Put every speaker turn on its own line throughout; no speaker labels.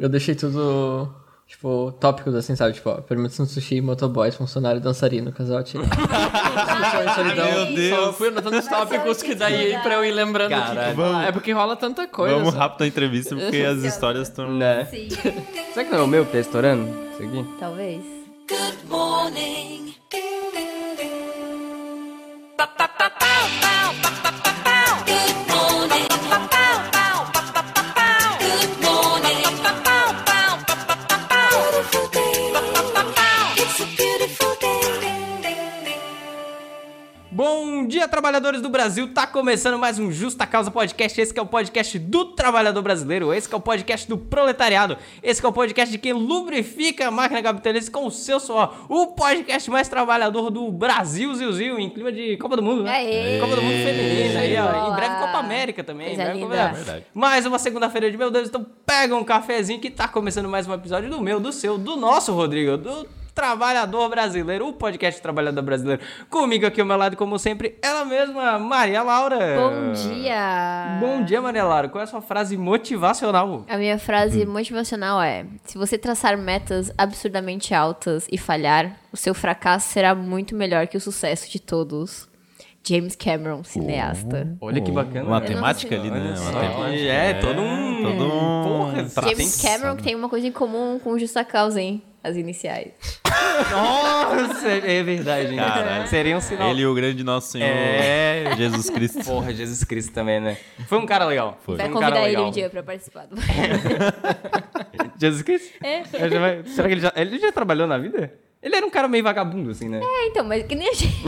eu deixei tudo, tipo, tópicos assim, sabe? Tipo, ó, permitos no sushi, motoboy, funcionário, dançarino, casal, tio. Discussão em solidão.
Meu Deus.
Só fui anotando os
Mas será
tópicos
que
que daí
dá?
pra eu ir lembrando. o que
Caralho.
que-
Vamos.
É porque rola tanta coisa.
Vamos
sabe?
rápido na entrevista, porque as
Uhum.
histórias estão...
Né?
Sim,
Será que não é o meu que tá estourando? Isso aqui?
talvez.
Good morning. Ba, ba, ba, bow, bow, ba, ba, ba, bow. Good morning. Ba, ba, bow, bow, ba, ba, ba, bow. Good morning. Ba, ba, bow, bow, ba, ba, ba, bow. Beautiful day. Ba, ba, ba, bow. It's a beautiful day.
Bom dia, trabalhadores do Brasil! Tá começando mais um Justa Causa Podcast. Esse que é o podcast do trabalhador brasileiro, esse que é o podcast do proletariado, esse que é o podcast de quem lubrifica a máquina capitalista com o seu suor. O podcast mais trabalhador do Brasil, Zil Zil, em clima de Copa do Mundo, né?
Aê!
Copa do Mundo feminina aí, ó. Em
Boa!
breve Copa América também. em
Coisa
breve Copa
linda.
América. Mais uma segunda-feira de meu Deus, então pega um cafezinho que tá começando mais um episódio do meu, do seu, do nosso Rodrigo, do Trabalhador Brasileiro, o podcast Trabalhador Brasileiro. Comigo aqui ao meu lado, como sempre, ela mesma, Maria Laura.
É.
Bom dia!
Bom dia, Maria Laura. Qual é a sua frase motivacional?
A minha
Hum.
frase motivacional é: se você traçar metas absurdamente altas e falhar, o seu fracasso será muito melhor que o sucesso de todos. James Cameron, cineasta.
Olha que bacana.
Uma
né?
temática ali, né?
Olha só.
Uma temática.
É, todo um-
Todo um...
Porra,
James Cameron que tem uma coisa em comum com o Justa Causa, hein? As iniciais.
Nossa, é verdade, hein?
Caralho.
Seria um sinal.
Ele e o grande nosso Senhor
É.
Jesus Cristo.
Porra, Jesus Cristo também, né? Foi um cara legal. Foi,
Vai
um cara
convidar ele
legal.
um dia pra participar do.
Jesus Cristo?
É.
Ele já vai- Será que ele já... ele já trabalhou na vida? Ele era um cara meio vagabundo, assim, né?
É, então, mas que nem a gente.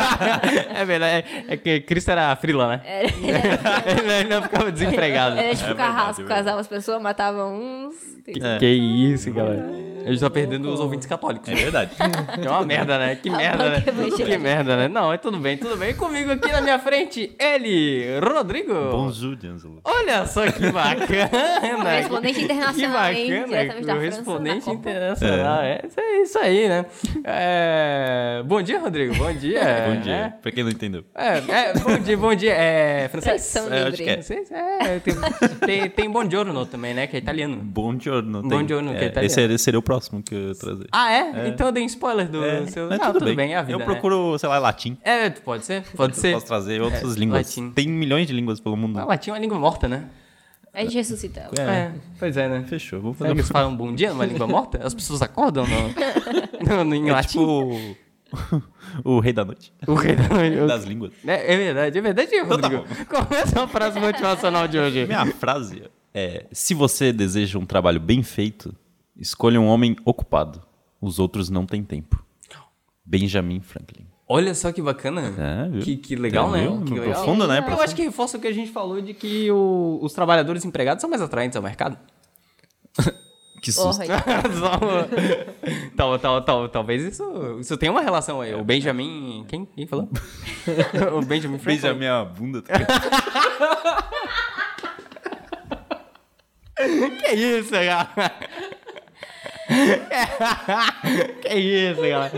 é verdade. É, é que Cristo era frila, né?
Era,
ele ainda ficava desempregado.
era tipo
É
carrasco,
verdade, é
casava as pessoas, matava uns.
É. Que isso, galera. A gente tá perdendo os ouvintes católicos.
É verdade.
Que é uma merda, né? Que merda, né?
banca é evangélica.
Que merda, né? Não, é tudo bem, tudo bem. E comigo aqui na minha frente, ele, Rodrigo.
Bonjour, D'Angelo.
Olha só que bacana.
Correspondente internacional, hein?
Que bacana.
Diretamente da França,
Correspondente
na Copa.
internacional. É. isso é isso aí, né? É, Bom dia, Rodrigo. Bom dia.
Bom dia.
né?
Pra quem não entendeu.
É, é, bom dia, bom dia. É francês?
Tradução
É, acho
livre.
que é.
Francês? É, tem, tem, tem buongiorno também, né? Que é italiano.
Buongiorno. tem-
Buongiorno, que é italiano.
esse seria, seria o próximo que eu ia trazer.
Ah, é? Então eu dei um spoiler do
É,
seu...
mas
Não, tudo, bem. é a vida,
Eu
né?
procuro, sei lá, latim.
É, pode ser, pode
Eu
ser.
posso trazer outras línguas.
É, latim.
Tem milhões de línguas pelo mundo.
Ah, latim é uma língua morta, né?
A gente ressuscita ela.
É, pois é, né?
Fechou. Vou
Será
fazer
que eles falam bom dia numa língua morta? As pessoas acordam no, no, no- em
É
latim?
tipo o rei da noite.
O rei da noite.
Das línguas.
É, é verdade, é verdade,
tá
Rodrigo. Começa a frase motivacional de hoje.
Minha frase é: se você deseja um trabalho bem feito, escolha um homem ocupado. Os outros não têm tempo. Benjamin Franklin.
Olha só que bacana.
É, viu?
que, que legal, né?
Viu?
Que legal.
Profundo, né?
Eu acho que reforça o que a gente falou de que o- os trabalhadores empregados são mais atraentes ao mercado.
Que susto.
Porra,
Só uma- tal, tal, tal, talvez isso, isso tenha uma relação aí. O Benjamin. Quem, quem falou? o Benjamin Franklin. É,
Beija minha bunda. tá ligado?
Que isso, galera? Que isso, galera?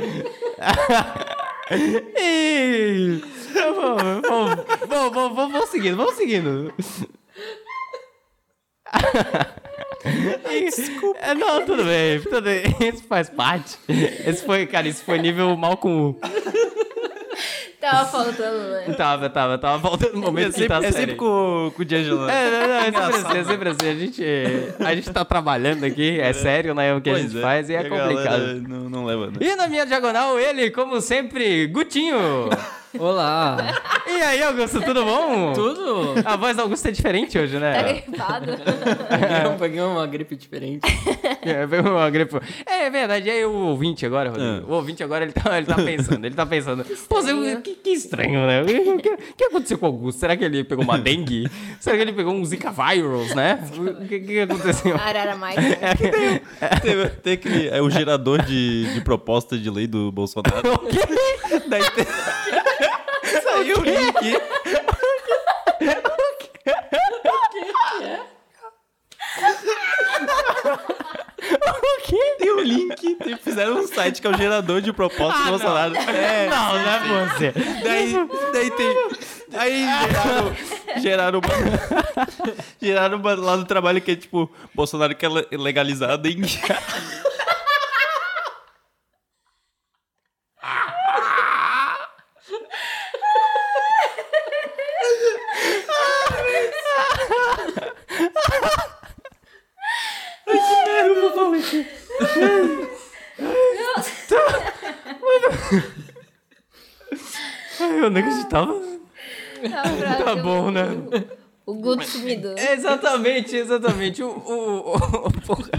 Ih, Vamos, vamos, vamos, vamos, vamos, vamos seguindo, vamos seguindo. Desculpa. É, Não, tudo bem, tudo bem. Isso faz parte. Esse foi, cara, isso foi nível mal com.
tava faltando, né?
Tava, tava, tava voltando no momento que tá sério.
com, com o D'Angelo. né?
É, não, não, é sempre assim, é sempre assim. A gente, a gente tá trabalhando aqui, é sério, né? O que a
Pois
gente faz e é
a
complicado.
galera Não, não leva, né?
E na minha diagonal, ele, como sempre, Gutinho.
Olá.
E aí, Augusto, tudo bom?
Tudo?
A voz do Augusto é diferente hoje,
Tá
né?
gripado.
Eu peguei uma gripe diferente.
É, veio uma gripe. É, é verdade, é o ouvinte agora, Rodrigo. O ouvinte agora, ele tá, ele tá pensando, ele tá pensando. Pô,
estranho.
eu- que, que estranho, né? O que, o que aconteceu com o Augusto? Será que ele pegou uma dengue? Será que ele pegou um Zika virus, né? O que, que aconteceu? É,
Arara Michael.
Tem, tem aquele. É o gerador de, de proposta de lei do Bolsonaro.
O quê?
Daí tem. Saiu o link.
O quê?
Tem o link. tem- Fizeram um site que é o gerador de proposta
Ah,
do Bolsonaro. É.
Não, não é você.
Daí, daí tem. Aí geraram Geraram uma... Geraram uma lá no trabalho que é tipo, Bolsonaro quer le- legalizar a dengue.
Eu não acreditava.
Tá bom, né? O Guto sumido.
Exatamente, exatamente. O, o- o- o- porra.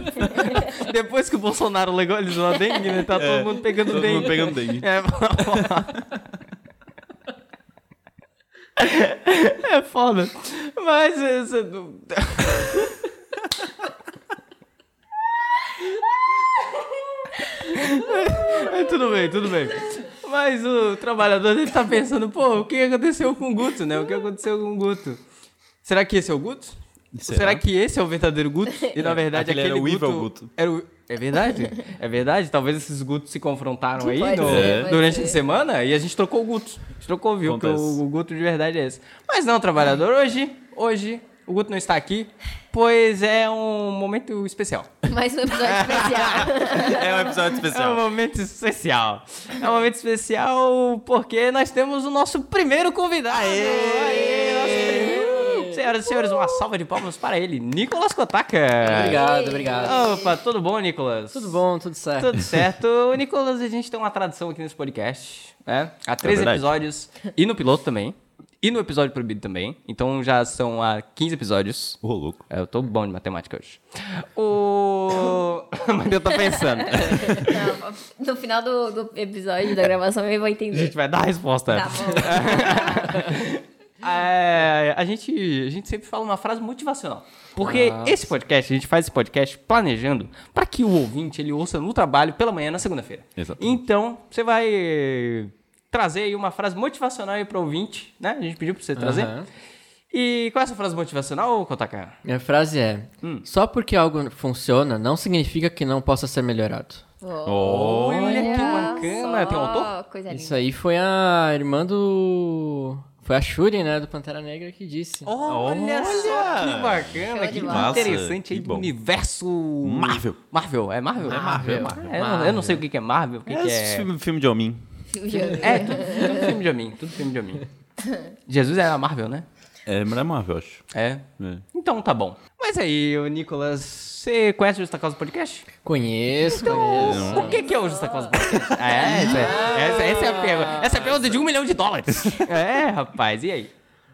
Depois que o Bolsonaro legalizou a dengue, né? Tá todo mundo pegando
Todo
dengue.
mundo pegando dengue.
É, é foda. Mas é, essa. do- É, tudo bem, tudo bem. Mas o trabalhador ele tá pensando, pô, o que aconteceu com o Guto, né? O que aconteceu com o Guto? Será que esse é o Guto? Será, que esse é o verdadeiro Guto? E na verdade
É. Aquele
aquele,
era o
Guto,
evil Guto.
Era o... É verdade? É verdade? Talvez esses Gutos se confrontaram aí
Pode
no-
ser, pode
durante
ser.
a semana e a gente trocou o Guto. A gente trocou, viu? Que
Acontece.
o, o Guto de verdade é esse. Mas não, trabalhador, hoje, hoje, o Guto não está aqui, pois é um momento especial.
Mais um episódio especial.
É um episódio
É um
especial.
momento especial. É um momento especial porque nós temos o nosso primeiro convidado. Aê, nosso primeiro. Senhoras e senhores, uma salva de palmas para ele, Nicolas Kotaka.
Obrigado, obrigado.
Opa, É. tudo bom, Nicolas?
Tudo bom, tudo certo.
Tudo certo. O Nicolas, a gente tem uma tradição aqui nesse podcast, né? Há três
verdade.
episódios e no piloto também. E no episódio proibido também. Então já são há 15 episódios.
Ô, louco.
É, Eu tô bom de matemática hoje. O. Mas eu tô pensando.
Não, no final do, do episódio, da gravação, eu vou
A
entender.
gente vai dar a resposta.
Tá bom.
É, a, gente, a gente sempre fala uma frase motivacional. Porque esse podcast, a gente faz esse podcast planejando para que o ouvinte ele ouça no trabalho pela manhã na segunda-feira.
Exatamente.
Então, você vai eh, trazer aí uma frase motivacional aí para o ouvinte, né? A gente pediu para você trazer.
Aham.
E qual é essa frase motivacional, Kotaka?
Minha frase é:
Hum.
só porque algo funciona não significa que não possa ser melhorado.
Oh.
Olha que
Olha
bacana.
só,
Tem um autor?
Coisa linda.
Isso aí foi a irmã do. Foi a Shuri, né? Do Pantera Negra que disse.
Oh. Olha, só que bacana,
Show
que
de bola.
interessante
Massa,
aí
que
do
bom.
universo...
Marvel.
Marvel, é Marvel? É Marvel. Eu, não, eu não sei o que que é Marvel, o que que
É,
é...
esse Filme, filme de homem.
É, tudo, tudo filme de homem, tudo filme de homem. Jesus era Marvel, né?
É, mas é Marvel, eu acho.
É.
É.
Então tá bom. Mas aí, ô Nicolas, você conhece o Justa Causa Podcast?
Conheço, conheço.
O que, que é o Justa Causa Podcast? É, essa, é- essa, essa é a pergunta. Essa é a pergunta de um milhão de dólares. É, rapaz, e aí?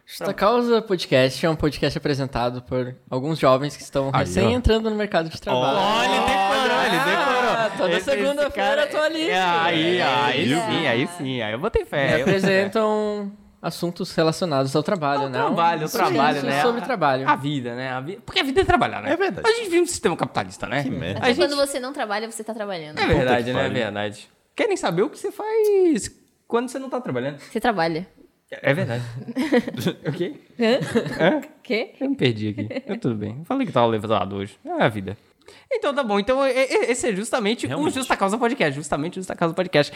Justa Causa Podcast é um podcast apresentado por alguns jovens que estão recém entrando no mercado de trabalho.
Olha, decorou, ele decorou.
toda
Esse- esse
segunda-feira
cara-
eu tô ali.
É, aí, aí
Viu?
sim, aí sim. Aí eu botei fé.
E
eu botei fé.
apresentam assuntos relacionados ao trabalho, né?
trabalho, o
Sim,
trabalho,
sim,
né?
Sobre trabalho.
A vida, né? A vida, porque a vida é trabalhar, né?
É verdade.
A gente vive um sistema capitalista, né? Que
merda.
A
Até
gente
Quando você não trabalha, você tá trabalhando.
É verdade,
que
né? É
pariu.
verdade. Querem saber o que você faz quando você não tá trabalhando.
Você trabalha.
É verdade. ok?
Quê?
Eu me perdi aqui. Mas tudo bem. Eu falei que tava levantado hoje. É a vida. Então tá bom. Então e- e- esse é justamente o
Realmente.
Justa Causa Podcast. Justamente o Justa Causa Podcast.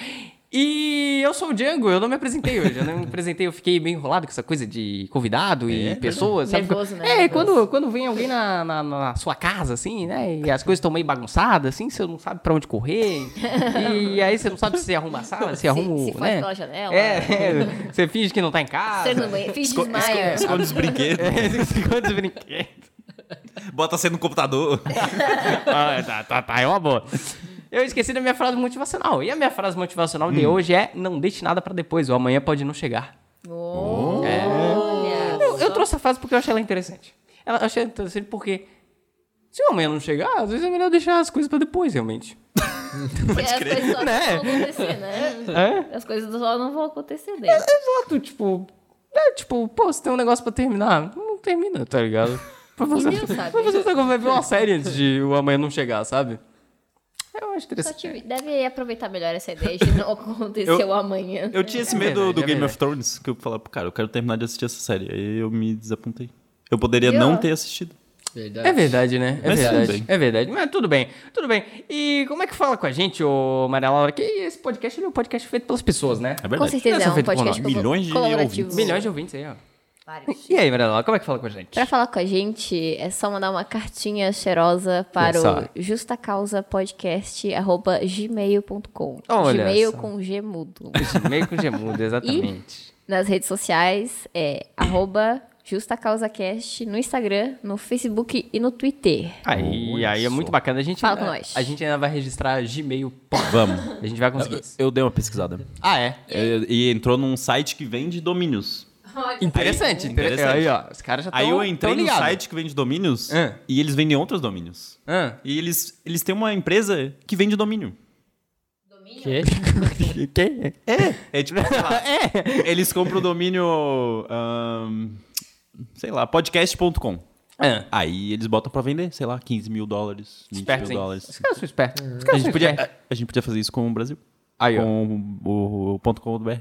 E eu sou o Django, eu não me apresentei hoje. Eu não me apresentei, eu fiquei bem enrolado com essa coisa de convidado e pessoas. sabe?
Nervoso, né?
É,
Nervoso.
Quando, quando vem alguém na, na- na sua casa, assim, né? E as coisas estão meio bagunçadas, assim, você não sabe pra onde correr. e aí você não sabe se arruma a sala, se arruma o.
se faz
né?
pela janela.
É, é, você finge que não tá em casa.
Você no banheiro. Finge desmaia.
Esconde os brinquedos.
É, você esconde os brinquedos.
Bota você no computador.
Ah, tá, tá, tá, é uma boa. Eu esqueci da minha frase motivacional. E a minha frase motivacional de hoje é: não deixe nada pra depois, o amanhã pode não chegar.
Olha.
Eu, eu trouxe a frase porque eu achei ela interessante. Ela, eu achei ela interessante porque se o amanhã não chegar, às vezes é melhor deixar as coisas pra depois, realmente.
As coisas só
Né?
não vão acontecer, né?
É?
As coisas só não vão acontecer dele.
Exato, tipo. É, tipo, pô, você tem um negócio pra terminar, não termina, tá ligado? Pra você,
Ninguém sabe.
pra você tá- vai ver uma série antes de o amanhã não chegar, sabe? Eu acho
Só
interessante.
que deve aproveitar melhor essa ideia de não acontecer
Eu-
amanhã.
Eu tinha esse
É
medo
verdade,
do
é
Game
verdade.
of Thrones, que eu falava, cara, eu quero terminar de assistir essa série. Aí eu me desapontei. Eu poderia
Viu?
não ter assistido.
Verdade.
É verdade, né? É
Mas tudo
verdade.
bem.
É verdade. Mas tudo bem, tudo bem. E como é que fala com a gente, ô Maria Laura? Que esse podcast ele é um podcast feito pelas pessoas, né?
É
Com
verdade.
certeza
Não é
é
só
um
feito por
podcast
nós.
colo-
Milhões de
colaborativo.
ouvintes.
Milhões de ouvintes aí, ó.
Vários.
E aí, Mariana, como é que fala com a gente?
Pra falar com a gente, é só mandar uma cartinha cheirosa para
Olha só.
o justacausapodcast.gmail.com.
Olha
Gmail
só.
com G mudo.
Meio com gemudo, exatamente.
Nas redes sociais é arroba justacausacast no Instagram, no Facebook e no Twitter.
Aí, aí é muito bacana. A gente,
Fala com
ainda-
nós.
a gente ainda vai registrar Gmail.
Vamos.
A gente vai conseguir.
Eu dei uma pesquisada.
Ah, é?
Eu- e entrou num site que vende domínios.
Interessante,
Aí-
interessante.
interessante.
Aí, ó, os caras já estão
Aí eu entrei no site que vende domínios
Ah.
e eles vendem outros domínios. E eles, eles têm uma empresa que vende domínio.
Quem?
É tipo, sei lá,
É.
eles compram o domínio, ahn, sei lá, podcast.com.
Ah.
Aí eles botam pra vender, sei lá, 15 mil dólares, 20
Esperto,
mil
hein?
dólares.
Os caras são espertos. Os
A
caras
gente,
são
podia,
espertos.
a- a gente podia fazer isso com o Brasil.
Aí, ó.
com o, o ponto .com.br.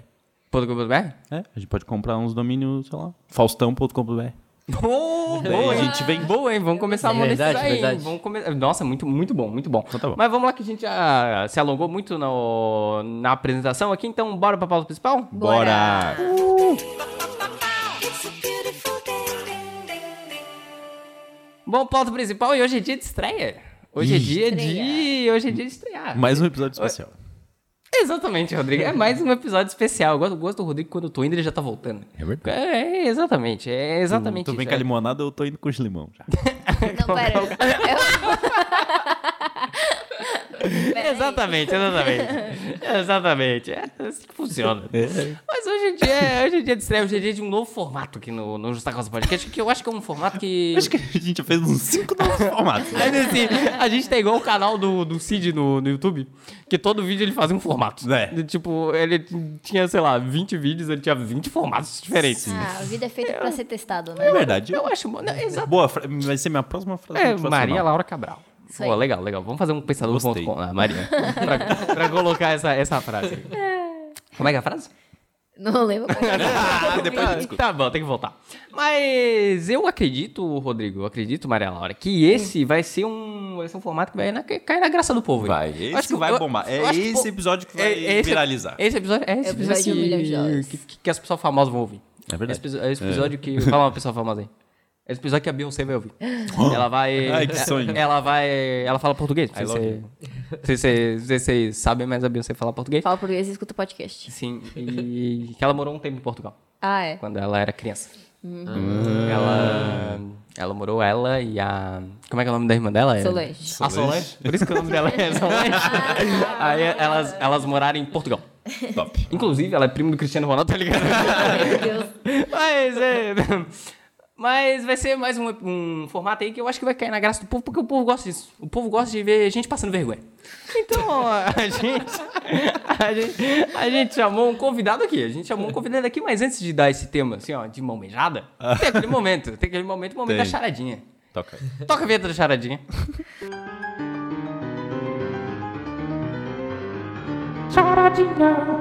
.com.br?
É, a gente pode comprar uns domínios, sei lá, faustão.com.br.
Boa,
Daí
boa,
a
hein?
gente vem... É
Boa, hein? Vamos começar a monetizar
Verdade,
aí.
verdade.
Vamos come... Nossa, muito, muito bom, muito bom.
Então tá bom.
Mas vamos lá que a gente já se alongou muito no- na apresentação aqui, então bora pra pauta principal?
Bora!
It's a beautiful day. Ding, ding, ding.
Bom, pauta principal e hoje é dia de estreia. Hoje é dia de... Hoje é dia de estrear.
Mais um episódio especial.
Exatamente, Rodrigo. É mais um episódio especial. Eu gosto, gosto do Rodrigo quando eu tô indo, ele já tá voltando. É
verdade.
É, exatamente. É exatamente
Tu vem
isso,
com a
é.
limonada, eu tô indo com os limão já.
Não, pera. Eu- Pera aí.
Exatamente, exatamente. exatamente. É assim que funciona. Mas hoje em dia, hoje em dia de estreia, hoje em dia de um novo formato aqui no, no Justa Causa Podcast, que eu acho que é um formato que.
Acho que a gente já fez uns cinco novos formatos. né?
Mas assim, a gente tá igual o canal do, do Cid no, no YouTube, que todo vídeo ele fazia um formato.
É.
De, Tipo, ele t- tinha, sei lá, 20 vídeos, ele tinha 20 formatos diferentes.
Ah, a vida é feita pra ser testado,
É
né?
verdade.
Eu acho. Não, exato.
Boa, fra- vai ser minha próxima frase
É,
motivacional.
Maria Laura Cabral.
Isso aí.
Pô, legal, legal. Vamos fazer um
Gostei.
pensador.com. Ah, Maria. pra, pra colocar essa, essa frase. aí. Como é que é a frase?
Não lembro. é qual era.
Ah, depois eu discuto. Tá bom, tem que voltar. Mas eu acredito, Rodrigo, eu acredito, Maria Laura, que esse vai ser um, vai ser um formato que vai na, cair na graça do povo. hein?
Vai,
Eu
esse
acho
que vai
eu-
bombar. É
eu acho
esse
pô,
episódio que vai
esse-
viralizar.
Esse episódio é esse
É o episódio de um milhão de
episódio
dólares.
que, que, que as pessoas famosas vão ouvir.
É verdade.
Esse, episo- esse episódio que. Fala uma pessoa famosa aí. Esse episódio que a Beyoncé vai ouvir. Ela vai.
Ai, que sonho.
Ela vai. Ela fala português.
I
Vocês
love
você, você, você, vocês sabem, mas a Beyoncé fala português.
Fala português e escuta o podcast.
Sim. E que ela morou um tempo em Portugal
Ah, é.
quando ela era criança. Ela, ela morou ela e a. Como é que é o nome da irmã dela? É-
Solange.
A Solange. Por isso que o nome dela é Solange. Aí elas, elas moraram em Portugal.
Top.
Inclusive, ela é prima do Cristiano Ronaldo, tá ligado?
Meu Deus.
Mas é. Mas vai ser mais um, um formato aí que eu acho que vai cair na graça do povo, porque o povo gosta disso. O povo gosta de ver gente passando vergonha. Então, a gente, a gente. A gente chamou um convidado aqui. A gente chamou um convidado aqui, mas antes de dar esse tema, assim, ó, de mão beijada, tem aquele momento. Tem aquele momento, o momento da
Tem.
charadinha.
Toca. aí.
Toca a vinheta da charadinha. Charadinha.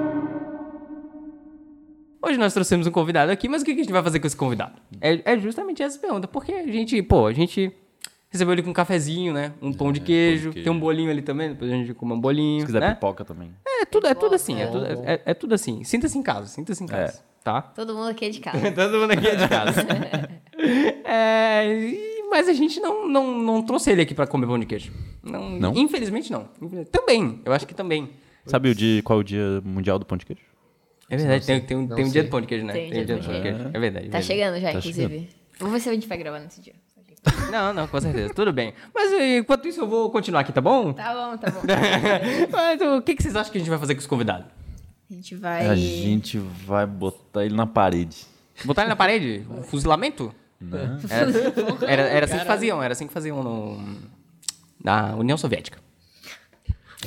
Hoje nós trouxemos um convidado aqui, mas o que que a gente vai fazer com esse convidado? É, é justamente essa pergunta, porque a gente, pô, a gente recebeu ele com um cafezinho, né? Um pão de queijo,
É, queijo.
tem um bolinho ali também, depois a gente come um bolinho,
Se quiser
né?
pipoca também.
É tudo, é tudo assim, é tudo, é, é tudo assim. Sinta-se em casa,
É.
sinta-se em casa, tá?
Todo mundo aqui é de casa.
Todo mundo aqui é de casa. É, e- mas a gente não, não, não trouxe ele aqui pra comer pão de queijo. Não,
Não?
Infelizmente não. Infeliz- Também, eu acho que também.
Sabe o dia, qual é o dia mundial do pão de queijo?
É verdade, tem, tem, um- tem um
sei.
dia do pão de queijo, né?
Tem
um dia do pão de queijo. É verdade. é
Tá
verdade.
chegando já,
Tá
inclusive. Vamos ver se a gente vai gravar nesse dia.
Não, não, com certeza. Tudo bem. Mas e, enquanto isso eu vou continuar aqui, tá bom?
Tá bom, tá bom.
Mas o que, que vocês acham que a gente vai fazer com os convidados?
A gente
É.
vai.
A gente vai botar ele na parede.
Botar ele na parede? Um fuzilamento? Não. Era, era assim que faziam, era assim que faziam no- na União Soviética.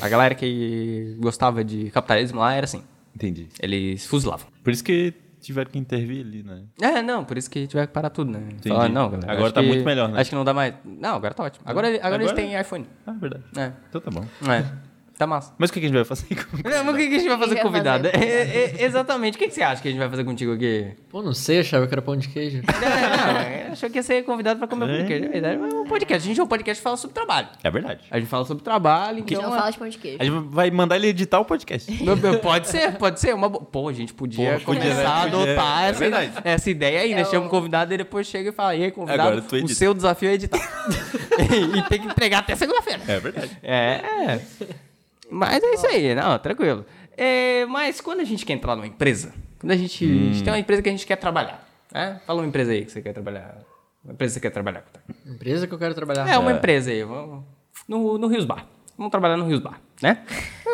A galera que gostava de capitalismo lá era assim.
Entendi.
Eles fuzilavam.
Por isso que tiveram que intervir ali, né?
É, não, por isso que tiver que parar tudo, né? Falar, não, galera,
Agora
acho
tá
que-
muito melhor, né?
Acho que não dá mais. Não, agora tá ótimo. Agora, agora, eles
Agora?
têm iPhone.
Ah, é verdade.
É.
Então tá bom.
É. Tá massa.
Mas o que que a gente vai fazer? com-
Não, mas o que que a gente vai fazer
que
com
vai
convidado?
fazer?
É, é, exatamente. O que que você acha que a gente vai fazer contigo aqui?
Pô, não sei, eu achava que era pão de queijo.
É, Não, achou que ia ser convidado pra comer
É.
podcast. É verdade, mas é um podcast. A gente é um podcast que fala sobre trabalho.
É verdade.
A gente fala sobre trabalho,
Não
então... é-
fala de pão de queijo.
A gente vai mandar ele editar o podcast.
Não, não, Pode ser, pode ser. Uma bo... Pô, a gente podia
Pô, podia,
começar
né?
a
Podia.
adotar
É
essa,
verdade.
essa ideia aí, né?
É
Chama o
o-
convidado e depois chega e fala, e aí, convidado,
Agora tu
o
edita."
seu desafio é editar. e tem que entregar até segunda-feira.
É verdade.
É. Mas é isso aí, não, tranquilo. É, mas quando a gente quer entrar numa empresa, quando a gente, a
Hum.
gente tem uma empresa que a gente quer trabalhar, né? Fala uma empresa aí que você quer trabalhar. Uma empresa que você quer trabalhar. Tá?
Empresa que eu quero trabalhar.
É, uma empresa aí. Vamos, no, no Rios Bar. Vamos trabalhar no Rios Bar, né?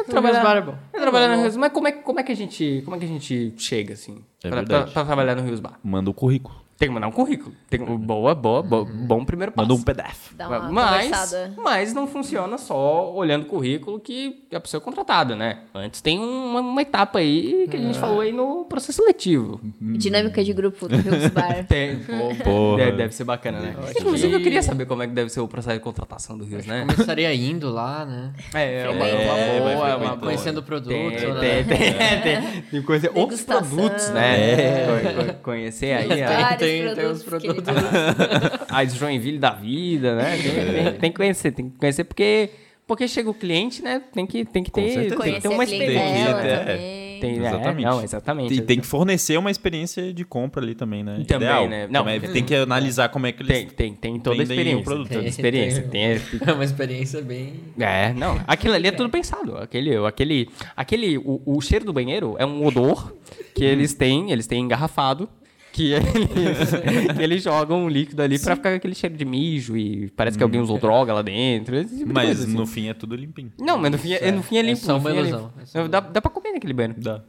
Rios Bar é bom.
Vamos trabalhar no Rios Mas como é, que- como é que a gente. Como é que a gente chega, assim?
É
pra,
verdade.
pra- pra trabalhar no Rios Bar?
Manda o currículo.
Tem que mandar um currículo. Tem, que- boa, boa, boa, bom primeiro passo.
Manda um PDF.
Dá uma
mas,
conversada.
mas não funciona só olhando o currículo que a pessoa é contratada, né? Antes tem uma, uma etapa aí que a gente falou aí no processo seletivo.
Dinâmica de grupo do Rios Bar.
Tem, pô,
Porra.
deve, deve ser bacana, né? Inclusive, eu queria saber como é que deve ser o processo de contratação do Rios, né?
Começaria indo lá, né?
É, é uma,
É,
uma
vai
boa, é uma
frequentando.
boa.
Conhecendo o produto,
Tem,
né?
tem, tem, tem, tem coisa, outros
Degustação.
produtos, né? Co- co- conhecer aí a,
tem-
Vários
tem uns
produtos
produtos.
queridos.
a Joinville da vida, né? Tem, tem- tem que conhecer, tem que conhecer porque, porque chega o cliente, né? Tem que, tem que ter,
certeza.
tem que
Conhecer né?
ter
a
uma experiência.
clientela
né?
Tem que ter-
também.
Tem, exatamente.
Exatamente.
não, exatamente.
E tem que fornecer uma experiência de compra ali também, né?
Também,
Ideal.
né? Não,
Também tem que analisar como é que eles...
tem, tem, tem toda a
Vendem o
experiência.
produto.
Toda a
Tem,
experiência. Tem,
É uma experiência bem.
é, não. Aquilo ali é tudo pensado. Aquele, aquele, aquele o, o cheiro do banheiro é um odor
Hum.
que eles têm, eles têm engarrafado. Que eles, que eles jogam um líquido ali pra ficar com aquele cheiro de mijo e parece
Hum.
que alguém usou
É.
droga lá dentro. esse tipo de
Mas
coisa, assim.
no fim é tudo limpinho.
Não, mas no fim é, no fim é limpo.
só
no
uma
fim é
ilusão,
limpo.
é só uma
dá, dá pra comer naquele banheiro.
Dá.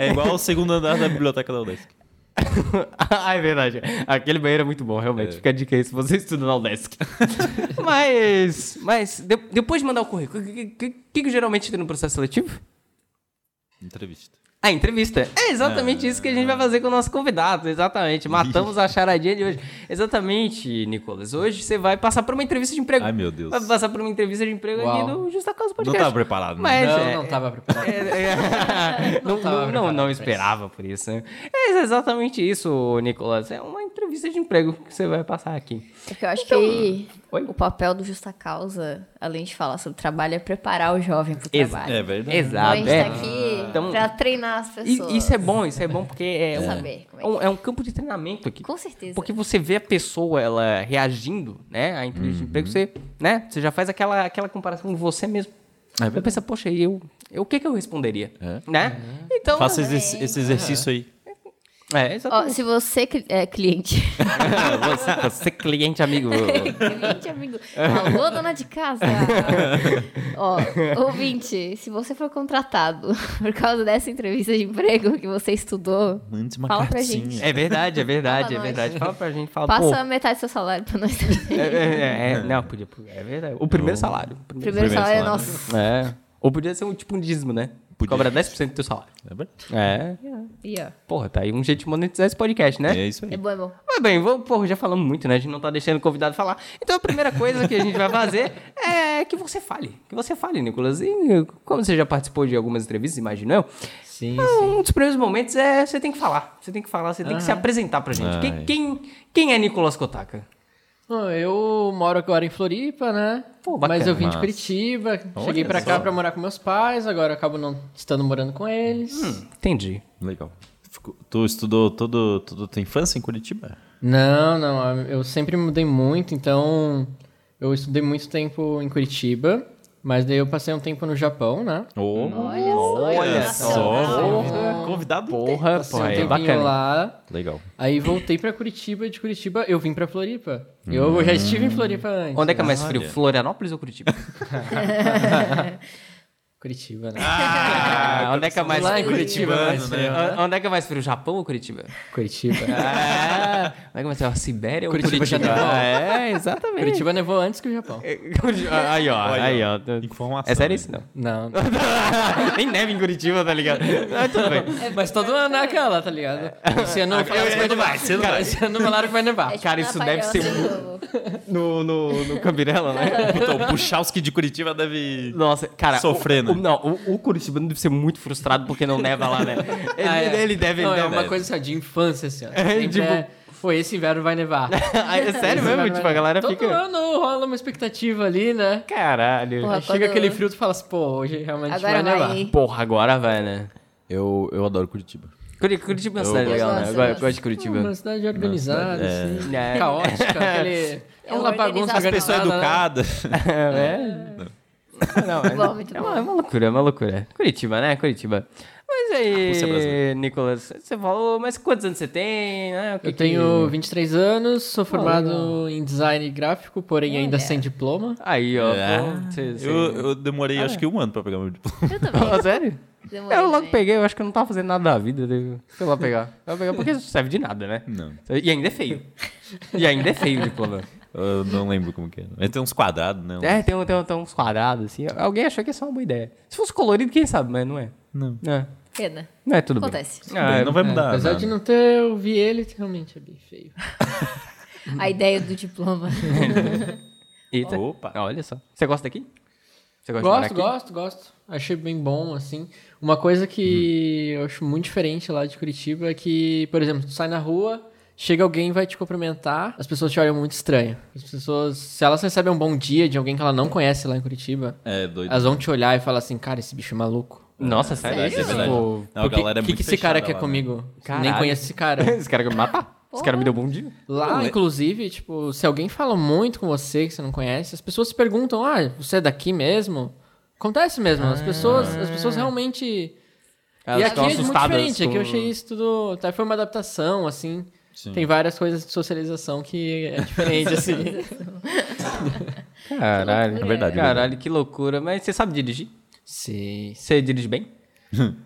é igual o segundo andar da biblioteca da UDESC.
ah, é verdade. Aquele banheiro é muito bom, realmente. Fica a dica aí se você estuda na UDESC. mas, mas de- depois de mandar o currículo, o que, que- que- que geralmente tem no processo seletivo?
Entrevista.
A entrevista. É exatamente isso que a gente vai fazer com o nosso convidado, exatamente. Matamos a charadinha de hoje. Exatamente, Nicolas. Hoje você vai passar por uma entrevista de emprego.
Ai, meu Deus.
Vai passar por uma entrevista de emprego aqui
Uau.
no Justa Causa
Não
Podcast.
tava preparado, né?
Mas
não,
é-
não tava preparado.
é, é,
tava
não, não, não,
preparado
não
pra
esperava por isso. né? É exatamente isso, Nicolas. É uma entrevista de emprego que você vai passar aqui.
É que eu acho que
Oi?
o papel do Justa Causa, além de falar sobre trabalho, é preparar o jovem pro
Ex-
trabalho.
É verdade.
Então a
Exato.
gente
é.
tá aqui
Então-
pra treinar as
E-
pessoas.
isso é bom, isso é bom porque é, um,
Saber como é
é um, é um campo de treinamento aqui.
Com certeza.
Porque você vê a pessoa, ela reagindo, né, à entrevista de emprego, você, né, você já faz aquela, aquela comparação com você mesmo. você pensa, poxa, e eu, eu, o que que eu responderia? Né?
Uhum.
Então,
Faça exerc- esse exercício aí.
é,
Ó,
exatamente.
se você cli- é cliente,
você, você é cliente amigo. É
cliente amigo, alô dona de casa, ó, ouvinte, se você for contratado por causa dessa entrevista de emprego que você estudou,
Mande uma
Fala pra gente.
cartinha.
É verdade, é verdade,
Fala
é
nós.
verdade. Fala pra gente, fala,
passa
pô,
metade do seu salário pra nós.
É, é, é, é, não, podia. É verdade. O primeiro salário. o primeiro-
Primeiro salário é
salário.
nosso.
É. Ou podia ser um tipo um dízimo, né? Cobra 10% do teu salário.
É verdade.
É.
E, ó,
Porra, tá aí um jeito de monetizar esse podcast, né?
É isso aí.
é bom, é bom.
Mas bem, vou, porra, já falamos muito, né? A gente não tá deixando o convidado falar. Então a primeira coisa que a gente vai fazer é que você fale. Que você fale, Nicolas. E como você já participou de algumas entrevistas, imagino eu,
Sim, sim.
um dos primeiros momentos é você tem que falar. Você tem que falar, você tem que se apresentar pra gente. Quem,
Ai.
quem, quem é Nicolas Kotaka?
Bom, eu moro agora em Floripa, né?
Pô, bacana.
Mas eu vim de
Massa.
Curitiba, cheguei pra cá pra morar com meus pais, agora eu acabo não estando morando com eles.
Hum. Entendi.
Legal. Ficou- Tu estudou todo- toda a tua infância em Curitiba?
Não, não, eu sempre mudei muito, então eu estudei muito tempo em Curitiba, mas daí eu passei um tempo no Japão, né?
Olha só,
Olha
internacional.
só, convidado.
Porra, pô,
Passei
é
um tempinho
bacana.
lá,
Legal.
aí voltei pra Curitiba, e de Curitiba eu vim pra Floripa. Eu já
Hum. é
estive em Floripa antes.
Onde é que é
né?
mais frio,
Olha.
Florianópolis ou Curitiba?
Curitiba, né?
Ah, onde é que é mais
Lá em
frio?
Curitiba é mais frio, né?
O- Onde é que é mais frio? Japão ou Curitiba?
Curitiba.
Ah, onde é que é mais frio? Sibéria ou
Curitiba já nevou.
Ah, é, exatamente.
Curitiba nevou antes que o Japão.
Ah, Aí, ó. Aí, ó.
Informação.
É sério isso? Não.
Não.
Nem neve em Curitiba, tá ligado? Ah, tudo bem.
Mas todo ano é aquela, tá ligado? Esse ano
Ah,
falaram que vai nevar.
Você não vai.
Esse ano falaram que vai nevar.
É tipo
Cara,
na
isso deve
palhoça
ser
de
mu-
novo.
No, no, no Cambirela, né?
Puta, o Puchalski de Curitiba deve.
Nossa, cara. o-
Sofrendo.
O, não, o, o Curitibano deve ser muito frustrado porque não neva lá, né? Ele,
Ah, é.
ele deve.
Não,
ele
é
deve-
uma coisa só de infância, assim, ó. Sempre
tipo-
é, foi esse inverno vai nevar.
Ah, é sério
Esse inverno
mesmo?
vai
Tipo, a
nevar.
galera
Todo
fica.
ano rola uma expectativa ali, né?
Caralho.
Porra,
Aí chega
quando-
aquele frio, tu fala assim, pô, hoje realmente vai
Agora
nevar.
vai.
Porra, agora vai, né?
Eu, eu adoro Curitiba.
Curi- Curitiba é uma cidade
Eu
legal, né?
gosto,
Eu
eu
gosto- eu
gosto.
gosto de Curitiba.
Uma cidade organizada,
cidade-
assim,
é.
caótica, aquele... É uma
Organizada.
bagunça
As
organizada.
Pessoa
né?
educada.
É. Não, é-
Bom, muito
é,
bom.
uma, é uma loucura, é uma loucura. Curitiba, né? Curitiba. Mas
você é
aí,
brasileiro.
Nicolas, você falou, mas quantos anos você tem? né? O que
Eu
que-
tenho 23 anos, sou formado em design gráfico, porém ainda sem diploma.
Aí,
Ah,
ó.
É.
pô, você- você-
Eu, eu demorei
é.
acho que um ano pra pegar meu diploma.
Eu também.
Ah, sério?
demorei né?
Eu logo
também.
peguei, eu acho que eu não tava fazendo nada da vida. daí Fui lá pegar. Eu vou pegar porque isso serve de nada, né?
Não.
E ainda é feio. E ainda é feio o diploma.
Eu não lembro como que é. Mas tem uns quadrados, né?
É, tem, um- tem, um- tem uns quadrados, assim. Alguém achou que ia ser uma boa ideia. Se fosse colorido, quem sabe, mas não é.
Não.
É,
Pena.
não é tudo bem.
Acontece.
Ah, é-
não vai
É,
mudar. né?
apesar
nada.
de não ter, eu vi ele, realmente é bem feio.
A ideia do diploma.
Eita.
Opa.
Ah, Olha só. Você gosta daqui? Você gosta de morar
Gosto,
aqui?
gosto, gosto. Achei bem bom, assim. Uma coisa que
Hum.
eu acho muito diferente lá de Curitiba é que, por exemplo, tu sai na rua, chega alguém e vai te cumprimentar, as pessoas te olham muito estranho. As pessoas, se elas recebem um bom dia de alguém que ela não conhece lá em Curitiba,
É, doido.
elas vão te olhar e falar assim, cara, esse bicho é maluco.
Nossa, sério?
Verdade, é
Tipo,
verdade. Não, a
O que,
galera é
que
muito
que esse cara
fechada
quer
lá, né?
comigo?
Caralho.
Nem conheço esse cara.
Esse cara quer me matar? Esse cara me deu um bom dia?
Lá,
é-
inclusive, tipo, se alguém fala muito com você que você não conhece, as pessoas se perguntam: "Ah, você é daqui mesmo?" Acontece mesmo, as pessoas, as pessoas realmente e aqui é
ficam
muito
assustadas
diferente, aqui
com-
eu achei isso tudo, até foi uma adaptação assim. Tem várias coisas de socialização que é diferente assim.
Caralho.
É verdade,
é verdade.
Caralho, que loucura. Mas você sabe dirigir?
Sei.
Você dirige bem?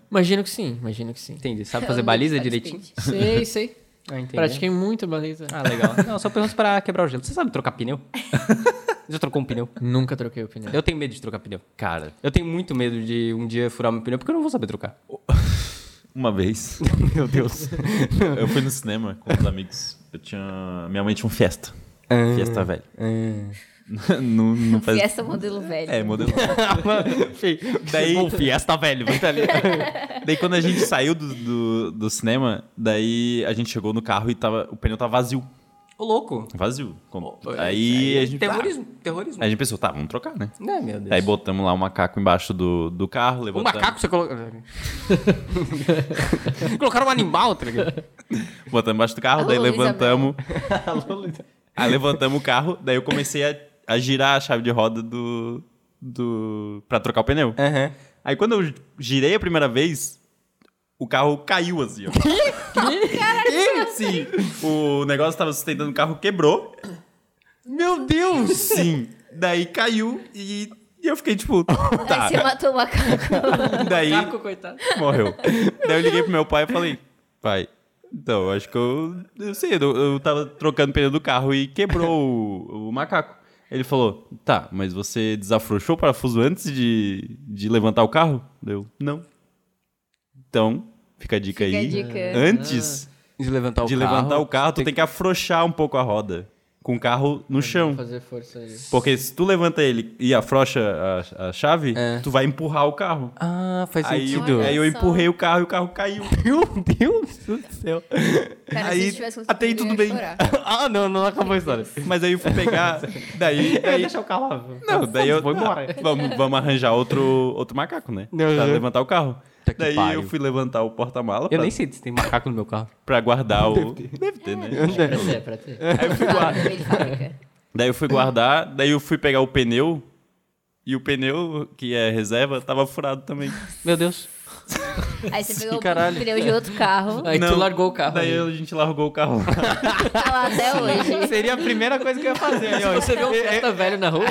Imagino que sim, imagino que sim.
Entendi. Sabe fazer baliza
Tá
direitinho?
Sei, sei.
Ah, entendi.
Pratiquei muito baliza.
Ah, legal. Não, só pergunto pra quebrar o gelo. Você sabe trocar pneu? Já trocou um pneu?
Nunca troquei opinião.
Eu tenho medo de trocar pneu.
Cara,
Eu tenho muito medo de um dia furar meu pneu, porque eu não vou saber trocar.
uma vez
Meu Deus.
eu fui no cinema com os amigos. Eu tinha. Minha mãe tinha um Fiesta.
Ah,
Fiesta velho. não, não faz.
E essa modelo velho.
É, modelo.
Daí...
Daí-
Bom, fiesta velho, vai tá ali.
daí quando a gente saiu do, do, do cinema, daí a gente chegou no carro e tava, o pneu tava vazio.
Ô, louco.
Vazio. Com- aí a gente.
Terrorismo,
ah,
terrorismo.
Aí a gente pensou, tá, vamos trocar, né?
Ai, meu Deus.
Daí botamos lá o macaco embaixo do, do carro,
O
levantamos.
macaco você coloca... Colocaram um animal, tá ligado?
Botamos embaixo do carro,
Alô,
daí
Luísa
levantamos. aí levantamos o carro, daí eu comecei a, a girar a chave de roda do. do. pra trocar o pneu.
Aham.
Aí quando eu girei a primeira vez, o carro caiu assim, ó.
assim?
Sim, o negócio tava sustentando o carro, quebrou.
Meu Deus!
Sim. Daí caiu e, e eu fiquei tipo, tá.
Aí você matou o macaco.
Daí
Caco, coitado.
morreu. Daí eu liguei pro meu pai e falei, pai, então, eu acho que eu. Eu sei, eu, eu tava trocando o pneu do carro e quebrou o, o macaco. Ele falou, tá, mas você desafrouxou o parafuso antes de, de levantar o carro? Deu, não. Então, fica a dica
Fica a
aí.
dica.
Antes
De levantar o
de
carro.
levantar o carro, tu tem que afrouxar um pouco a roda. Com o carro no chão.
Fazer força aí.
Porque se tu levanta ele e afrouxa a, a chave, tu vai empurrar o carro.
Ah, faz
Aí,
sentido.
eu, aí eu
Olha só.
empurrei o carro e o carro caiu.
Meu Deus do céu.
Cara, se
Aí,
eu tivesse
até aí
conseguido,
tudo
eu ia
bem.
chorar.
ah, não, não acabou a história.
Mas aí eu fui pegar. daí.
Eu ia
daí
deixar o carro lá.
não, daí eu.
Vou embora.
ah, vamos, vamos arranjar outro, outro macaco, né?
Não,
pra
não.
levantar o carro.
Tá que
Daí
pariu.
eu fui levantar o porta-mala
Eu
pra,
nem sei se tem macaco no meu carro.
pra guardar o. Deve ter, né?
É pra ter, é pra ter.
Fala, meio de fábrica.
Daí eu fui guardar, daí eu fui pegar o pneu. E o pneu, que é reserva, tava furado também.
Meu Deus.
Aí você pegou
caralho.
o pneu de outro carro,
Aí
Não,
tu largou o carro.
Daí a gente largou o carro lá.
tá lá até hoje.
Seria a primeira coisa que eu ia fazer. aí, ó. É,
Você vê um Fiesta velho na rua?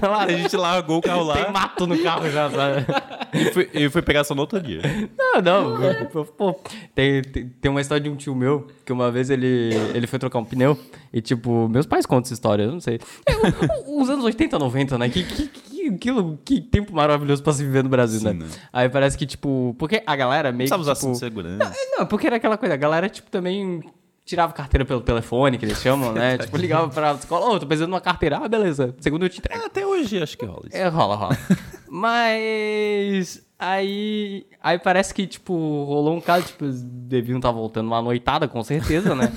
Tá lá,
a gente largou o carro lá
tem mato no carro já, sabe?
e fui, e fui pegar só no outro dia.
Não, não. pô, pô, tem, tem, tem uma história de um tio meu que uma vez ele, ele foi trocar um pneu e, tipo, meus pais contam essa história, eu não sei. É, o- o- Os anos 80, 90, né? Que, que, que, que, que tempo maravilhoso pra se viver no Brasil, né?
né?
Aí parece que, tipo, porque a galera meio que.
Precisava usar cinto
Tipo,
de segurança.
não, porque era aquela coisa, a galera, tipo, também tirava carteira pelo telefone, que eles chamam, né? tipo, ligava pra escola, ô, tô precisando de uma carteira, ah, beleza, segundo eu te entrego.
Até hoje acho que rola isso.
É, rola, rola. Mas aí, aí parece que, tipo, rolou um caso, tipo, eles deviam estar voltando uma noitada, com certeza, né?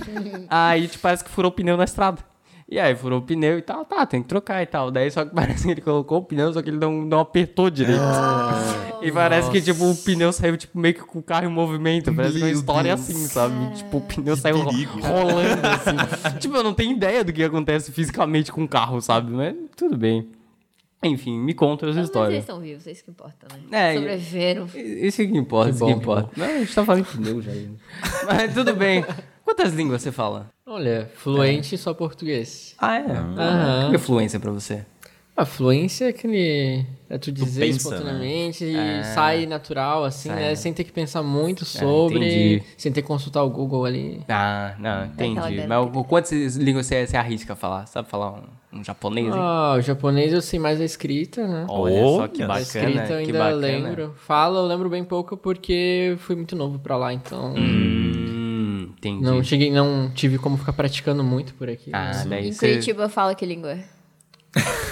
aí, tipo, parece que furou o pneu na estrada. E aí furou o pneu e tal, tá, tem que trocar e tal. Daí só que parece que ele colocou o pneu, só que ele não, não apertou direito. e parece que, tipo, o pneu saiu, tipo, meio que com o carro em movimento. Parece que uma
Meu
história
Deus.
assim, sabe? Tipo, o pneu saiu ro-
perigo.
rolando, assim. tipo, eu não tenho ideia do que acontece fisicamente com o carro, sabe? Mas tudo bem. Enfim, me conta as
Mas eles
histórias.
estão vivos, é isso que importa, né?
É,
Sobreviveram.
Isso é que importa, isso que
bom, que
importa. Não, a gente tá falando de Deus já. né? Mas tudo bem. Quantas línguas você fala?
Olha,
É.
fluente só português.
Ah, é?
Aham.
O que é fluência pra você?
A fluência é aquele. É tu dizer
pensa, né?
espontaneamente
É.
e sai natural, assim, né? Sem ter que pensar muito sobre.
entendi.
sem ter que consultar o Google ali.
Ah, não, entendi.
galera
Mas o- quantas línguas você, você arrisca falar? Sabe falar um, um japonês? hein?
Ah, o japonês eu sei mais a escrita, né?
Oh, Olha só que
Olha,
a
bacana.
escrita eu
que
ainda
bacana.
lembro. Fala, eu lembro bem pouco porque fui muito novo pra lá, então.
Hum, entendi.
Não cheguei, não tive como ficar praticando muito por aqui.
ah,
mas-
daí
Em
você
Curitiba fala que língua? é.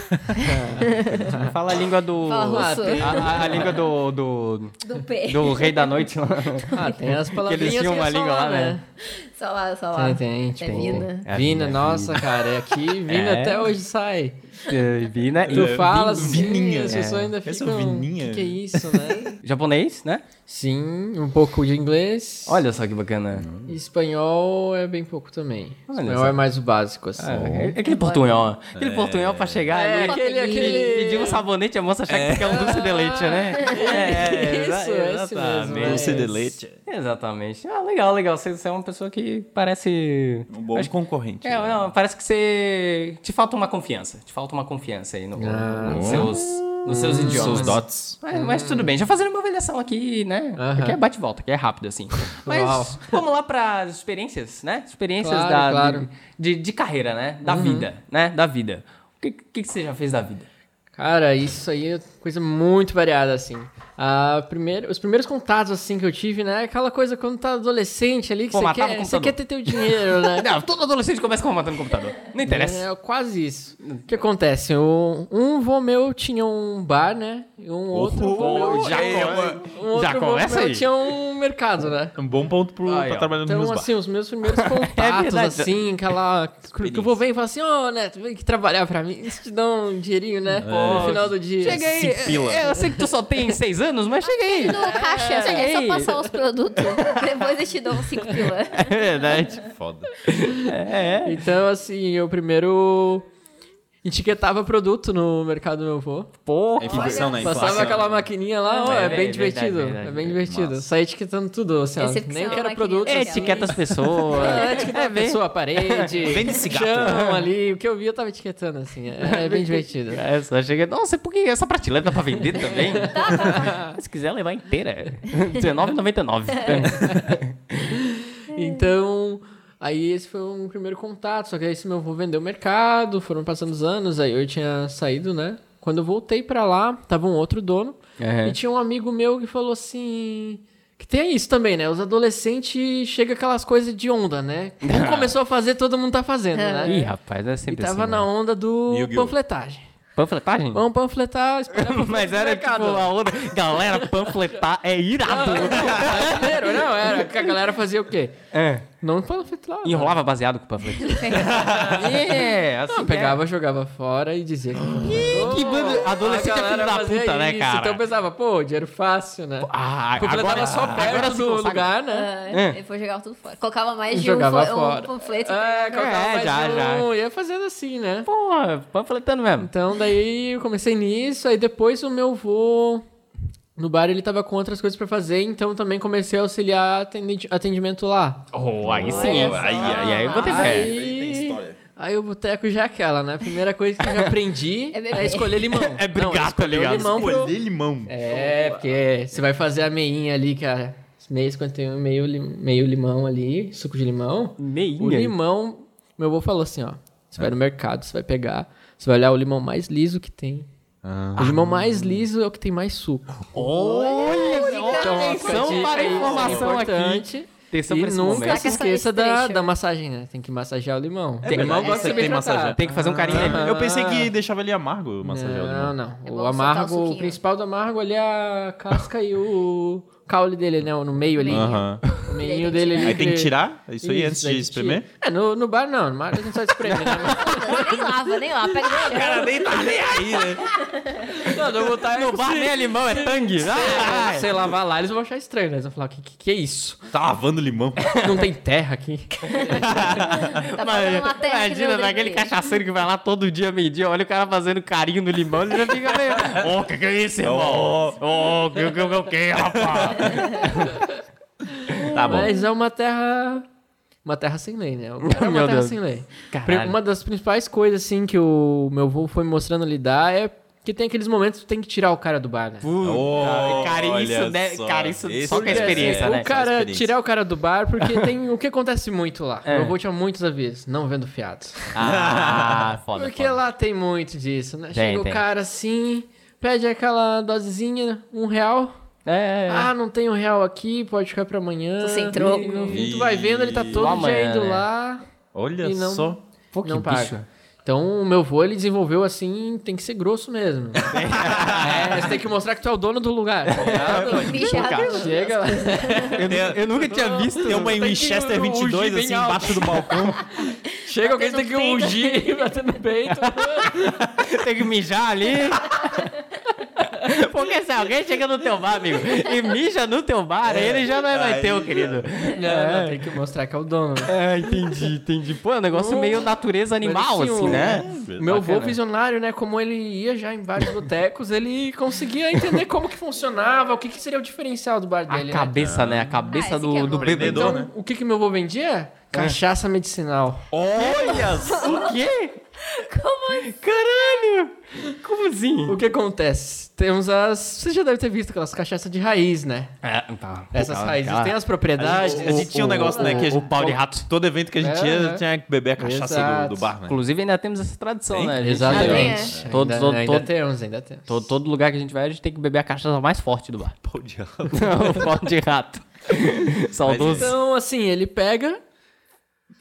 fala a língua do.
Fala russo.
a, a- a língua do, do.
Do P.
do rei da noite lá.
Ah, tem as palavrinhas
eles tinham
que é
uma
só
língua lá, né?
Só lá, só lá.
Tem, tem, tipo,
Vina.
É a
Vina,
Vina,
nossa, cara, é aqui Vina
É.
até hoje sai.
Eh, Vina.
Tu
e-
fala
Vin-
assim,
Vininha.
as pessoas
É.
ainda
Esse é
ficam,
o Vininha?
que que é isso, né?
Japonês, né?
Sim, um pouco de inglês.
Olha só que bacana.
E Espanhol é bem pouco também.
Olha
espanhol
só.
é mais o básico, assim.
Ah, é aquele portunhol. Aquele portunhol pra chegar
É,
ali.
aquele- aquele-
Pedir um sabonete, a moça achar que quer um doce de leite, né? É,
Isso,
exa-
esse mesmo,
um
é.
Doce de leite.
Exatamente. Ah, legal, legal. Você, você é uma pessoa que parece.
Um bom concorrente.
É, não, parece que você. Te falta uma confiança. Te falta uma confiança aí no, nos, seus, Ah. nos seus idiomas.
Seus dots.
Mas, É, mas tudo bem, já fazendo uma avaliação aqui, né?
Aham.
Aqui é bate e volta, aqui é rápido, assim. Mas
Uau.
vamos lá para as experiências, né? Experiências
Claro,
da,
claro.
De, de carreira, né? Da vida, né? Da vida. O que, que, que você já fez da vida?
Cara, isso aí é coisa muito variada, assim. A primeira, os primeiros contatos, assim, que eu tive, né? é Aquela coisa quando tá adolescente ali, que você
Formatava
quer,
o
você
computador.
quer ter teu dinheiro, né?
Não, todo adolescente começa formatando o computador. Não interessa.
É, quase isso. O que acontece? O- um vô meu tinha um bar, né? E um outro vô meu,
já
um
come-
outro
já
vô
começa
meu
aí.
tinha um mercado, né?
Um bom ponto pro,
Aí,
pra
ó.
trabalhar no
Então,
Rio
assim, os meus primeiros
É
contatos,
verdade.
assim, aquela... Que o vô vem e fala assim, ô, Neto, vem aqui trabalhar pra mim. Isso te dá um dinheirinho, né? No final do dia.
É. Chega aí.
Cinco pila.
é, eu sei que tu só tem seis anos, mas chega aí.
No caixa, é
Ei.
só passar os produtos. Depois eu te dou um 5 pila.
É verdade.
Foda.
Então, assim, eu primeiro etiquetava produto no mercado do meu avô.
Porra.
Inflação, né?
Passava
Inflação.
aquela maquininha lá, ó,
É,
é, bem
é verdade,
divertido.
verdade,
é bem
verdade.
divertido.
Massa.
Saía etiquetando tudo, assim, ó,
Esse que
nem
são
que era
maquininhas
produto.
É,
assim,
etiqueta as pessoas.
É, etiquetava
É,
a
bem-
pessoa, a parede,
Vende esse gato.
chão ali, o que eu vi eu tava etiquetando, assim, é, é bem divertido.
É, só chega. Nossa, por que essa prateleira dá pra vender também? Se quiser levar inteira. R$19,99.
Então, aí esse foi um primeiro contato, só que aí esse meu avô vendeu o mercado, foram passando os anos, aí eu tinha saído, né? Quando eu voltei pra lá, tava um outro dono,
Aham.
e tinha um amigo meu que falou assim... Que tem isso também, né? Os adolescentes chega aquelas coisas de onda, né? Um começou a fazer, todo mundo tá fazendo, né?
Ih, rapaz, é
E
sempre
tava
assim.
na onda do
Yu-Gi-Oh!
panfletagem.
Panfletagem?
Vamos panfletar, esperar
Mas era tipo a outra. Galera, panfletar é irado.
Maneiro, não, era. que A galera fazia o quê?
É.
Não panfletava.
Enrolava baseado com o panfleto. é, assim.
Não,
que
pegava, jogava fora e dizia que...
é. Que bando. Adolescente é filho da
fazia
puta, né,
isso,
cara?
Então eu pensava, pô, dinheiro fácil, né?
Ah,
Completava
agora
só perto
agora se
do
consagra.
lugar, né?
Ah, Depois jogava tudo fora. Colocava mais de um,
Jogava
fo- um
fora.
panfleto.
É, colocava
É,
mais
já, já.
um, ia fazendo assim, né?
Porra, panfletando mesmo.
Então daí eu comecei nisso, aí depois o meu vô no bar ele tava com outras coisas pra fazer, então também comecei a auxiliar atendi- atendimento lá.
Oh, aí sim,
Olha
aí,
só.
aí, aí eu vou ter fé.
Aí, aí o boteco já é aquela, né? A primeira coisa que eu já aprendi
É beber.
é, escolher limão.
É brigar,
Não,
tá
escolher o
ligado?
Limão pro-
Escolher limão.
É, porque você vai fazer a meinha ali, é cara. Meio 51, meio, lim- meio limão ali, suco de limão.
Meinha?
O limão, meu avô falou assim, ó. Você vai no mercado, você vai pegar, você vai olhar o limão mais liso que tem.
Ah.
O limão mais liso é o que tem mais suco.
Olha,
Então,
atenção
fica a
para a
dica aí,
informação
é
aqui.
importante.
Atenção
E
pra esse
nunca
momento.
se esqueça da, da massagem, né? Tem que massagear o limão.
É
o limão gosta
verdade, tem
de
que
ser bem
massagear.
tratado.
Tem que fazer um carinho nele.
Eu pensei que deixava ele amargo, massagear
Ah.
o né?
Não,
limão.
não.
É bom
o
soltar
amargo,
o
o,
suquinho.
principal do amargo ali é a casca e o caule dele, né? No meio ali.
Aham.
O meinho dele ali.
Aí tem que tirar? É Isso aí,
Isso,
antes
daí
de
tira.
espremer?
É, no, no bar não. No bar a gente só espreme, né? Mas-
Nem lava, nem lava. Pega no chão.
nem tá nem aí, né? No bar nem é limão, é tangue. Ah,
Sei lavar lá, eles vão achar estranho, né? Eles vão falar, que, que, que é isso?
Tá lavando limão.
Não tem terra aqui.
Tá
Mas,
faltando uma terra aqui
imagina
no
daquele
dentro dele.
cachaceiro que vai lá todo dia, meio-dia, olha o cara fazendo carinho no limão, ele já fica meio. Ô, que que é isso, irmão? Ô, que que que que, rapaz?
Tá bom.
Mas é uma terra. Uma terra sem lei, né? O cara É
Meu
uma terra
Deus.
sem lei.
Caralho.
Uma das principais coisas, assim, que o meu avô foi me mostrando a lidar é que tem aqueles momentos que tu tem que tirar o cara do bar, né?
Puta,
Oh,
cara, isso,
olha
deve-
só.
cara, isso
Esse
só com a
deve
experiência, É.
ser
o
né?
cara,
Experiência.
tirar o cara do bar, porque tem o que acontece muito lá. Meu avô tinha muitos avisos, não vendo fiado.
Ah, foda.
Porque
foda.
lá tem muito disso, né?
Tem,
Chega
tem.
o cara assim, pede aquela dosezinha, um real.
É, é, é.
Ah, não tem um real aqui, pode ficar pra amanhã.
Tô sem troco.
E no fim, tu vai vendo, ele tá todo
Lá
dia
amanhã,
indo
né?
lá.
Olha
E não-
só.
Pô, que
não
bicho.
paga. Então, o meu vô, ele desenvolveu assim, tem que ser grosso mesmo. é, você tem que mostrar que tu é o dono do lugar. tá ligado?
Mijado.
tipo, Chega lá.
Eu, nu- eu nunca tinha visto. um
Tem uma em
Tem que
Winchester
ungir
22,
bem
assim,
alto.
embaixo do balcão.
Chega alguém, tem que
no peito.
ungir, bater no peito.
Tem que mijar ali. Porque se alguém chega no teu bar, amigo, e mija no teu bar, aí ele já não é mais
aí-
teu, querido.
Não, não, tem que mostrar que é o dono. né?
É, entendi, entendi. Pô, é um negócio meio natureza animal,
Mas,
assim,
assim, o-
É?
né?
O meu avô
Bacana.
visionário, né? Como ele ia já em vários botecos, ele conseguia entender como que funcionava, o que, que seria o diferencial do bar dele.
A
né?
cabeça, né? A
Ah,
cabeça
esse que é
do, do
bom.
bebedor.
Então,
né?
o que, que meu avô vendia? Cachaça medicinal.
Olha só.
O quê? Como assim? Caralho! Como assim?
O que acontece? Temos as. Você já deve ter visto aquelas cachaças de raiz, né?
É, tá.
Essas raízes têm as
A
propriedades.
gente, a gente tinha um negócio, né? Que a
O
gente,
pau de rato.
Todo evento que a gente
É,
tinha,
né?
tinha que beber a cachaça do- do,
Exato.
bar, né?
Inclusive, ainda temos essa tradição, né? A gente-
Exatamente.
Ainda
Todos,
ainda,
todos,
ainda
todos-
temos, ainda temos.
todo, todo lugar que a gente vai, a gente tem que beber a cachaça mais forte do bar.
Pau de rato.
o pau de rato. Saudoso.
Então, assim, ele pega,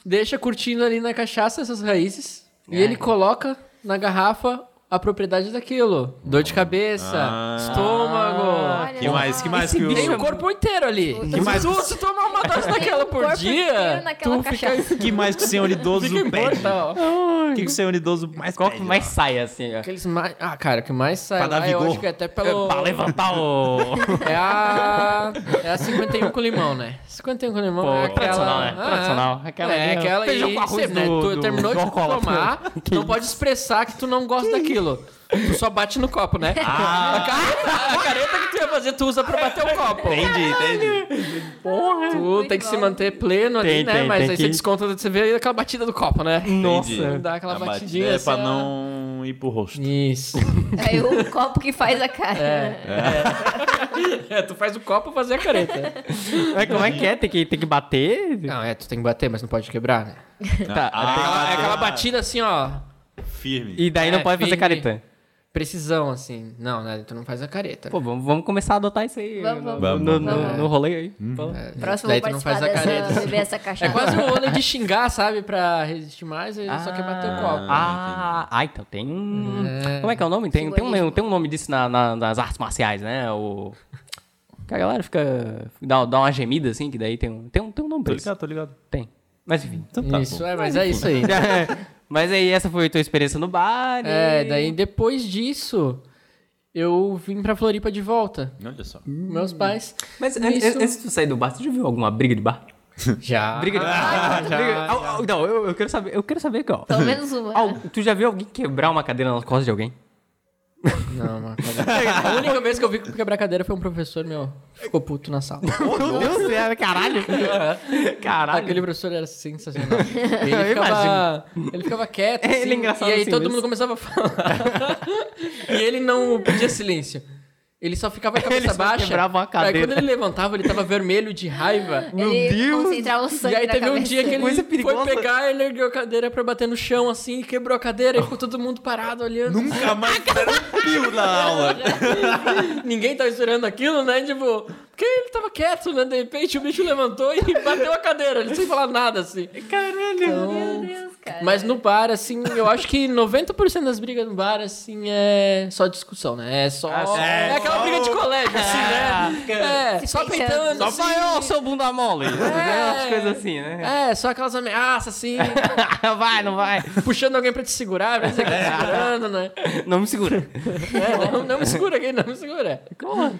deixa curtindo ali na cachaça essas raízes e
É.
ele coloca na garrafa a propriedade daquilo. Dor de cabeça,
Ah.
Ah.
estômago.
Que mais? Que mais?
Esse
Que o...
Tem o corpo inteiro ali.
Que mais?
Tu, se tomar uma dose daquela
O
por
um corpo inteiro
dia,
naquela
tu fica,
cachaça.
que mais que o senhor idoso
fica
pede?
imortal.
O que, que o senhor idoso mais
Qual que
pede?
mais sai, assim, ó?
Aqueles mais... Ah, cara, o que mais sai
Pra dar
lá, eu
vigor.
acho que é até pelo...
Pra levantar o...
É a... É a 51 com limão, né? 51 com limão
Pô,
é aquela...
tradicional, né?
Ah,
Tradicional. Aquela
é,
ali, ó,
aquela
feijão
e
com
cê,
arroz
né?
do-
Tu
do-
terminou
do
de
Alcoólatra.
tomar,
Que
não pode expressar que tu não gosta daquilo. Tu só bate no copo, né? A, careta, a careta que tu ia fazer, tu usa pra bater o copo.
Entendi, entendi.
Porra, tu tem que se manter pleno
Tem,
ali, né?
tem,
Mas
tem
aí
que-
você desconta, você vê aquela batida do copo, né?
Entendi.
Dá aquela
A
batidinha.
batida É
assim,
pra
ó.
não ir pro rosto. né?
Isso.
É o copo que faz a cara.
É, tu faz o copo fazer a careta.
Mas como é que é? Tem que, tem que bater?
Não, é, tu tem que bater, mas não pode quebrar, né?
Tá.
Aquela, é aquela
batida
batida assim, ó.
Ah, firme.
E daí não
É,
pode fazer
firme.
careta.
Precisão, assim. Não, né? Tu não faz a careta.
Pô, vamos, vamos começar a adotar isso aí
Vamos,
no,
vamos,
no,
vamos.
no- no rolê aí.
É,
Próximo
daí
vou
tu não faz
participar
a
dessa,
careta.
beber essa cachaça.
É quase o rolê de xingar, sabe? Pra resistir mais, ele só quer bater o copo.
Ah, ah, então tem um... Como é que é o nome? Tem, tem, um,
Simbolismo.
tem um nome disso na- na- nas artes marciais, né? O... Que a galera fica... Dá, dá uma gemida, assim, que daí tem um, tem um, tem um nome
Tô
pra isso.
ligado, tô ligado.
Tem. Mas enfim.
Então tá
isso,
bom.
é, mas é isso aí.
Mas aí essa foi a tua experiência no bar. e-
é, daí depois disso, eu vim pra Floripa de volta.
Olha só.
com Meus pais.
Mas an- an- antes,
Isso.
de tu sair do bar, tu já viu alguma briga de bar?
Ah, Já.
Briga de bar? briga... Ah, ah, Não,
Então,
eu, eu quero saber, eu quero saber que, ó.
Pelo menos uma.
Al- Tu já viu alguém quebrar uma cadeira nas costas de alguém?
Não, mano. A única vez que eu vi quebrar cadeira foi um professor meu. Ficou puto na sala.
Meu Deus, é- caralho. É. Caralho.
Aquele professor era sensacional. Ele ficava, ele ficava quieto.
Ele é
assim,
engraçado
E aí
assim
todo
mesmo.
mundo começava a falar. e ele não pedia silêncio. Ele só ficava com a cabeça
Ele só
baixa.
quebrava a
Aí
cadeira.
quando ele levantava, ele tava vermelho de raiva.
ele
Deus.
concentrava o sangue
E aí
na
teve um
cabeça.
dia que ele
coisa perigosa.
foi pegar ele ergueu a cadeira pra bater no chão, assim, e quebrou a cadeira e ficou todo mundo parado olhando.
Nunca mais tranquilo na aula.
Ninguém tava esperando aquilo, né? Tipo, porque ele tava quieto, né? De repente o bicho levantou e bateu a cadeira, ele sem falar nada, assim. Caralho,
Meu Deus, cara.
Mas no bar, assim, eu acho que 90% das brigas no bar, assim, é só discussão, né? É só.
sim.
é, aquela briga de colégio, assim, né? É,
Se
só
peitando.
peitando.
Só
assim.
vai, ó, seu bunda mole. né? Umas coisas assim, né?
É, só aquelas ameaças, assim,
Ah, vai, não vai.
puxando alguém pra te segurar, pra dizer que tá segurando, né?
Não me segura.
É, não, não me segura aqui, não me segura.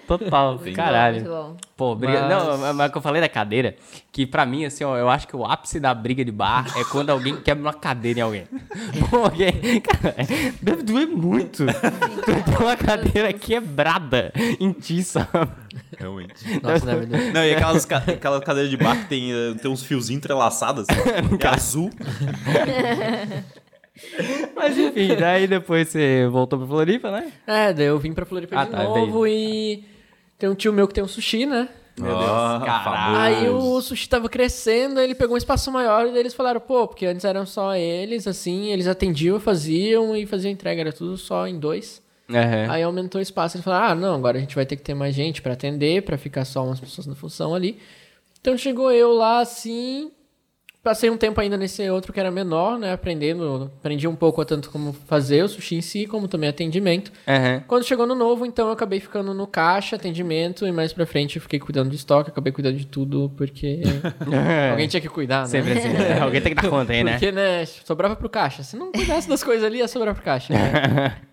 Total,
Muito
caralho.
bom.
Pô, briga.
Mas-
Não, assim? mas o que eu falei da cadeira, que pra mim, assim, ó, eu acho que o ápice da briga de bar é quando alguém quebra uma cadeira em alguém. Pô, alguém. Cara, deve doer muito. tu ter uma cadeira quebrada em ti, sabe?
Realmente.
Nossa, né, meu Deus.
Não, e aquelas, ca- aquelas cadeiras de bar que tem, eh, tem uns fiozinhos entrelaçados, assim, é azul.
Mas enfim, daí depois você voltou pra Floripa, né?
É, daí eu vim pra Floripa
Ah,
de
tá,
novo e tem um tio meu que tem um sushi, né?
Meu
Deus, caralho.
Aí o sushi tava crescendo, aí ele pegou um espaço maior e daí eles falaram, pô, porque antes eram só eles, assim, eles atendiam, faziam e faziam entrega, era tudo só em dois.
Aham.
Aí aumentou o espaço, eles falaram, ah, não, agora a gente vai ter que ter mais gente pra atender, pra ficar só umas pessoas na função ali. Então chegou eu lá, assim, passei um tempo ainda nesse outro que era menor, né, aprendendo, aprendi um pouco tanto como fazer o sushi em si, como também atendimento.
Aham.
Quando chegou no novo, então eu acabei ficando no caixa, atendimento, e mais pra frente eu fiquei cuidando de estoque, acabei cuidando de tudo, porque alguém tinha que cuidar, né?
É. Sempre assim, né? Alguém tem que dar conta aí, né?
Porque, né, sobrava pro caixa. Se não cuidasse das coisas ali, ia sobrar pro caixa. né?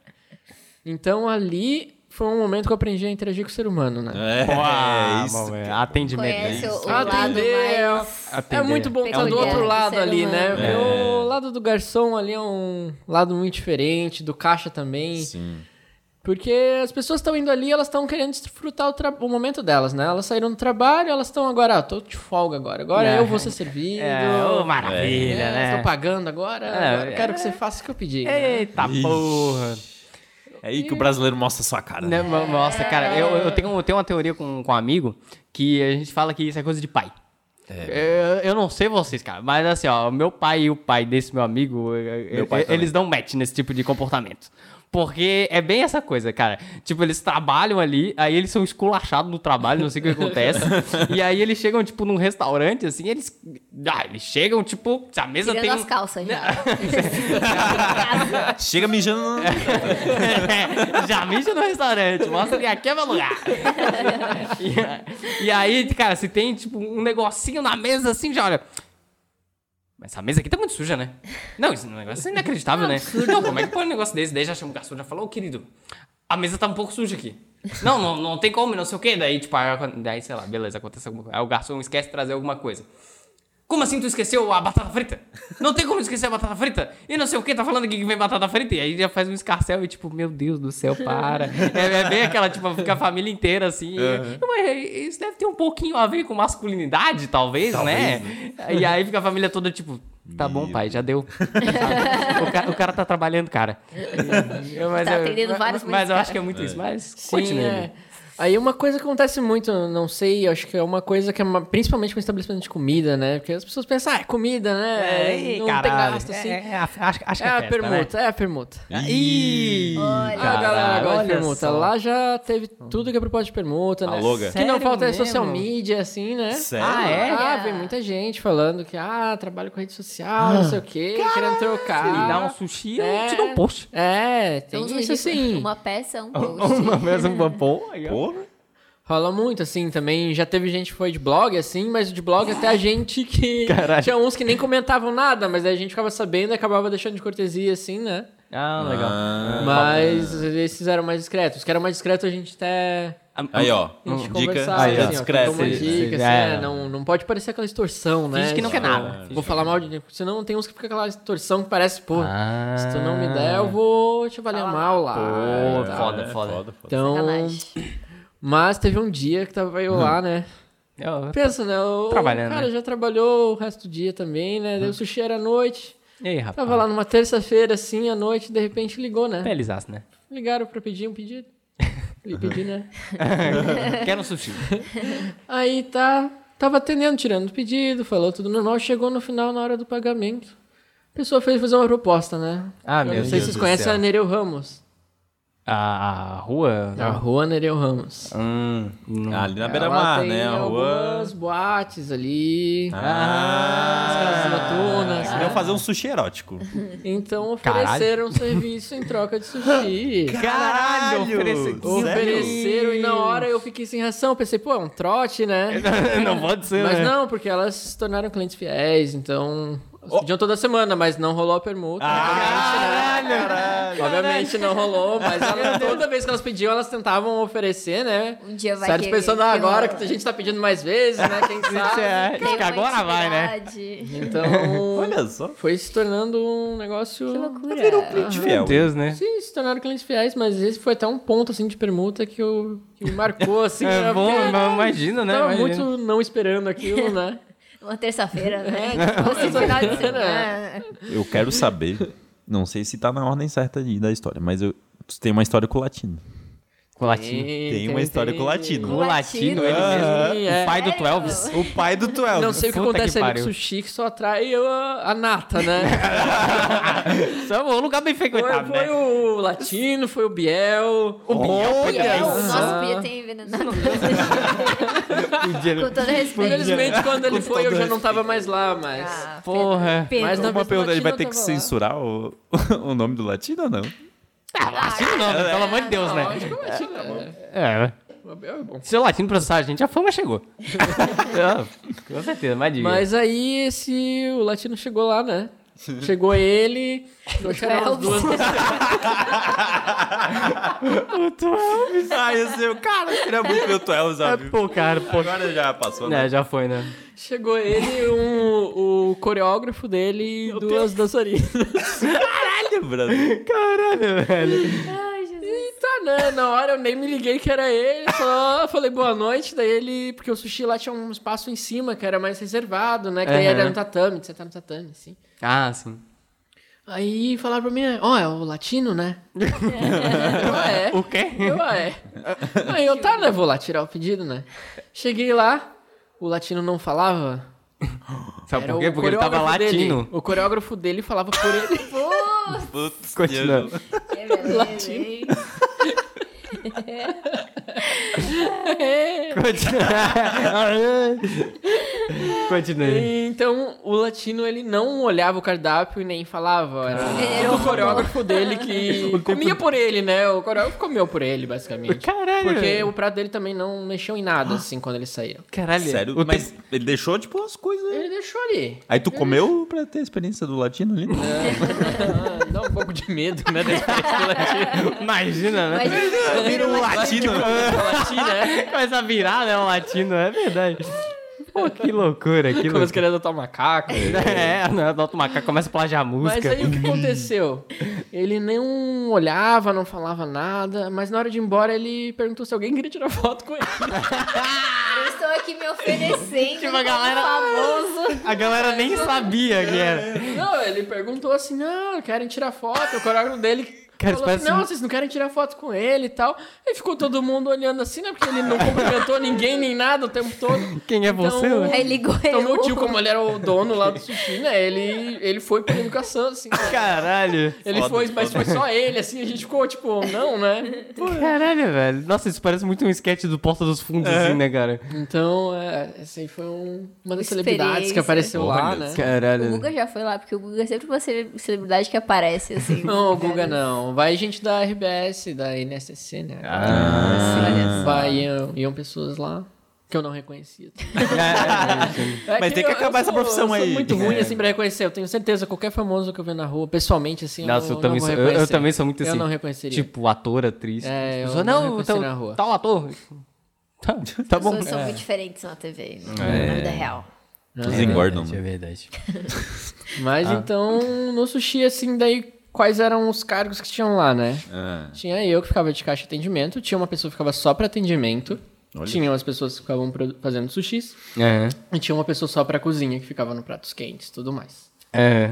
então ali foi um momento que eu aprendi a interagir com o ser humano, né?
É,
Uau,
isso.
bom, é, Atendimento. né?
Conhece o, o lado
Atender,
mais...
É
Atender.
muito bom estar do
peculiar
outro
do
lado
ser
ali, né?
humano.
O lado do garçom ali é um lado muito diferente, do caixa também.
Sim.
Porque as pessoas estão indo ali, elas estão querendo desfrutar o, tra- o momento delas, né? Elas saíram do trabalho, elas estão agora, ah, tô de folga agora. Agora
É.
eu vou ser servido.
É, ô, maravilha,
É,
né? É,
Estou pagando agora. agora eu quero que você faça o que eu pedi. né?
Eita porra!
É aí que o brasileiro mostra sua cara.
Né,
Né?
mo- Nossa, cara, eu, eu, tenho, eu tenho uma teoria com, com um amigo que a gente fala que isso é coisa de pai.
É.
Eu, eu não sei vocês, cara, mas assim, ó, o meu pai e o pai desse meu amigo, eh,
Meu pai
eh,
também.
eles dão match nesse tipo de comportamento. Porque é bem essa coisa, cara. Tipo, eles trabalham ali, aí eles são esculachados no trabalho, não sei o que acontece. e aí eles chegam, tipo, num restaurante, assim, eles. Ah, eles chegam, tipo, se a mesa
Tirando
tem.
as
um-
calças né? já.
Chega mijando. na-
É, já mija no restaurante, mostra que aqui é meu lugar. e, e aí, cara, se tem, tipo, um negocinho na mesa assim, já olha. Mas essa mesa aqui tá muito suja, né? Não, esse negócio é inacreditável, né? Não, como é que põe um negócio desse? Daí já chama o garçom, já falou, ô querido, a mesa tá um pouco suja aqui. Não, não, não tem como, não sei o quê. Daí, tipo, aí, daí, sei lá, beleza, acontece alguma coisa. Aí o garçom esquece de trazer alguma coisa. Como assim tu esqueceu a batata frita? Não tem como esquecer a batata frita? E não sei o que, tá falando aqui que vem batata frita. E aí já faz um escarcel e tipo, meu Deus do céu, para. É, é bem aquela, tipo, fica a família inteira assim. Mas isso deve ter um pouquinho a ver com masculinidade, talvez, né? E aí fica a família toda tipo, tá bom,
Meu
pai, já deu. Sabe? o, cara, o cara tá trabalhando, cara. Mas
Tá
eu-
atendendo vários
Mas
meses,
eu
cara.
acho que é muito isso. Mas
Sim,
continue.
é. Aí uma coisa que acontece muito, não sei, acho que é uma coisa que é uma- principalmente com estabelecimento de comida, né? Porque as pessoas pensam, ah, é comida, né?
Ei,
não tem
É, caralho.
gasto, assim.
É,
É,
é, é, acho, acho que é,
a
festa, né?
permuta, é a permuta.
Ih,
Olha.
A galera
caralho,
gosta de
olha
permuta.
só. Hum.
Lá já teve tudo que é propósito de permuta, né?
Alô, cara.
Que não
Sério
falta é
mesmo?
social media, assim, né?
Sério?
Ah, é?
Ah, vem muita gente falando que, ah, trabalho com rede social, não sei o quê, querendo trocar.
Me Ah. dá um sushi,
É.
eu te dou um post.
É, tem
Uns
isso
ridículos.
assim.
Uma peça, um
Uma
post.
mesa, um bampom. aí,
Porra.
ó.
Rola muito, assim, também. Já teve gente que foi de blog, assim, mas de blog até a gente que.
Caralho.
Tinha uns que nem comentavam nada, mas aí a gente ficava sabendo e acabava deixando de cortesia, assim, né?
Ah, legal.
Ah.
Mas esses eram mais discretos. Os que eram mais discretos a gente até.
Aí, ó.
A gente
Dica
conversava,
aí, ó,
assim, ó, cada
discreta.
uma
Sim,
dica,
sim.
assim,
É.
é, não, não pode parecer aquela extorsão, né?
Finge que não quer
Tipo,
nada. Finge
Vou falar mal de. Senão tem uns que fica aquela extorsão que parece, pô,
Ah.
se tu não me der, eu vou te avaliar mal lá.
Pô,
e tal.
foda,
É,
foda.
Então,
Sacanagem.
mas teve um dia que tava eu lá, né?
Eu-
Pensa, né? O
Trabalhando,
cara
né?
já trabalhou o resto do dia também, né?
Uhum.
Deu sushi era à noite.
E aí, rapaz?
Tava lá numa terça-feira, assim, à noite, de repente ligou, né?
Pelizaço, né?
É.
Ligaram pra pedir um pedido. Lhe pedi, né?
Quero um sushi.
Aí tá. Tava atendendo, tirando o pedido, falou tudo normal. Chegou no final, na hora do pagamento. A pessoa fez fazer uma proposta, né?
Ah,
Eu
meu
não sei
Deus
se vocês
do
conhecem
céu.
a Nereu Ramos.
A, a rua...
A rua Nereu Ramos.
Hum, não.
Ah, Ali na
Ela
beira-mar,
tem
né? A rua.
algumas boates ali.
Ah,
as casas noturnas,
Ah.
Queriam fazer um sushi erótico.
Então
Caralho.
ofereceram um serviço em troca de sushi.
Caralho! oferece-
ofereceram e na hora eu fiquei sem reação. Pensei, pô, é um trote, né?
não pode ser,
Mas
né?
não, porque elas se tornaram clientes fiéis, então.
Oh.
elas Pediam toda semana, mas não rolou a permuta.
Ah,
né?
Caralho!
Obviamente não rolou, mas elas- toda vez que elas pediam, elas tentavam oferecer, né?
Um dia vai
Certo
querer
pensando
que
ah, agora
rola.
que a gente tá pedindo mais vezes, né? Quem sabe?
É,
Tem
que
uma
agora vai, né?
intimidade.
Então,
Olha só.
foi se tornando um negócio.
Que loucura.
um
De
Meu
fiel.
Deus, né?
Sim, se tornaram clientes fiéis, mas esse foi até um ponto assim de permuta que, eu, que me marcou assim.
É
né?
bom,
Porque
mas imagina, né?
Tava
Imagina.
muito não esperando aquilo, né?
Uma terça-feira, né?
É,
Tipo, assim, final de
É.
semana. Ah,
Eu quero saber. Não sei se tá na ordem certa de- da história, mas eu. Tem uma história com o latino.
Com latim.
Tem uma história com o latino.
O latino,
Latino.
ele
Aham.
mesmo.
É.
O pai do Twelves.
O pai do Twelve.
Não sei o que
Puta que
acontece ali com
pariu.
o sushi que só atrai eu, a, a nata, né?
Só um lugar bem
foi
frequentado,
foi
né?
o latino, foi o Biel.
O Biel.
Não,
Nossa.
é, nosso Bia tem envenenado.
né?
um
Com todo respeito.
Infelizmente, quando ele foi, eu já não tava mais lá, mas.
Ah,
Porra.
pena.
Mas não-
Uma pergunta, ele vai ter que
Latino tá tava
censurar o, o nome do latino ou não?
Ah,
Latino não, né? pelo amor de Deus, né?
Acho que o latino é bom.
É,
O Biel é bom.
se o latino processar a gente, a fama chegou. É, Com certeza, mas diga.
Mas aí esse. O latino chegou lá, né? Chegou ele. Trouxeram as duas.
Ah, eu sei, o cara eu queria muito ver o Twelve, sabe?
Pô, cara, pô.
Agora já passou, É, né?
É, já foi, né?
Chegou ele, um, o coreógrafo dele e duas dançarinas.
Lembrando.
Caralho, velho.
E tá, né? Na hora eu nem me liguei que era ele, só falei boa noite. Daí ele. Porque o sushi lá tinha um espaço em cima que era mais reservado, né? Que daí
Aham.
era no tatame, você tá no tatame, assim.
Ah, sim.
Aí falaram pra mim, ó, é o latino, né? eu, ah, é.
O quê?
Eu, ah, é. Aí eu, tá, né? Vou lá tirar o pedido, né? Cheguei lá, o latino não falava.
Sabe
Era
por quê?
o
Porque ele tava
coreógrafo dele.
latino.
O coreógrafo dele falava coreano.
Putz,
Continua.
Deus.
Latino.
Continua. Continue.
Então, o latino, ele não olhava o cardápio e nem falava. Era
Ele
tudo o coreógrafo dele que comia por ele, né? O coreógrafo comeu por ele, basicamente.
Caralho.
Porque o prato dele também não mexeu em nada, assim, quando ele saiu.
Caralho.
Sério,
O
mas ele deixou, tipo, as coisas. aí.
Ele deixou ali.
Aí tu comeu pra ter a experiência do latino ali? É,
Ah, dá um pouco de medo, né? da experiência do latino.
te- Imagina, né?
Mas
Vira um latino.
Latino, né?
Começa a virar, né? O latino, é verdade. Pô, que loucura, que
Começa
loucura.
querendo adotar um macaco.
É, né? Adota o macaco, começa a plagiar a
Mas
música.
aí o que aconteceu? Ele não olhava, não falava nada, mas na hora de ir embora ele perguntou se alguém queria tirar foto com ele.
eu estou aqui me oferecendo. um
Tipo, a galera-
Famoso.
A galera nem sabia que era.
Não, ele perguntou assim: não, querem tirar foto. O coreógrafo dele.
Cara,
falou
parece
assim, não,
um-
vocês não querem tirar foto com ele e tal. Aí ficou todo mundo olhando assim, né? Porque ele não cumprimentou ninguém nem nada o tempo todo.
Quem é
Então,
você? ué?
Aí ligou ele.
Então, meu tio,
uh,
como ele era o dono lá do sushi, né? Ele, ele foi por educação, assim.
Caralho.
Ele
Foda,
foi, mas foi
foda.
só ele, assim. A gente ficou tipo, não, né?
Caralho, velho. Nossa, isso parece muito um sketch do Porta dos Fundos, assim, né, cara?
Então, é, essa aí foi um- uma das celebridades que
Experiência.
apareceu lá,
Olha,
né?
O
Caralho.
Guga já foi lá, porque o Guga é sempre uma cele- celebridade que aparece, assim.
Não, o Guga não. Vai gente da RBS, da NSC, né?
Ah,
Vai, iam, iam pessoas lá. que eu não reconhecia.
É,
É
Mas tem que acabar essa profissão
eu sou
aí.
muito ruim,
É.
assim, pra reconhecer. Eu tenho certeza, qualquer famoso que eu ver na rua, pessoalmente, assim,
Nossa,
eu,
eu,
não
também
vou
sou, eu- eu,
reconhecer.
também sou muito assim.
Eu não reconheceria.
Tipo, ator, atriz.
É, eu
Pessoa,
não
não,
reconheci
então,
na rua.
Tal ator. Tá, tá bom.
As
É.
pessoas são muito diferentes na
É.
TV, na vida real.
Eles engordam,
É
né?
verdade. ah.
Mas então, no sushi, assim, daí quais eram os cargos que tinham lá, né?
É.
Ah,
Tinha eu que ficava de caixa de atendimento, tinha uma pessoa que ficava só pra atendimento,
Olha.
tinham as pessoas que ficavam produ- fazendo sushis,
É.
e tinha uma pessoa só pra cozinha que ficava no pratos quentes e tudo mais.
É.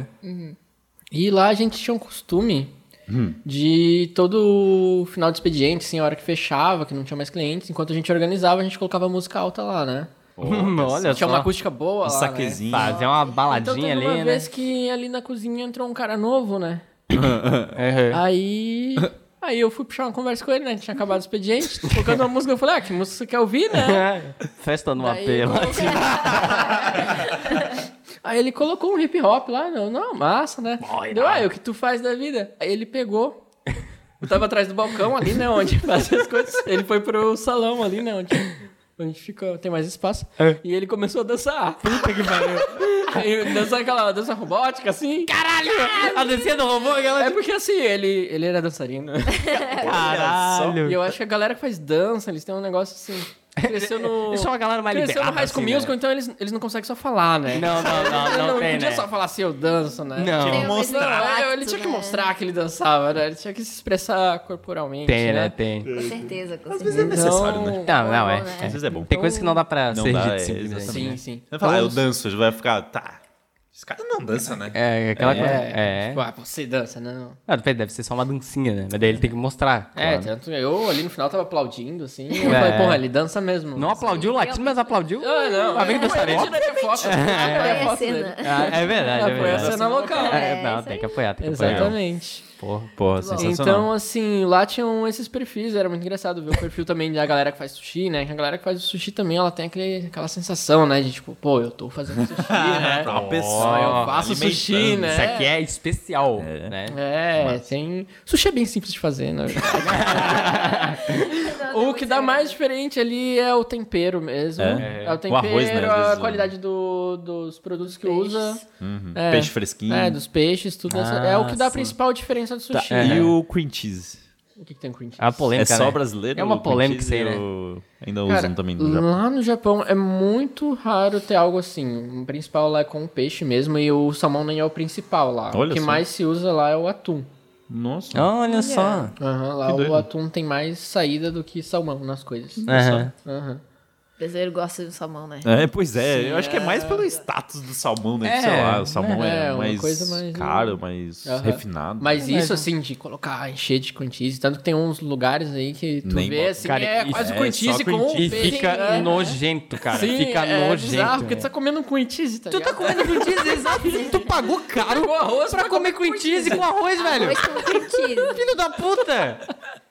E lá a gente tinha um costume de todo final de expediente, assim, a hora que fechava, que não tinha mais clientes, enquanto a gente organizava, a gente colocava música alta lá, né?
Olha
tinha
só.
uma acústica boa
um
lá, né?
saquezinho.
Fazer uma
Então
baladinha
teve uma
ali, né?
vez que ali na cozinha entrou um cara novo, né?
É.
Aí. Aí eu fui puxar uma conversa com ele, né? Tinha acabado o expediente, tocando uma música, eu falei, ah, que música você quer ouvir, né?
Festa
Um
no
Daí
É. um apelo.
eu coloquei- Aí ele colocou um hip hop lá, não, não, massa, né? Deu, ah, é o que tu faz da vida? Aí ele pegou. Eu tava atrás do balcão ali, né? Onde fazia as coisas. Ele foi pro salão ali, né? Onde, onde ficou, tem mais espaço.
É.
E ele começou a dançar. Puta que pariu. Aí dançar aquela dança robótica, assim.
A descida do robô,
É
galera.
porque assim, ele, ele era dançarino.
Caralho.
E eu acho que a galera que faz dança, eles têm um negócio assim. Cresceu no.
Eles são uma galera mais
Cresceu no
liberada,
High School
assim, né?
Musical, então eles, eles não conseguem só falar, né?
Não, não, não,
Ele
não, tem,
podia
né?
só falar assim, eu danço, né?
Não.
Tem
o mesmo
Não,
impacto,
eu- ele tinha que
um né?
mostrar que ele dançava, né? Ele tinha que se expressar corporalmente.
Tem, né? Tem.
Com certeza, com
Às vezes é
certeza.
necessário, né?
Não, não, é.
Bom, né?
Às vezes é bom.
Tem coisa que não dá pra
Não
ser
dá,
dito assim,
é,
né? simplesmente.
exatamente.
Sim, sim.
Você vai falar, ah, eu danço, já vai ficar, tá. Esse cara não dança, né?
É, aquela coisa.
É,
É.
tipo, ah, você dança, não.
Ah, depende, deve ser só uma dancinha, né? Mas daí ele tem que mostrar.
É,
claro.
tanto eu ali no final tava aplaudindo, assim. Eu
É.
falei, porra, ele dança mesmo.
Não aplaudiu o latino, mas aplaudiu.
Ah, não.
Amigo do
Eu
Sarete.
tiraria foto.
É.
eu
Apoia
tiraria
a
foto dele.
cena.
Ah, é verdade, é
Apoia a
verdade.
cena local.
É,
É,
não,
isso
tem
aí.
que apoiar, tem que apoiar.
Exatamente.
Porra.
Porra,
Então, assim, lá tinham esses perfis, era muito engraçado ver o perfil também da galera que faz sushi, né? Que a galera que faz o sushi também, ela tem aquele, aquela sensação, né? De tipo, pô, eu tô fazendo sushi, né?
Pra uma
Ó,
pessoa.
eu faço sushi,
alimentando.
né?
Isso aqui é especial,
É.
né?
É, tem. Sushi é bem simples de fazer, né? o que dá mais diferente ali é o tempero mesmo.
É?
É, o
O
tempero,
arroz, né, às
a
vezes,
qualidade do- dos produtos que
Peixes.
usa.
Uhum.
É.
Peixe fresquinho.
É, dos peixes, tudo. essa- é o que dá a
sim.
principal diferença do
Ah, Tá,
sushi.
E
né?
o cream cheese?
O que, que tem com cream cheese?
É uma polêmica,
é só
né?
brasileiro?
É uma
o cream
polêmica
cheese
isso aí,
e
né?
o- Ainda
Cara,
usam também né? no Japão.
lá no Japão é muito raro ter algo assim. O principal lá é com o peixe mesmo e o salmão nem é o principal lá.
Olha
o que
só.
mais se usa lá é o atum.
Nossa.
Olha só.
Aham, lá
Que
o
doido.
atum tem mais saída do que salmão nas coisas.
Aham.
Aham.
O brasileiro gosta de salmão, né?
É, pois é,
Sim,
eu acho que é mais pelo status do salmão, né? que, sei
É,
lá, o salmão
né?
é,
É, uma
mais,
coisa mais-
caro, mais
Aham.
refinado.
Mas
Mas-
isso, assim, de colocar, encher de cream cheese, tanto que tem uns lugares aí que tu
Nem
vê,
bota.
assim,
Cara,
é
isso-
quase
é
o cream
só
cheese
cream
com
cheese.
o peixe.
Fica
né?
nojento, cara.
Sim,
Fica
é bizarro,
nojento.
né?
porque tu tá comendo um cream cheese, tá ligado?
comendo cream cheese, exato. Tu pagou caro com arroz pra comer cream cheese com arroz, velho.
Arroz com cream cheese.
Filho da puta!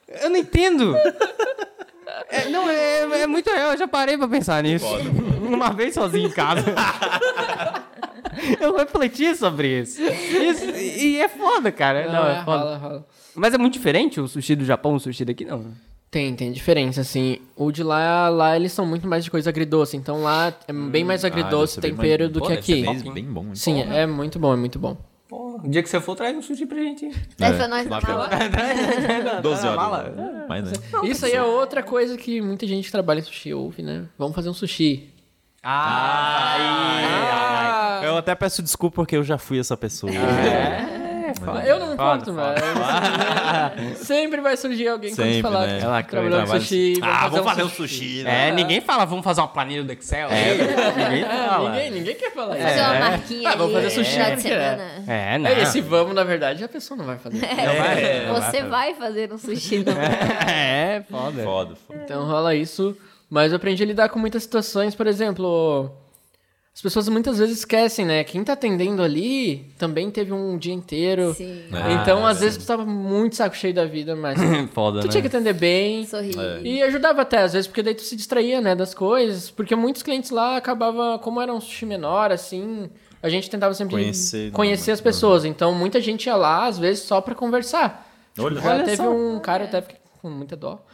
Eu não entendo. É, não, é, é muito real, eu já parei pra pensar nisso. Uma vez sozinho em casa. Eu refleti sobre isso. Isso- e é foda, cara. Não, é foda.
rola, rola.
Mas é muito diferente o sushi do Japão e o sushi daqui, não. né?
Tem, tem diferença, assim. O de lá, lá eles são muito mais de coisa agridoce. Então lá é
Hum,
bem
ah,
mais agridoce o tempero do que aqui.
Bem, bem bom. hein? né?
Sim, é muito bom, é muito bom.
Pô, o dia que você for, traz um sushi pra gente.
É.
Traz É pra nós na
Lá pela-
mala.
12 horas.
Fala.
né? Mas, né?
Isso aí é outra coisa que muita gente que trabalha em sushi ouve, né? Vamos fazer um sushi.
Ah,
Eu até peço desculpa porque eu já fui essa pessoa.
Ah,
né?
eu não me
foda,
importo, velho. Sempre vai surgir alguém
Sempre,
quando falar
né?
que
Ela
tá
que
trabalhando com
trabalha-
sushi.
Ah, vamos fazer um
sushi.
sushi, né?
É, ninguém fala, vamos fazer uma planilha do Excel. ninguém
É,
fala.
ninguém, ninguém quer falar isso.
Fazer uma marquinha ali.
vamos Ah, fazer sushi,
no final de
porque, né?
semana.
É, não.
É, esse vamos, na verdade, a pessoa não vai fazer.
É,
Você vai fazer um sushi, não.
É, foda.
né? foda, foda.
Então rola isso. Mas eu aprendi a lidar com muitas situações, por exemplo. As pessoas muitas vezes esquecem, né? Quem tá atendendo ali também teve um dia inteiro.
Sim.
Então, às vezes, tu tava muito saco cheio da vida, mas tu
Foda, né?
tinha que atender bem.
Sorri.
É.
E ajudava até, às vezes, porque daí tu se distraía, né, das coisas. Porque muitos clientes lá acabava, como era um sushi menor, assim, a gente tentava sempre
Conhecer, né,
conhecer
mas-
as pessoas. Então, muita gente ia lá, às vezes, só pra conversar.
Olha
Já
só.
teve um cara, eu até fiquei com muita dó.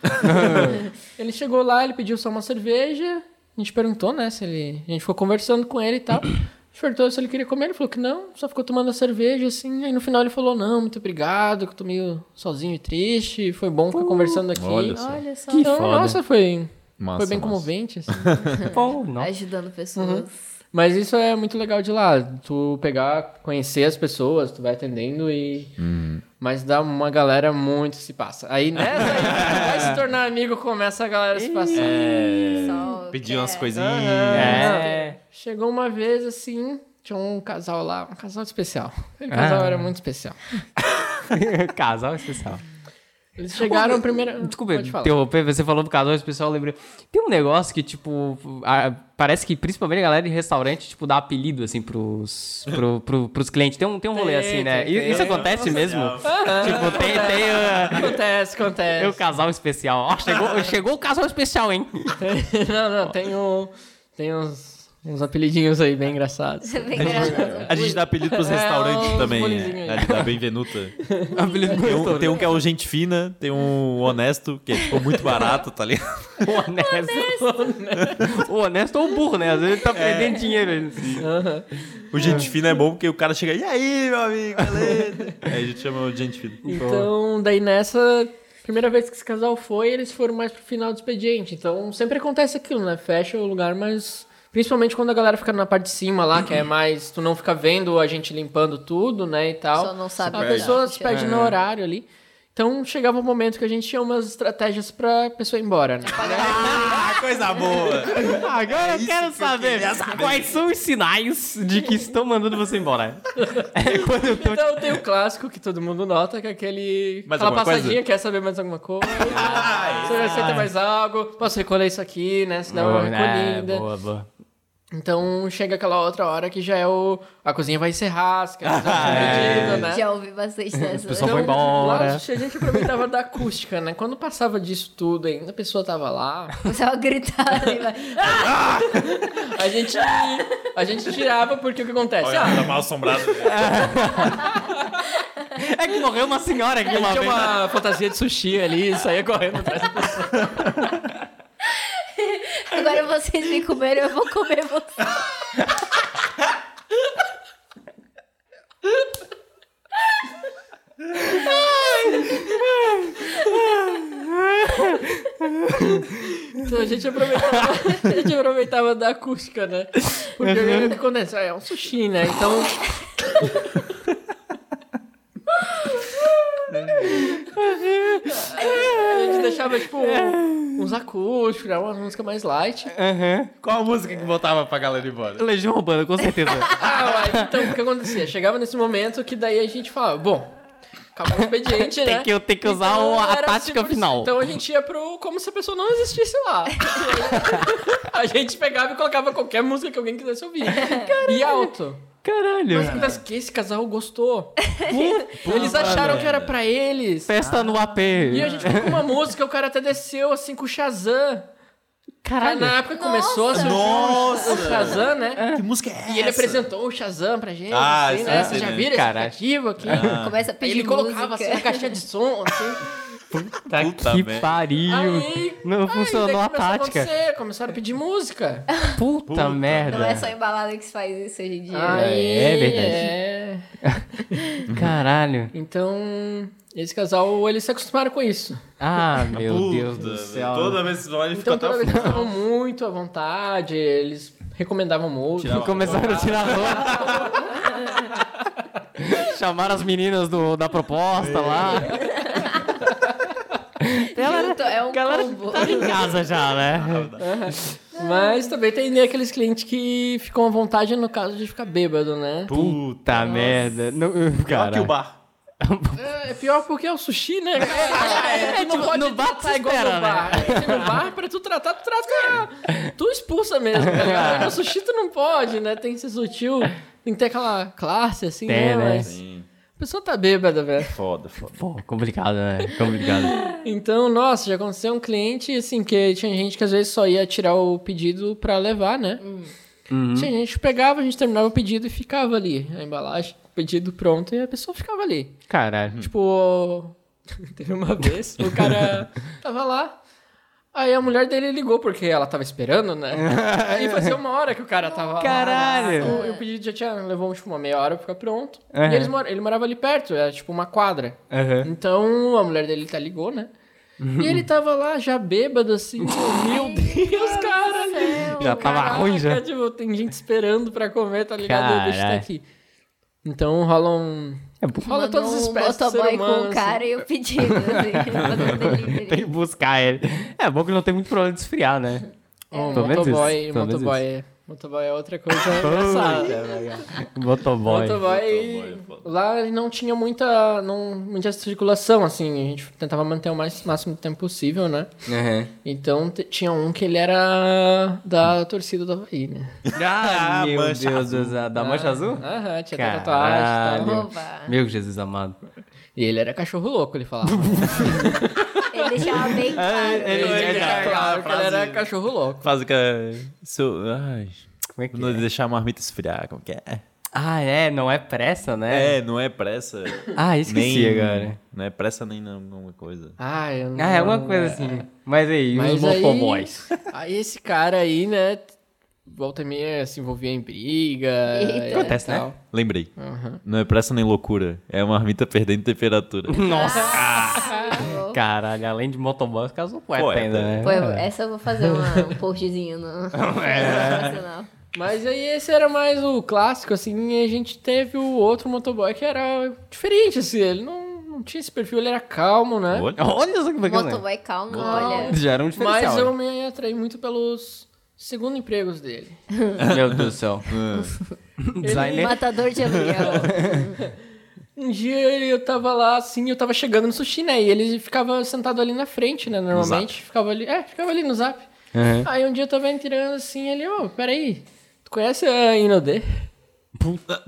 ele chegou lá, ele pediu só uma cerveja. A gente perguntou, né, se ele... A gente ficou conversando com ele e tal. A gente perguntou se ele queria comer, ele falou que não, só ficou tomando a cerveja, assim. Aí no final ele falou, não, muito obrigado, que eu tô meio sozinho e triste, foi bom
Uh.
ficar conversando aqui.
olha só.
Olha só.
então,
foda.
nossa, foi,
Massa,
foi bem
massa.
comovente, assim.
Pô, não.
Ajudando pessoas.
Uhum. Mas isso é muito legal de lá, tu pegar, conhecer as pessoas, tu vai atendendo e. Mas dá uma galera muito se passa. Aí nessa aí, tu vai se tornar amigo, começa a galera se passar. É.
Só
Pediu
quer-
umas coisinhas.
É.
Chegou uma vez assim, tinha um casal lá, um casal especial. Aquele casal
Ah.
era muito especial.
casal especial.
Eles chegaram primeiro.
Desculpa,
Pode falar.
interromper, você falou um pro casal especial, eu lembrei. Tem um negócio que, tipo, a- parece que principalmente a galera de restaurante, tipo, dá apelido, assim, pros, pro, pro, pros clientes. Tem um, tem um rolê
Tem,
assim, né?
tem, tem.
Isso acontece
um
mesmo? Tipo, tem, tem, ah,
Acontece,
tem o
acontece.
casal especial. Ó, chegou, chegou o casal especial, hein?
não, não, tem, um, tem uns, uns apelidinhos aí bem engraçados.
Bem engraçado.
A gente dá apelido pros
É,
restaurantes
uns
também.
bonezinhos
né?
aí.
A gente dá Benvenuta.
apelido
Tem um, tem um que é o gente fina, tem um honesto, que ficou muito barato, tá ligado?
O honesto. O honesto ou o burro, né? Às vezes
É.
ele tá perdendo dinheiro.
O gente fina é bom porque o cara chega, e aí, meu amigo, beleza? Aí a gente chama o gente fina.
Então, daí nessa primeira vez que esse casal foi, eles foram mais pro final do expediente. Então, sempre acontece aquilo, né? Fecha o lugar, mas principalmente quando a galera fica na parte de cima lá, que é mais tu não fica vendo a gente limpando tudo, né, e tal.
Só não sabe
A
olhar.
pessoa se
É.
perde no horário ali. Então, chegava um momento que a gente tinha umas estratégias pra pessoa ir embora, né?
Ah, coisa boa!
Agora eu quero saber quais são os sinais de que estão mandando você embora. É quando eu tô
Então, tem o clássico que todo mundo nota, que é aquele...
Mais
aquela
alguma coisa? Ah,
passadinha, quer saber mais alguma coisa? Você aceita mais algo? Posso recolher isso aqui, né? Se dá uma recolhida.
boa, boa.
Então chega aquela outra hora que já é o. A cozinha vai encerrar, as crianças já estão pedindo, né?
Já ouvi bastante né? dessa.
pessoal É.
um
foi embora.
lá, a gente aproveitava da acústica, né? Quando passava disso tudo ainda, a pessoa tava lá.
Começava a gritar. né?
A gente, a gente tirava, porque o que acontece?
Olha, tá
Ah,
mal assombrado.
É que morreu uma senhora aqui uma
Ah, tinha
vez.
uma né? fantasia de sushi ali, saía correndo atrás.
Agora vocês me comeram, eu vou comer vocês.
Então a gente aproveitava, a gente aproveitava da acústica, né?
Uhum.
Porque o que acontece? Ah, é um sushi, né? Então. A gente deixava, tipo, uns acústicos, né? uma música mais light.
É.
Qual a música que botava pra galera ir embora?
Legião Urbana, com certeza.
Ah, uai, então o que acontecia? Chegava nesse momento que daí a gente falava, bom, acabou o expediente, né?
tem, que, tem que usar
Então,
o- a
era
tática
100%.
final.
Então a gente ia pro como se a pessoa não existisse lá. a gente pegava e colocava qualquer música que alguém quisesse ouvir. E alto.
Caralho.
Mas que esse casal gostou. eles acharam que era pra eles.
Festa no AP.
E a gente ficou com uma música, o cara até desceu assim com o Shazam. Aí,
Caralho.
na época começou a surgir
Nossa.
o Shazam, né?
Que música é essa?
E ele apresentou o Shazam pra gente.
Ah,
assim,
isso
né?
é
Vocês
assim,
já
né?
viram
Caralho.
esse aplicativo aqui?
Ah.
Começa a
Aí
pedir
ele colocava
Ah. música.
assim a caixinha de som, assim.
Tá
Puta
que
merda.
pariu.
Aí,
Não
aí, daí
funcionou a
começou
tática. É,
acontecer, começaram a pedir música.
Puta,
né?
merda.
Não é só embalada que se faz isso hoje em dia.
Aí,
é
é.
verdade. Caralho.
Então, esse casal, eles se acostumaram com isso.
Ah, meu
Puta,
Deus do céu.
Toda vez que você vai, ele fica
Então, toda
até
vez eles estavam muito à vontade, eles recomendavam música.
Tirava-
Começaram a tirar roupa. Chamaram as meninas do, da proposta lá.
Junto, é um
galera
combo.
tá
tava em casa já, né?
Mas também tem aqueles clientes que ficam à vontade no caso de ficar bêbado, né?
Puta.
Tá merda. Não,
Olha aqui
cara.
o bar.
É pior porque é o sushi, né?
É,
tu
no-
não pode
no bar tu
tratar igual
espera,
no bar. Né? No bar, pra tu tratar, tu trata. Tu expulsa mesmo. né? Agora No sushi tu não pode, né? Tem que ser sutil. Tem que ter aquela classe, assim,
Tem,
né?
né?
Mas a pessoa tá bêbada, velho.
Foda, foda.
Pô, complicado, né? Complicado.
Então, nossa, já aconteceu um cliente, assim, que tinha gente que às vezes só ia tirar o pedido pra levar, né? Tinha gente que pegava, a gente terminava o pedido e ficava ali. A embalagem, o pedido pronto, e a pessoa ficava ali.
Caralho.
Tipo, teve uma vez, o cara tava lá. Aí a mulher dele ligou, porque ela tava esperando, né? Aí fazia uma hora que o cara tava lá. né?
Caralho!
O- E o pedido já tinha, levou tipo uma meia hora pra ficar pronto.
Aham.
E eles mora- ele morava ali perto, era tipo uma quadra.
Aham.
Uhum.
Então a mulher dele tá ligou, né? E ele tava lá já bêbado, assim, tipo, meu Deus, cara!
é um
Já tava
Caraca,
ruim já.
Tipo, tem gente esperando pra comer, tá ligado? E O bicho tá
Caralho.
aqui. Então rola um.
É bu-
rola
Mandou
todas as
um
espécies de ser
motoboy
humano,
com o
assim.
cara e o pedido, assim. mandou um delivery.
Tem que buscar ele. É bom que não tem muito problema de esfriar, né?
Um
Pelo menos isso,
motoboy,
pelo menos
motoboy, é- motoboy é outra coisa engraçada.
Motoboy.
Motoboy, lá não tinha muita, não, muita circulação, assim, a gente tentava manter o mais, máximo de tempo possível, né?
Aham.
Então te- tinha um que ele era da torcida do Havaí, né?
Ah, meu
mancha
Deus, Deus, a- da
Ah,
mancha azul?
Aham, tinha até tatuagem e tal.
Caralho.
Oba.
Meu Jesus amado.
E ele era cachorro louco, ele falava.
Ele deixava
É,
bem claro. né?
ele-
Ele
ele-
deixava claro que ele era cachorro louco.
Faz que é seu, ai,
Como é que
não
é?
deixar a marmita esfriar, como que é?
Ah, é, não é pressa, né?
É, não é pressa.
Ah, esqueci
nem,
agora.
Não é pressa nem alguma coisa.
Ah, eu não,
Ah, é alguma coisa assim. Mas aí, os
Mas aí-
motoboys.
Aí esse cara aí, né, volta e meia se envolvia em briga.
Eita.
e
Acontece, né?
tal.
Lembrei. Não é pressa nem loucura. É a marmita perdendo temperatura.
Nossa,
Pô,
caralho, além de motoboy, os caras são poeta
Poeta.
ainda, né?
Pô, eu- essa eu vou fazer uma- um postzinho no
É.
nacional.
Mas aí esse era mais o clássico, assim, e a gente teve o outro motoboy que era diferente, assim, ele não, não tinha esse perfil, ele era calmo, né?
Olha.
Olha só é que bacana.
Motoboy calmo, olha.
Olha. Já era um diferencial.
Mas eu me atraí muito pelos segundo empregos dele.
Meu Deus do céu. um. Designer.
Matador de aluguel.
Um dia ele- eu tava lá, assim, eu tava chegando no sushi, né? E ele ficava sentado ali na frente, né? Normalmente, ficava ali, é, ficava ali no zap.
Aham.
Aí um dia eu tava entrando, assim, ele, ô, peraí, tu conhece a Inodê?
Puta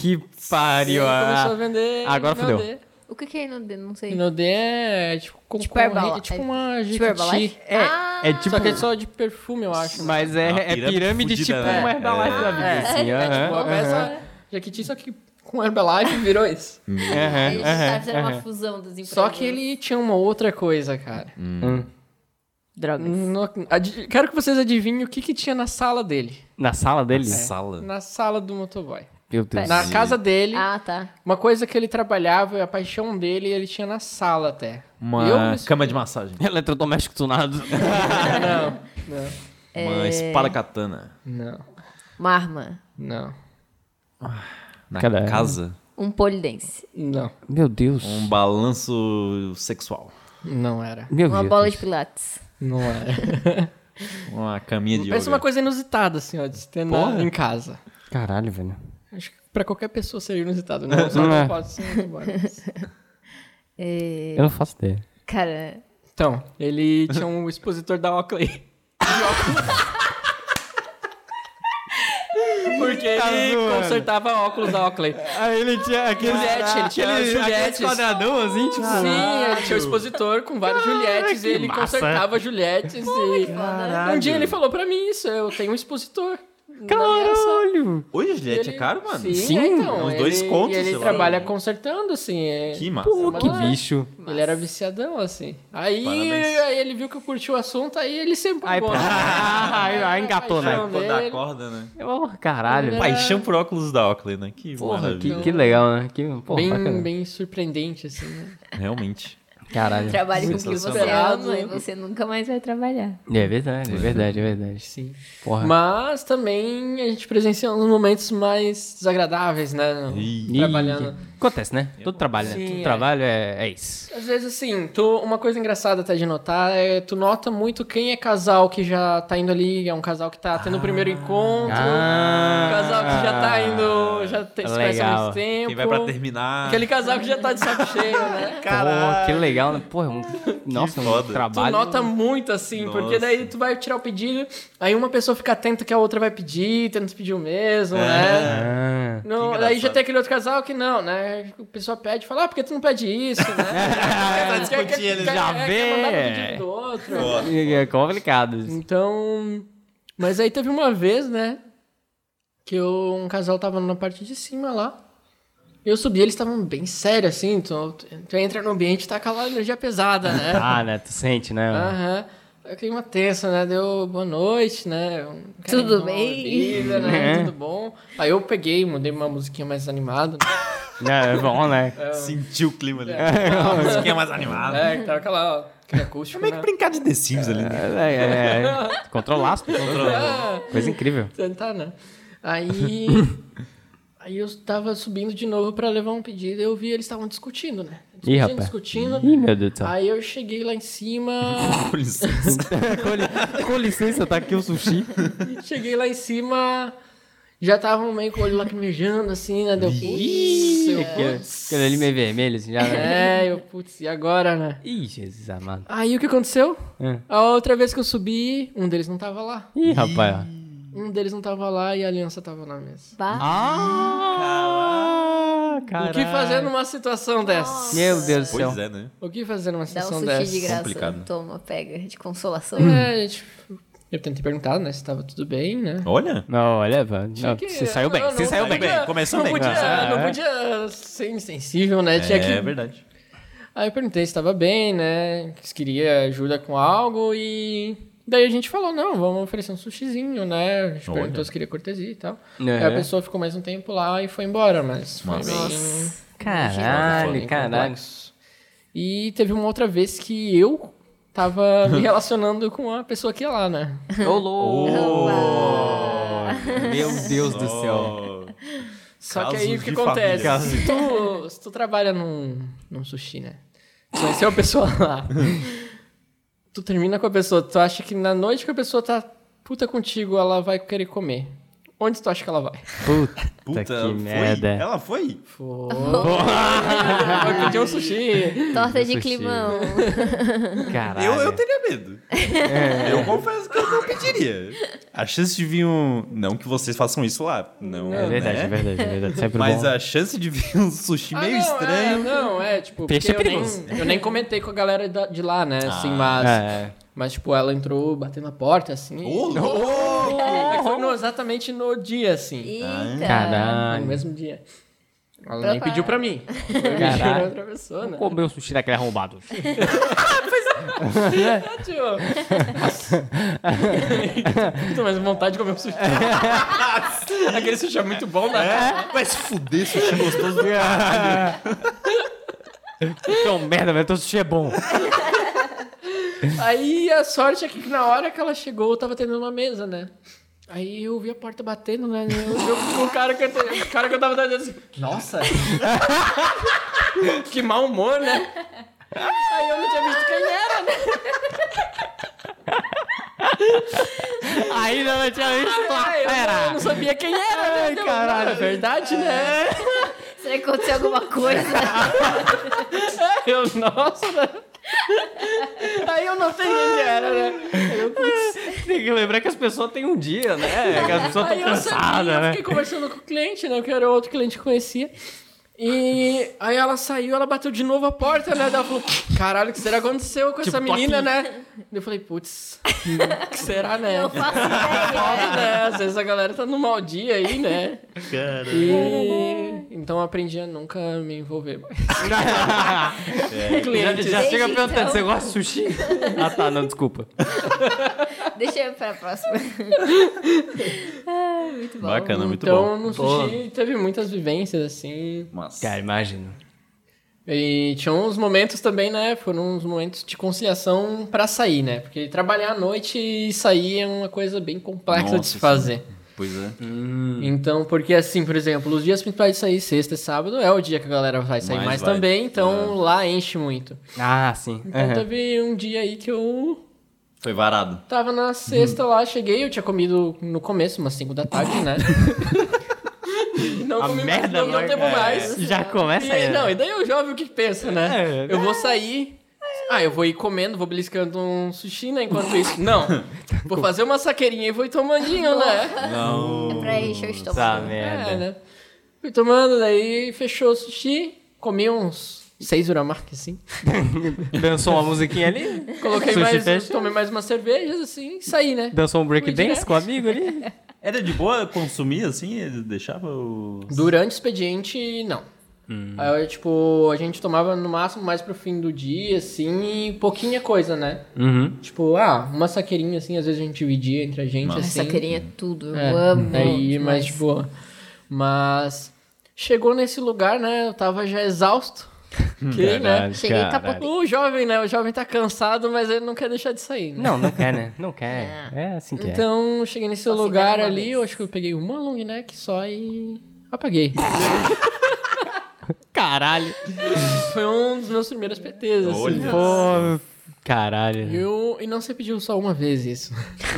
que pariu.
Ele
ah.
começou a vender
agora fudeu.
Inodê.
O que que é Inodê? Não sei.
Inodê é tipo, com,
Tipo
com-
Herbala-
é tipo uma
tipo Herbalife?
Jequiti.
É,
Ah,
é tipo.
Só que é só de perfume, eu acho. né?
Mas é,
Uma
é
pirâmide
pirâmide
fudida,
tipo
né?
uma Herbalife da vida, assim.
É tipo
aham,
uma peça Jequiti, só que com Herbalife virou isso.
Uhum.
é,
aham,
Eles
aham,
fizeram
aham.
Tá uma fusão dos empregos.
Só que ele tinha uma outra coisa, cara.
Drogas.
Uhum.
No- adi- Quero que vocês adivinhem o que, que tinha na sala dele.
Na sala dele?
Sala.
Na sala do motoboy.
Meu Deus.
Na casa dele,
Ah, tá.
uma coisa que ele trabalhava, a paixão dele, ele tinha na sala até. Eu
Uma
me surpreendi.
cama de massagem.
Eletrodoméstico tunado.
É.
Uma espada katana.
Não,
Uma arma.
não,
Na
Cara, é.
casa.
Um polidense.
não,
Meu Deus.
Um balanço sexual.
não era.
Meu
Uma
Deus.
bola de pilates.
Não era.
Uma caminha de
Pensa
yoga.
uma coisa inusitada, assim, ó, de se ter na-
Porra.
em casa.
Caralho, velho.
Acho que pra qualquer pessoa seria inusitado. Não, só
Não é.
não pode ser um motoboy.
É,
Eu não faço ideia.
Cara,
Então, ele tinha um expositor da Oakley. Porque ele
Tá zoando.
consertava óculos da Oakley.
Ah, ele tinha aquele.
Juliette, ele tinha
aquele-
Juliettes.
aquele quadradão assim, tipo.
Sim, ele tinha um expositor com vários Juliettes e
que
ele
massa.
consertava Juliettes e... Um dia ele falou pra mim isso, eu tenho um expositor.
Caralho!
Hoje, Juliette,
Ele-
é caro, mano?
Sim,
Sim,
é, então.
uns
ele,
dois contos,
e ele
sei lá.
trabalha consertando, assim. é-
Que massa.
Pô, que
Mas-
bicho.
Ele era viciadão, assim. Aí,
Parabéns.
aí ele viu que eu curti o assunto, aí ele sempre né?
Aí, aí, aí engatou, né?
Paixão.
Pô, da
dele.
corda, né?
Oh, caralho.
É.
Paixão por óculos da Oakley, né? Que
Porra,
maravilha.
que, que legal, né? Que, porra,
Bem,
bacana.
bem surpreendente, assim, né?
Realmente.
Caralho.
trabalhe com o que você
É, Sensacional.
ama e você nunca mais vai trabalhar.
É verdade, é verdade, é verdade.
Sim.
Porra.
Mas também a gente presenciou uns momentos mais desagradáveis, né? no-
Ih.
Trabalhando.
Ih, Acontece, né? Todo trabalho, né?
Sim,
Todo
é.
trabalho é, é isso.
Às vezes, assim, tu, uma coisa engraçada até de notar é tu nota muito quem é casal que já tá indo ali, é um casal que tá tendo o
Ah.
primeiro encontro, um casal que já tá indo, já te, se conhece há
Legal.
muito tempo.
Quem vai pra terminar.
Aquele casal que já tá de saco cheio, né?
Caralho. que legal, né? Porra, um... nossa, um
foda.
Tu
trabalho.
nota muito, assim, porque
Nossa.
daí tu vai tirar o pedido, aí uma pessoa fica atenta que a outra vai pedir, tenta pedir o mesmo, né?
Ah.
Não,
É. Que
daí já
engraçado.
tem aquele outro casal que não, né? O pessoal pede, fala, ah, por que tu não pede isso, né?
tá discutindo, ele
já
é,
vê.
Quer mandar pro pedido do outro.
É complicado. isso.
Então, mas aí teve uma vez, né, que eu- um casal tava na parte de cima lá. Eu subi, eles estavam bem então, sérios, assim, tu, tu entra no ambiente e tá aquela energia pesada, né?
Ah, né? Tu sente, né?
Aham. É clima tenso, né? Deu boa noite, né? Um cara
Tudo
numa
bem?
orelha, né?
É.
Tudo bom. Aí eu peguei, mudei uma musiquinha mais animada. Né?
É, bom, né?
Sentiu o clima ali. A musiquinha mais
Ah.
animada.
É, que tava aquela aquele acústico,
Como é que
né?
brincar de The Sims ali? né?
É, é, é. Controlar as pessoas.
Ah,
Coisa incrível.
sentar, né? Aí... Aí eu tava subindo de novo pra levar um pedido e eu vi eles estavam discutindo, né? Discutindo,
Ih, rapaz.
discutindo.
Ih, meu Deus do céu.
Aí eu cheguei lá em cima...
Com licença.
com, li- com licença, tá aqui o sushi.
Cheguei lá em cima, já tava meio com o olho lacrimejando, assim, né? Deu, putz, eu,
Aquele,
putz.
é aquele ali meio vermelho, assim, já. né?
É, eu, putz, e agora, né?
Ih, Jesus amado.
Aí o que aconteceu?
É.
A outra vez que eu subi, um deles não tava lá.
Ih, rapaz. ó.
Um deles não tava lá e a aliança tava na mesa.
Bah.
Ah,
O que fazer numa situação dessa?
Meu Deus do céu.
Pois é, né?
O que fazer numa
Dá um
situação
sushi
dessa?
de graça.
Complicado.
Toma, pega, de consolação.
É, tipo, eu tentei perguntar, né, se tava tudo bem, né?
Olha.
Não, olha, mano. Não,
Que-
Você saiu bem,
não,
você
não
saiu bem.
podia-
começou
não
bem.
Podia,
Ah,
não
é.
podia ser insensível, né? Tinha
né? É
que
verdade.
Aí eu perguntei se estava bem, né? Se queria ajuda com algo e. Daí a gente falou, não, vamos oferecer um sushizinho, né? A gente
Olha.
perguntou se queria cortesia e tal.
É.
Aí a pessoa ficou mais um tempo lá e foi embora, mas foi
Nossa.
bem,
Caralho,
bem
caralho.
tá complexo. E teve uma outra vez que eu tava me relacionando com a pessoa que ia lá, né?
Ô, louco. Meu Deus do céu.
Oh.
Só que
Casos
aí o que
de
acontece?
família.
Se tu, se tu trabalha num, num sushi, né? Tu conheceu a pessoa lá. tu termina com a pessoa, tu acha que na noite que a pessoa tá puta contigo, ela vai querer comer. Onde tu acha que ela vai?
Puta,
Puta,
que
ela foi?
merda.
Ela foi?
Foi. Vai pedir um sushi.
Torta de
Sushi.
climão.
Caralho.
Eu, eu teria medo.
É.
Eu confesso que eu não pediria. A chance de vir um. Não que vocês façam isso lá. Não,
É verdade,
né?
é verdade, é verdade. Sempre
Mas
bom.
a chance de vir um sushi
Ah,
meio
não,
estranho.
É, não, é, tipo,
Peixe
porque
é
eu,
perigoso.
nem, eu nem comentei com a galera da- de lá,
Ah.
né? Assim, mas.
É,
Mas, tipo, ela entrou batendo na porta, assim.
Ô, louco!
É que foi no- exatamente no dia, assim.
Eita.
No
caralho.
mesmo dia. Ela nem pediu pra mim. Eu pedi pra
Caralho.
outra pessoa, né?
Comeu o sushi daquele arrombado. é.
Tô mais vontade de comer um sushi. Aquele sushi é muito bom, né?
Vai se fuder, sushi gostoso.
Então, É. merda, velho. Teu sushi é bom.
Aí a sorte é que na hora que ela chegou, eu tava tendo uma mesa, né? Aí eu vi a porta batendo, né? Eu, eu, o, cara que eu, te- o cara que eu tava dando assim, nossa! que mau humor, né? Aí eu não tinha visto quem era, né?
Ainda não tinha visto lá,
Aí eu não- eu não
fera.
sabia quem era, né?
Ai,
Deu-
caralho.
É verdade, né?
Será que aconteceu alguma coisa?
Eu, nossa, né? Aí eu não sei quem era, né? Aí eu, putz.
Tem que lembrar que as pessoas têm um dia, né? Que as pessoas
Aí
estão
eu sabia,
cansadas,
eu
né?
fiquei conversando com o cliente, né? Que era outro cliente que eu conhecia. E aí ela saiu, ela bateu de novo a porta, né? Daí Ela falou, caralho, o que será que aconteceu com essa
Tipo, tô
menina,
aqui.
né? Eu falei, putz, o que será, né?
Não faço ideia.
É, às vezes a galera tá num mau dia aí, né? E... Então eu aprendi a nunca me envolver mais.
Já, É, já
Desde
chega perguntando,
então.
você gosta de sushi? Ah tá, não, desculpa.
Deixa eu pra próxima. Ai, muito bom.
Bacana, muito bom.
então no
Pô.
sushi teve muitas vivências, assim.
Mas...
Cara, imagino.
E tinha uns momentos também, né? Foram uns momentos de conciliação pra sair, né? Porque trabalhar à noite e sair é uma coisa bem complexa de
Nossa,
se
sim.
fazer.
Pois é.
Então, porque assim, por exemplo, os dias principais de sair, sexta e sábado, é o dia que a galera vai sair
Mais
mais,
vai.
também, então lá enche muito.
Ah, sim.
Então teve um dia aí que eu
Foi varado.
tava na sexta lá, cheguei, eu tinha comido no começo, umas 5 da tarde, né? não
A
comi mais,
merda
não, não
vai-
devo
é,
mais.
Já começa
E,
aí. né?
não, e daí o jovem o que que pensa, né?
É.
eu vou sair. Ah, eu vou ir comendo, vou beliscando um sushi, né? Enquanto isso. Não. Vou fazer uma saqueirinha e vou ir tomandinho, né?
É pra encher o estômago.
Essa
É,
merda.
né? Fui tomando, daí fechou o sushi, comi uns seis uramaki, assim.
Dançou uma musiquinha ali?
Coloquei
Sushi
mais,
fecha?
tomei mais umas cervejas, assim, e saí, né?
Dançou um break
Fui
dance
direto.
com o amigo ali?
Era de boa consumir assim? Ele deixava o.
Durante o expediente, não.
Hum.
Aí, tipo, a gente tomava no máximo mais pro fim do dia, assim, e pouquinha coisa, né?
Uhum.
Tipo, ah, uma saqueirinha, assim, às vezes a gente dividia entre a gente,
Massa.
assim.
Essa querinha é tudo, eu
É,
amo.
Aí,
demais.
mas de boa. Mas chegou nesse lugar, né? Eu tava já exausto. Que, né?
Cheguei e capotei.
O jovem, né? O jovem tá cansado, mas ele não quer deixar de sair, né?
Não, não quer, né? Não quer. É assim que é.
Então, cheguei nesse
Só se
lugar
der uma
ali,
vez.
eu acho que eu peguei uma long neck só e apaguei.
Caralho.
Foi um dos meus primeiros PTs, assim.
Olha.
Pô, caralho.
Eu, e não se pediu só uma vez isso.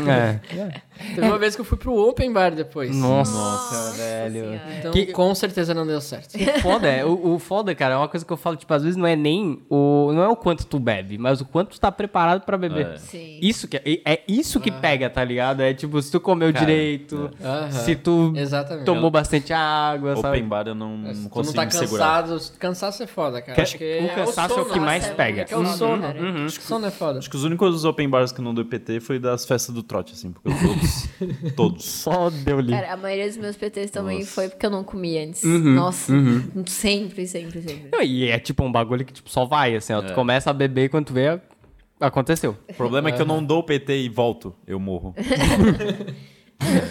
É.
Teve uma vez que eu fui pro open bar depois.
Nossa, velho.
Então,
Que-
com certeza não deu certo.
Que foda é. O, o foda, cara, é uma coisa que eu falo, tipo, às vezes não é nem o. Não é o quanto tu bebe, mas o quanto tu tá preparado pra beber.
É.
Sim.
Isso que é, é isso que pega, tá ligado? É tipo, se tu comeu
Cara,
direito,
Aham.
se tu
Exatamente.
tomou bastante água,
Open
sabe?
bar eu não
Se tu não
consigo
tá
me segurar.
cansado, cansaço é foda, cara.
Que-
Acho que
o
é
cansaço é o
sono,
que mais
né?
pega.
É que é o
Uhum,
sono.
cara.
Sono é foda.
Acho que os únicos open bars que não deu PT foi das festas do trote, assim, porque todos, todos.
Só deu liga.
Cara, a maioria dos meus PTs também
Nossa.
foi porque eu não comia antes. Nossa, sempre, sempre, sempre.
Não, E é tipo um bagulho que tipo, só vai, assim, ó. Tu começa a beber e quando tu vê, aconteceu.
O problema é que eu não dou PT e volto, eu morro.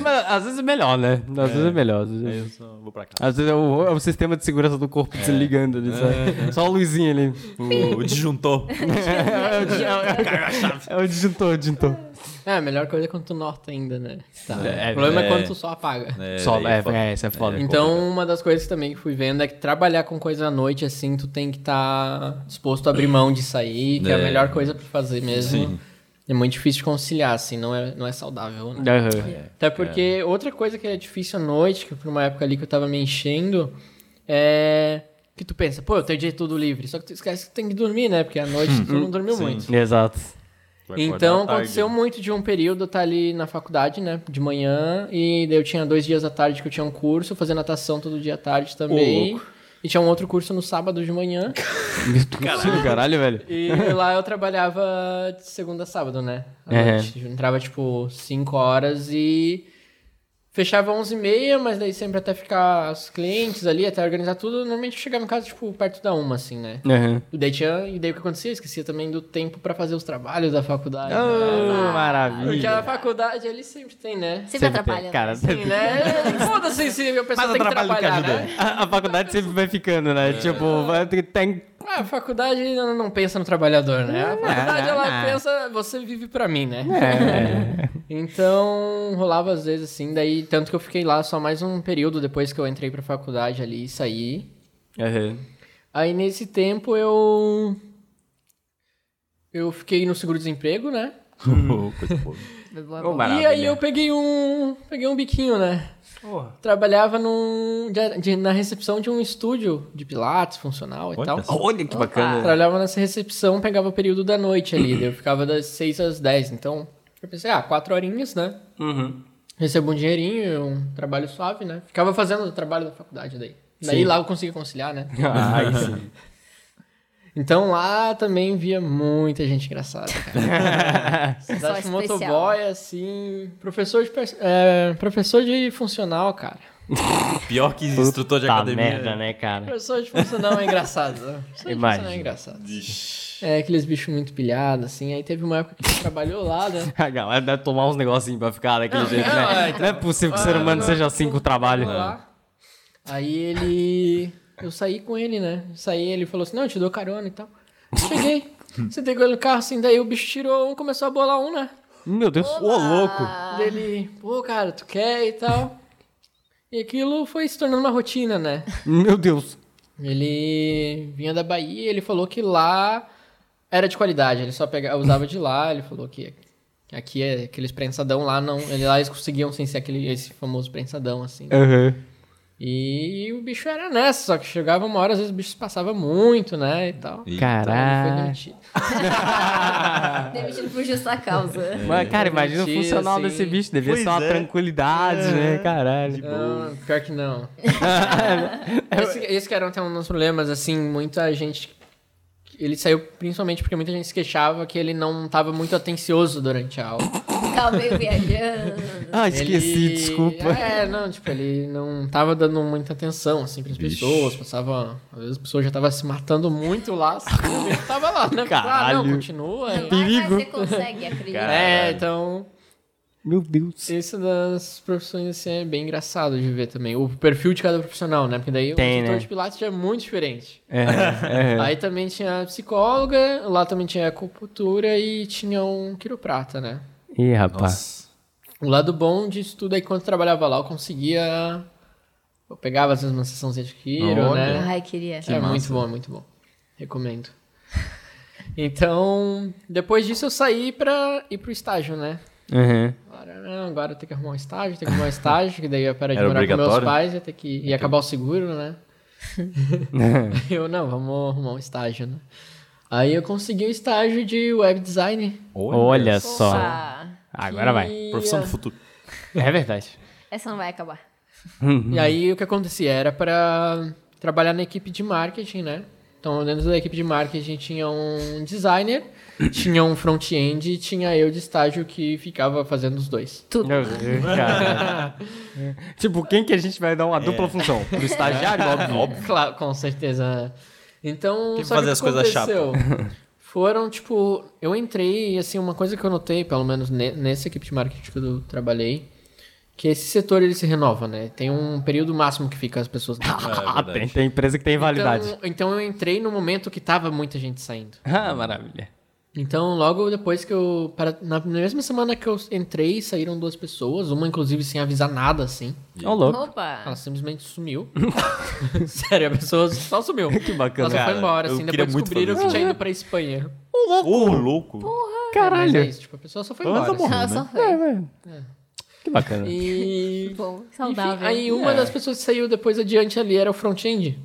Mas às vezes é melhor, né? Às vezes é melhor. Às
Aí
vezes,
eu só vou pra casa.
às vezes é, o, é o sistema de segurança do corpo
É.
desligando ali, sabe? Só a luzinha ali.
O, o disjuntor.
É, o- é, o- é o disjuntor, disjuntor.
É, a melhor coisa é quando tu nota ainda, né? Tá.
É,
o problema é,
é.
quando tu só apaga.
É,
Só,
aí
é,
foda.
é, isso é foda.
Então, uma das coisas também que fui vendo é que trabalhar com coisa à noite, assim, tu tem que estar disposto a abrir mão de sair, que é, a
É.
melhor coisa pra fazer mesmo.
Sim.
É muito difícil de conciliar, assim, não é, não é saudável, né?
Aham.
Até porque outra coisa que é difícil à noite, que por uma época ali que eu tava me enchendo, é que tu pensa, pô, eu tenho dia tudo livre. Só que tu esquece que tu tem que dormir, né? Porque à noite tu não dormiu
Uhum. Sim.
muito.
Exato.
Vai acordar
Então
tarde.
aconteceu muito de um período eu tá ali na faculdade, né? De manhã, e daí eu tinha dois dias à tarde que eu tinha um curso, fazendo natação todo dia à tarde também. e tinha um outro curso no sábado de manhã.
Caralho, caralho, velho.
E lá eu trabalhava de segunda a sábado, né? À
Uhum.
noite. Eu Entrava tipo 5 horas e fechava 11 e meia, mas daí sempre até ficar os clientes ali, até organizar tudo. Normalmente eu chegava em casa, tipo, perto da uma, assim, né?
Aham.
E daí, tinha, e daí o que acontecia? Eu esquecia também do tempo pra fazer os trabalhos da faculdade. né?
Ah,
Oh,
Porque
maravilha.
a faculdade ali sempre tem, né?
Sempre,
Sempre tem,
atrapalha.
Cara,
Sim, né? Foda-se se a pessoa
Mas
tem que
atrapalha É. que
trabalhar,
ajuda.
né?
a, a faculdade sempre vai ficando, né? Tipo, vai, tem, tem-
Ah, a faculdade ela não pensa no trabalhador, né? A faculdade ela pensa, você vive pra mim, né?
É.
Então, rolava às vezes assim, daí tanto que eu fiquei lá só mais um período depois que eu entrei pra faculdade ali e saí. Aí nesse tempo eu eu fiquei no seguro-desemprego, né?
Ô, coisa boa.
é Boa,
Oh,
boa.
E
maravilha.
aí eu peguei um peguei um biquinho, né? Trabalhava num, de- de- na recepção de um estúdio de pilates funcional e
Olha
tal.
só.
Olha que
Eu
bacana.
Trabalhava nessa recepção, pegava o período da noite ali. daí eu ficava das 6 às 10. Então, eu pensei, ah, quatro horinhas, né?
Uhum.
Recebo um dinheirinho, um trabalho suave, né? Ficava fazendo o trabalho da faculdade daí. Daí
Sim.
lá eu conseguia conciliar, né?
Ah, aí sim.
Então lá também via muita gente engraçada, cara. Cidade com
especial.
motoboy, assim. Professor de, pers- é, professor de funcional, cara.
Pior que instrutor de
Tá
academia.
merda, né, cara?
Professor de funcional é engraçado, né? Professor de
Imagina.
funcional é engraçado. É, aqueles bichos muito pilhados, assim. Aí teve uma época que a gente trabalhou lá, né?
A galera deve tomar uns negocinhos pra ficar daquele jeito, né? Não é possível que o ser humano seja assim com o trabalho.
lá. Aí ele. Eu saí com ele, né? Saí, ele falou assim: não, eu te dou carona e tal. Cheguei, sentei com ele no carro, assim, daí o bicho tirou um, começou a bolar um, né?
Meu Deus. Ô, louco.
Daí ele, pô, cara, tu quer e tal. E aquilo foi se tornando uma rotina, né?
Meu Deus.
Ele vinha da Bahia, ele falou que lá era de qualidade, ele só pegava, usava de lá, ele falou que aqui é aqueles prensadão lá não, ele lá eles conseguiam sem ser aquele esse famoso prensadão assim.
Aham.
E o bicho era nessa, só que chegava uma hora, às vezes o bicho se passava muito, né, e tal.
E-
Então, ele foi
Caralho.
demitido.
Demitido por justa causa.
Mas, cara, imagina o
Mentira,
funcional
assim.
desse bicho. Devia ser
Pois
uma
é.
tranquilidade, né?
É.
Caralho.
Não, pior que não. esse, esse que era até um dos problemas, assim, muita gente... Ele saiu principalmente porque muita gente se queixava que ele não tava muito atencioso durante a aula.
Tá meio viajando.
Ah, esqueci,
Ele-
desculpa.
É, não, tipo, ele não tava dando muita atenção, assim, pras
Vixe.
pessoas, passava... Às vezes a pessoa já tava se matando muito lá, assim, ele tava lá, né? Ah,
Caralho.
não, continua.
Lá
Perigo.
Você consegue acreditar.
É, então...
Meu Deus.
Isso das profissões, assim, é bem engraçado de ver também. O perfil de cada profissional, né? Porque daí
Tem,
o instrutor
né?
de pilates já é muito diferente.
É, é.
Aí também tinha a psicóloga, lá também tinha a acupuntura e tinha um quiroprata, né?
Ih, rapaz.
Nossa.
O lado bom disso tudo é que quando eu trabalhava lá, eu conseguia. Eu pegava às vezes uma sessãozinha de Kiro,
Olha.
né?
Ai, queria.
é
massa.
muito bom, é muito bom. Recomendo. Então, depois disso eu saí pra ir pro estágio, né?
Uhum.
Agora, não, agora eu tenho que arrumar um estágio, tenho que arrumar um estágio, que daí eu ia parar de
Era
morar com meus
obrigatório?
pais, ia ter que ia acabar o seguro, né? eu, não, vamos arrumar um estágio, né? Aí eu consegui um estágio de web design.
Olha só.
Opa.
Agora vai.
que-
Profissão do futuro.
É verdade.
Essa não vai acabar.
E aí o que acontecia era para trabalhar na equipe de marketing, né? Então, dentro da equipe de marketing tinha um designer, tinha um front-end e tinha eu de estágio que ficava fazendo os dois.
Tudo.
Meu Deus, cara. tipo, quem que a gente vai dar uma dupla função? Pro estagiário, óbvio.
Claro, com certeza. Então,
Quem
só que
fazia
o
as coisas chatas?
aconteceu? Foram, tipo, eu entrei e, assim, uma coisa que eu notei, pelo menos ne- nessa equipe de marketing que eu trabalhei, que esse setor, ele se renova, né? Tem um período máximo que fica as pessoas...
É
Ah, tem, tem empresa que tem validade.
Então, então eu entrei no momento que tava muita gente saindo.
Ah, maravilha.
Então, logo depois que eu. para- na mesma semana que eu entrei, saíram duas pessoas, uma inclusive sem avisar nada, assim.
Ô, louco.
Ela
Opa.
simplesmente sumiu. Sério, a pessoa só sumiu.
Que bacana.
Ela só foi
Cara,
embora,
eu
assim,
queria
depois
muito
descobriram
fazer
que
isso.
tinha ido pra Espanha.
Ô, louco.
Mas é
Caralho.
isso, tipo, a pessoa só foi
Pelo menos
embora.
tá
assim.
Ela só foi.
Que bacana.
E.
Bom,
Enfim,
saudável.
aí
É.
uma das pessoas que saiu depois adiante ali era o front-end.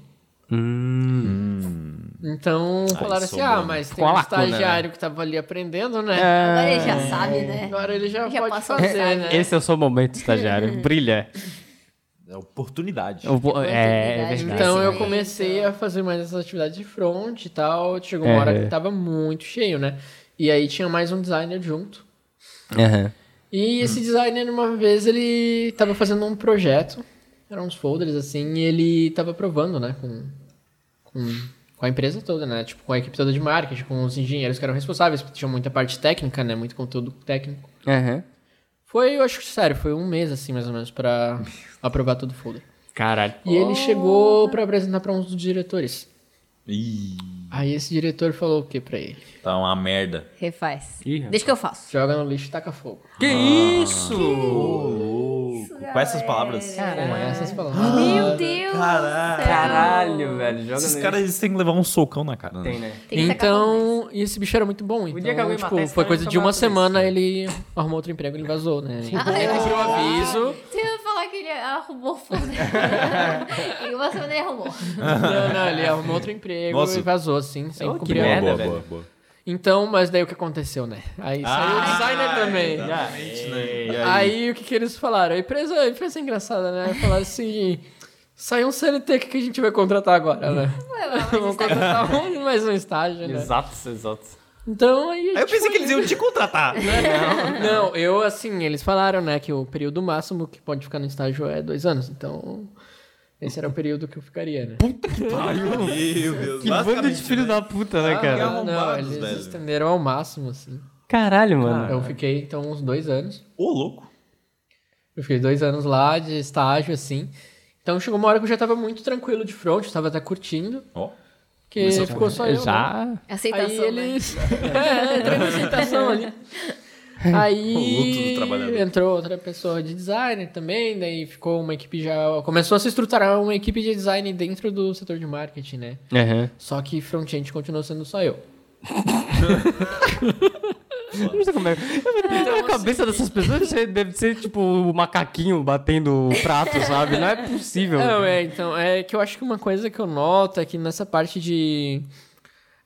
Hum.
Então falaram assim:
sobrou,
ah,
né? É.
mas tem
Ficou uma
um
lacuna, né?
estagiário que tava ali aprendendo, né?
Agora ele já sabe, né?
Agora ele já,
Já
pode
passou,
fazer,
sabe?
né?
Esse é o seu momento, estagiário. Brilha.
É oportunidade.
Eu vou- É, é
Oportunidade.
verdade.
Então eu
Sim.
comecei a fazer mais essa atividade de front e tal. Chegou uma
É.
hora que tava muito cheio, né? E aí tinha mais um designer junto.
Aham.
E esse designer, uma vez, ele tava fazendo um projeto. Eram uns folders, assim, e ele tava provando, né? Com, com, com a empresa toda, né? Tipo, com a equipe toda de marketing, com os engenheiros que eram responsáveis, porque tinha muita parte técnica, né? Muito conteúdo técnico.
Aham.
Foi, eu acho que, sério, foi um mês, assim, mais ou menos, pra aprovar todo o folder.
Caralho.
E ele chegou pra apresentar pra um dos diretores.
Ih,
Aí esse diretor falou o que pra ele?
tá uma merda.
Refaz.
Ih, rapaz.
Deixa que eu faço.
Joga no lixo e taca fogo.
Que
Ah.
isso?
Ô, louco. Com essas palavras.
Com essas palavras.
Meu Deus! do céu.
Caralho, velho. Joga
Esses
no-
caras eles têm que levar um socão na cara. né?
Tem, né?
Tem que tacar fogo
Então, e esse bicho era muito bom.
dia que
Então,
alguém
tipo,
matar esse
foi
cara,
coisa
ele
de uma
tomava
semana ele arrumou outro emprego e ele vazou, né?
Ah,
Ele tirou aviso.
nesse. Você ia falar que ele arrumou foda. e você não arrumou.
Não, não, ele arrumou outro emprego
Nossa.
e vazou, assim, sem
que
cumprir a-
merda.
boa, boa,
velho.
boa, boa.
Então, mas daí o que aconteceu, né? Aí saiu o designer também.
tá.
né?
E aí?
Aí o que, que eles falaram? A empresa, a empresa é engraçada, né? Falaram assim: saiu um CLT, o que, que a gente vai contratar agora, né?
Ué, mas
Vamos
está-
contratar um, mais um
É,
estágio, né?
Exato, exato.
Então aí.
Aí eu pensei que eles iam te contratar.
Não, eu assim, eles falaram, né, que o período máximo que pode ficar no estágio é dois anos, então. Esse era o período que eu ficaria, né?
Meu Deus,
Que bando de filho da puta, né,
que
cara?
arrombados,
não, eles
velho.
estenderam ao máximo, assim.
Caralho,
Ah,
mano.
Eu fiquei, então, uns dois anos.
Ô, louco.
Eu fiquei dois anos lá de estágio, assim. Então chegou uma hora que eu já tava muito tranquilo de front, eu tava até curtindo.
Ó.
Que ficou só eu. né?
Já.
Aí
Aceitação, né?
eles. é, entrou na aceitação ali.
O luto
Aí
do trabalhador.
entrou outra pessoa de design também, daí ficou uma equipe já. Começou a se estruturar uma equipe de design dentro do setor de marketing, né?
Aham.
Só que front-end continuou sendo só eu.
Eu Não sei como é. Na cabeça dessas pessoas você deve ser tipo o macaquinho batendo o prato, sabe? Não é possível.
Não, é, então, é que eu acho que uma coisa que eu noto é que nessa parte de.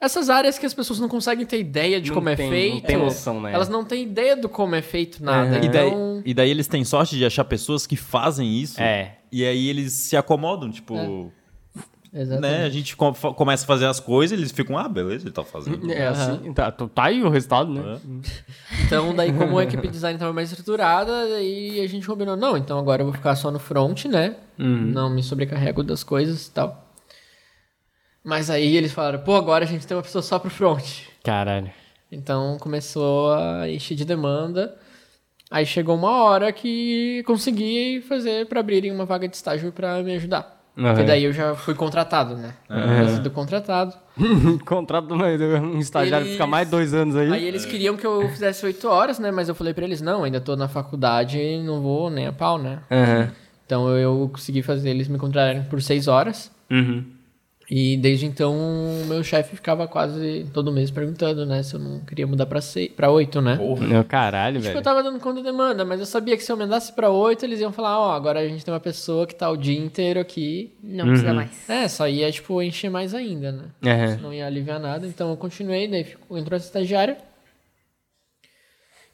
Essas áreas que as pessoas não conseguem ter ideia de
Não
como
tem-
é
não
feito.
tem noção, né?
Elas não têm ideia do como é feito nada.
Uhum.
E daí,
Então,
e daí eles têm sorte de achar pessoas que fazem isso.
É.
E aí eles se acomodam, tipo. né? A
É, Exatamente.
gente com- fa- começa a fazer as coisas, eles ficam, ah, beleza, ele tá fazendo.
É, assim.
Tá, tá aí o resultado, né?
Então, daí, como a equipe de design estava mais estruturada, aí a gente combinou, não, então agora eu vou ficar só no front, né? Não me sobrecarrego das coisas e tal. Mas aí eles falaram, pô, agora a gente tem uma pessoa só pro front.
Caralho.
Então começou a encher de demanda. Aí chegou uma hora que consegui fazer para abrirem uma vaga de estágio para me ajudar.
Aham.
Porque daí eu já fui contratado, né? Eu tinha sido contratado.
Contrato do um estagiário
Eles-
fica mais dois anos aí.
Aí eles queriam que eu fizesse oito horas, né? Mas eu falei para eles, não, ainda tô na faculdade, não vou nem a pau, né?
Aham.
Então eu consegui fazer eles me contratarem por seis horas.
Uhum.
E desde então, meu chefe ficava quase todo mês perguntando, né? Se eu não queria mudar pra sei- pra oito, né?
Meu caralho,
Tipo, eu
velho.
tava dando conta da demanda, mas eu sabia que se eu emendasse pra 8, eles iam falar, ó, agora a gente tem uma pessoa que tá o dia inteiro aqui.
Não precisa mais.
É, só ia, tipo, encher mais ainda, né?
Aham.
Não ia aliviar nada, então eu continuei, daí ficou- entrou essa estagiária.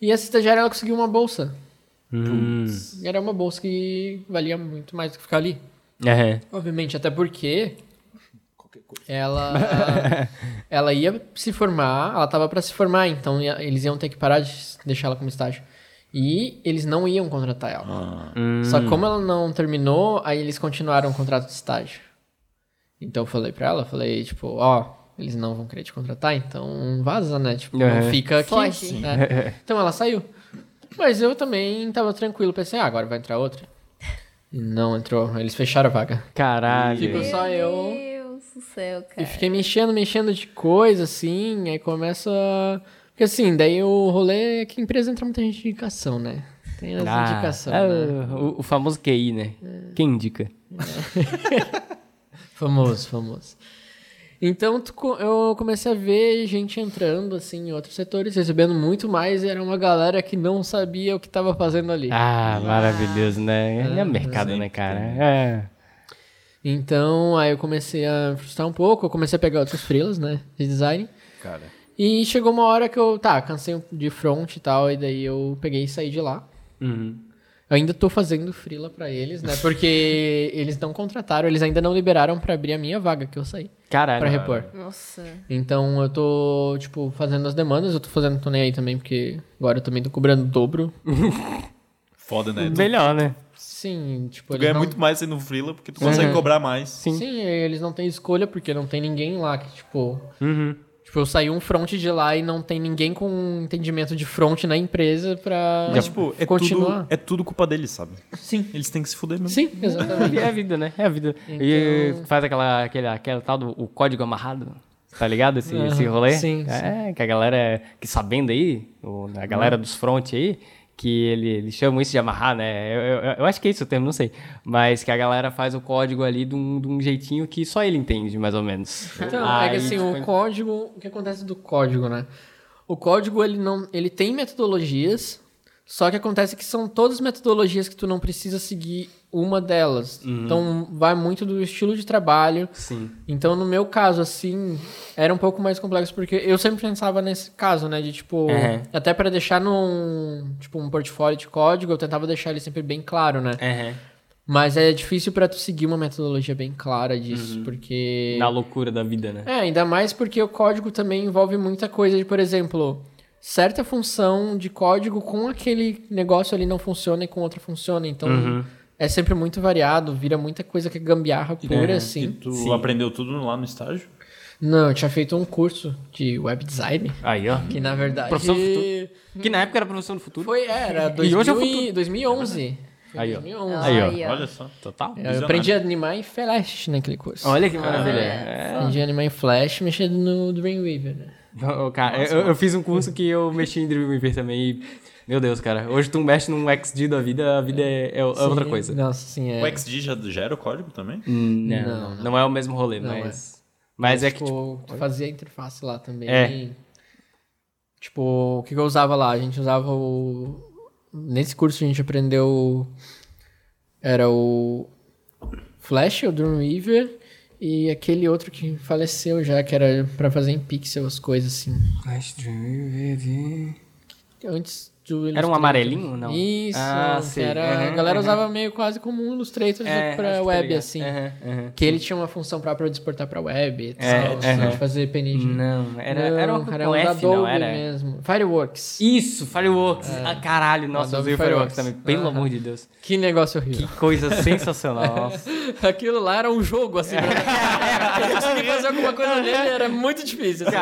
E essa estagiária, ela conseguiu uma bolsa. E era uma bolsa que valia muito mais do que ficar ali.
Aham.
Obviamente, até porque... Ela, ela ia se formar, ela tava para se formar, então ia- eles iam ter que parar de deixar ela como estágio. E eles não iam contratar ela. Só que como ela não terminou, aí eles continuaram o contrato de estágio. Então eu falei pra ela, falei, tipo, ó, eles não vão querer te contratar, então vaza, né? Tipo,
É.
não fica aqui.
Foge.
né? Então ela saiu. Mas eu também tava tranquilo, pensei, ah, agora vai entrar outra. E não entrou, eles fecharam a vaga.
Caralho.
Ficou só eu.
Meu Deus do céu,
E
cara.
fiquei me enchendo, me enchendo de coisa, assim, aí começa. Porque assim, daí o rolê é que empresa entra muita gente de indicação, né? Tem as
Ah,
indicações,
é
né? É.
o, o famoso QI, né? Quem indica?
Famoso, famoso. Então tu co- eu comecei a ver gente entrando, assim, em outros setores, recebendo muito mais, e era uma galera que não sabia o que tava fazendo ali.
Ah, maravilhoso,
Ah,
né? É, o mercado, né, cara? É.
Então aí eu comecei a frustrar um pouco, eu comecei a pegar outros freelas, né? De design.
Cara.
E chegou uma hora que eu, tá, cansei de front e tal, e daí eu peguei e saí de lá.
Uhum.
Eu ainda tô fazendo frila pra eles, né? Porque eles não contrataram, eles ainda não liberaram pra abrir a minha vaga que eu saí
Caralho.
pra repor.
Nossa.
Então eu tô, tipo, fazendo as demandas, eu tô fazendo, tô nem aí também, porque agora eu também tô cobrando o dobro.
Foda, né? Tu,
Melhor, né?
Sim, tipo,
tu
eles
ganha
não... Uhum.
muito mais sendo um freela porque tu consegue cobrar mais.
Sim.
Sim, eles não têm escolha, porque não tem ninguém lá que, tipo...
Uhum.
Tipo, eu saí um front de lá e não tem ninguém com entendimento de front na empresa pra
Mas, tipo, é
continuar.
tudo, é tudo culpa deles, sabe? Sim. Eles têm que se fuder mesmo.
Sim, exatamente.
É a vida, né? É a vida. E faz aquela, aquele, aquela tal do o código amarrado. Tá ligado esse, esse rolê?
sim,
É, que a galera que sabendo aí, o- a galera dos front aí, que ele, eles chamam isso de amarrar, né? Eu, eu- eu acho que é isso o termo, não sei. Mas que a galera faz o código ali de um, de um jeitinho que só ele entende, mais ou menos.
Então, é
Aí,
que assim,
tipo,
o código, o que acontece do código, né? O código, ele não, ele tem metodologias, só que acontece que são todas metodologias que tu não precisa seguir uma delas.
Uhum.
Então, vai muito do estilo de trabalho.
Sim.
Então, no meu caso, assim, era um pouco mais complexo, porque eu sempre pensava nesse caso, né? De, tipo,
Uhum.
até pra deixar num, tipo, um portfólio de código, eu tentava deixar ele sempre bem claro, né?
Aham.
Mas é difícil pra tu seguir uma metodologia bem clara disso, porque...
Uhum. Na loucura da vida, né?
É, ainda mais porque o código também envolve muita coisa de, por exemplo, certa função de código com aquele negócio ali não funciona e com outra funciona. Então
Uhum.
é sempre muito variado, vira muita coisa que é gambiarra pura,
E
assim.
tu aprendeu tudo lá no estágio?
Não, eu tinha feito um curso de web design,
Aí, ó.
que na verdade.
Profissão do futuro. Que na época era profissão do futuro.
Foi, era
E hoje é o
2000 e 2011. Foi
Aí, ó.
2011.
Aí, ó.
Aí, ó.
Olha só.
Total.
Eu aprendi a animar em Flash naquele curso.
Olha que maravilha. É.
Aprendi a animar em Flash mexendo no Dreamweaver, né?
Ô, cara, eu, eu fiz um curso que eu mexi em Dreamweaver também e, Meu Deus, cara. Hoje tu mexe num XD da vida, a vida é, é- é outra
Sim,
coisa.
Nossa, sim, é.
O XD já gera o código também?
Hum.
Não, não, não é o mesmo rolê,
Não
mas... Mas é que, tipo...
tipo, tu fazia a interface lá também.
É.
Tipo, o que que eu usava lá? A gente usava o. Nesse curso a gente aprendeu. Era o. Flash, o Dreamweaver. E aquele outro que faleceu já, que
tipo,
era pra fazer em pixel as coisas assim. Antes. do
Era um
Illustrator.
amarelinho? Não.
Isso,
Ah,
que
sei.
era, a
Aham,
galera
aham.
usava meio quase como um Illustrator
É, acho que
pra
tô
web,
ligado.
assim.
Aham, aham.
Que ele tinha uma função própria de exportar pra web, e tal,
É,
assim,
aham.
de fazer PNG.
Não, era,
Não,
era uma
cara,
com
um da
F, não
Adobe
era?
mesmo. Fireworks.
Isso, Fireworks. Ah, caralho, nossa, eu
Adobe
usei o Fireworks
Fireworks.
também. Pelo
Aham.
amor de Deus.
Que negócio
Que
horrível.
coisa sensacional. nossa.
Aquilo lá era um jogo, assim. pra conseguir fazer alguma coisa nele era muito difícil. assim.
É.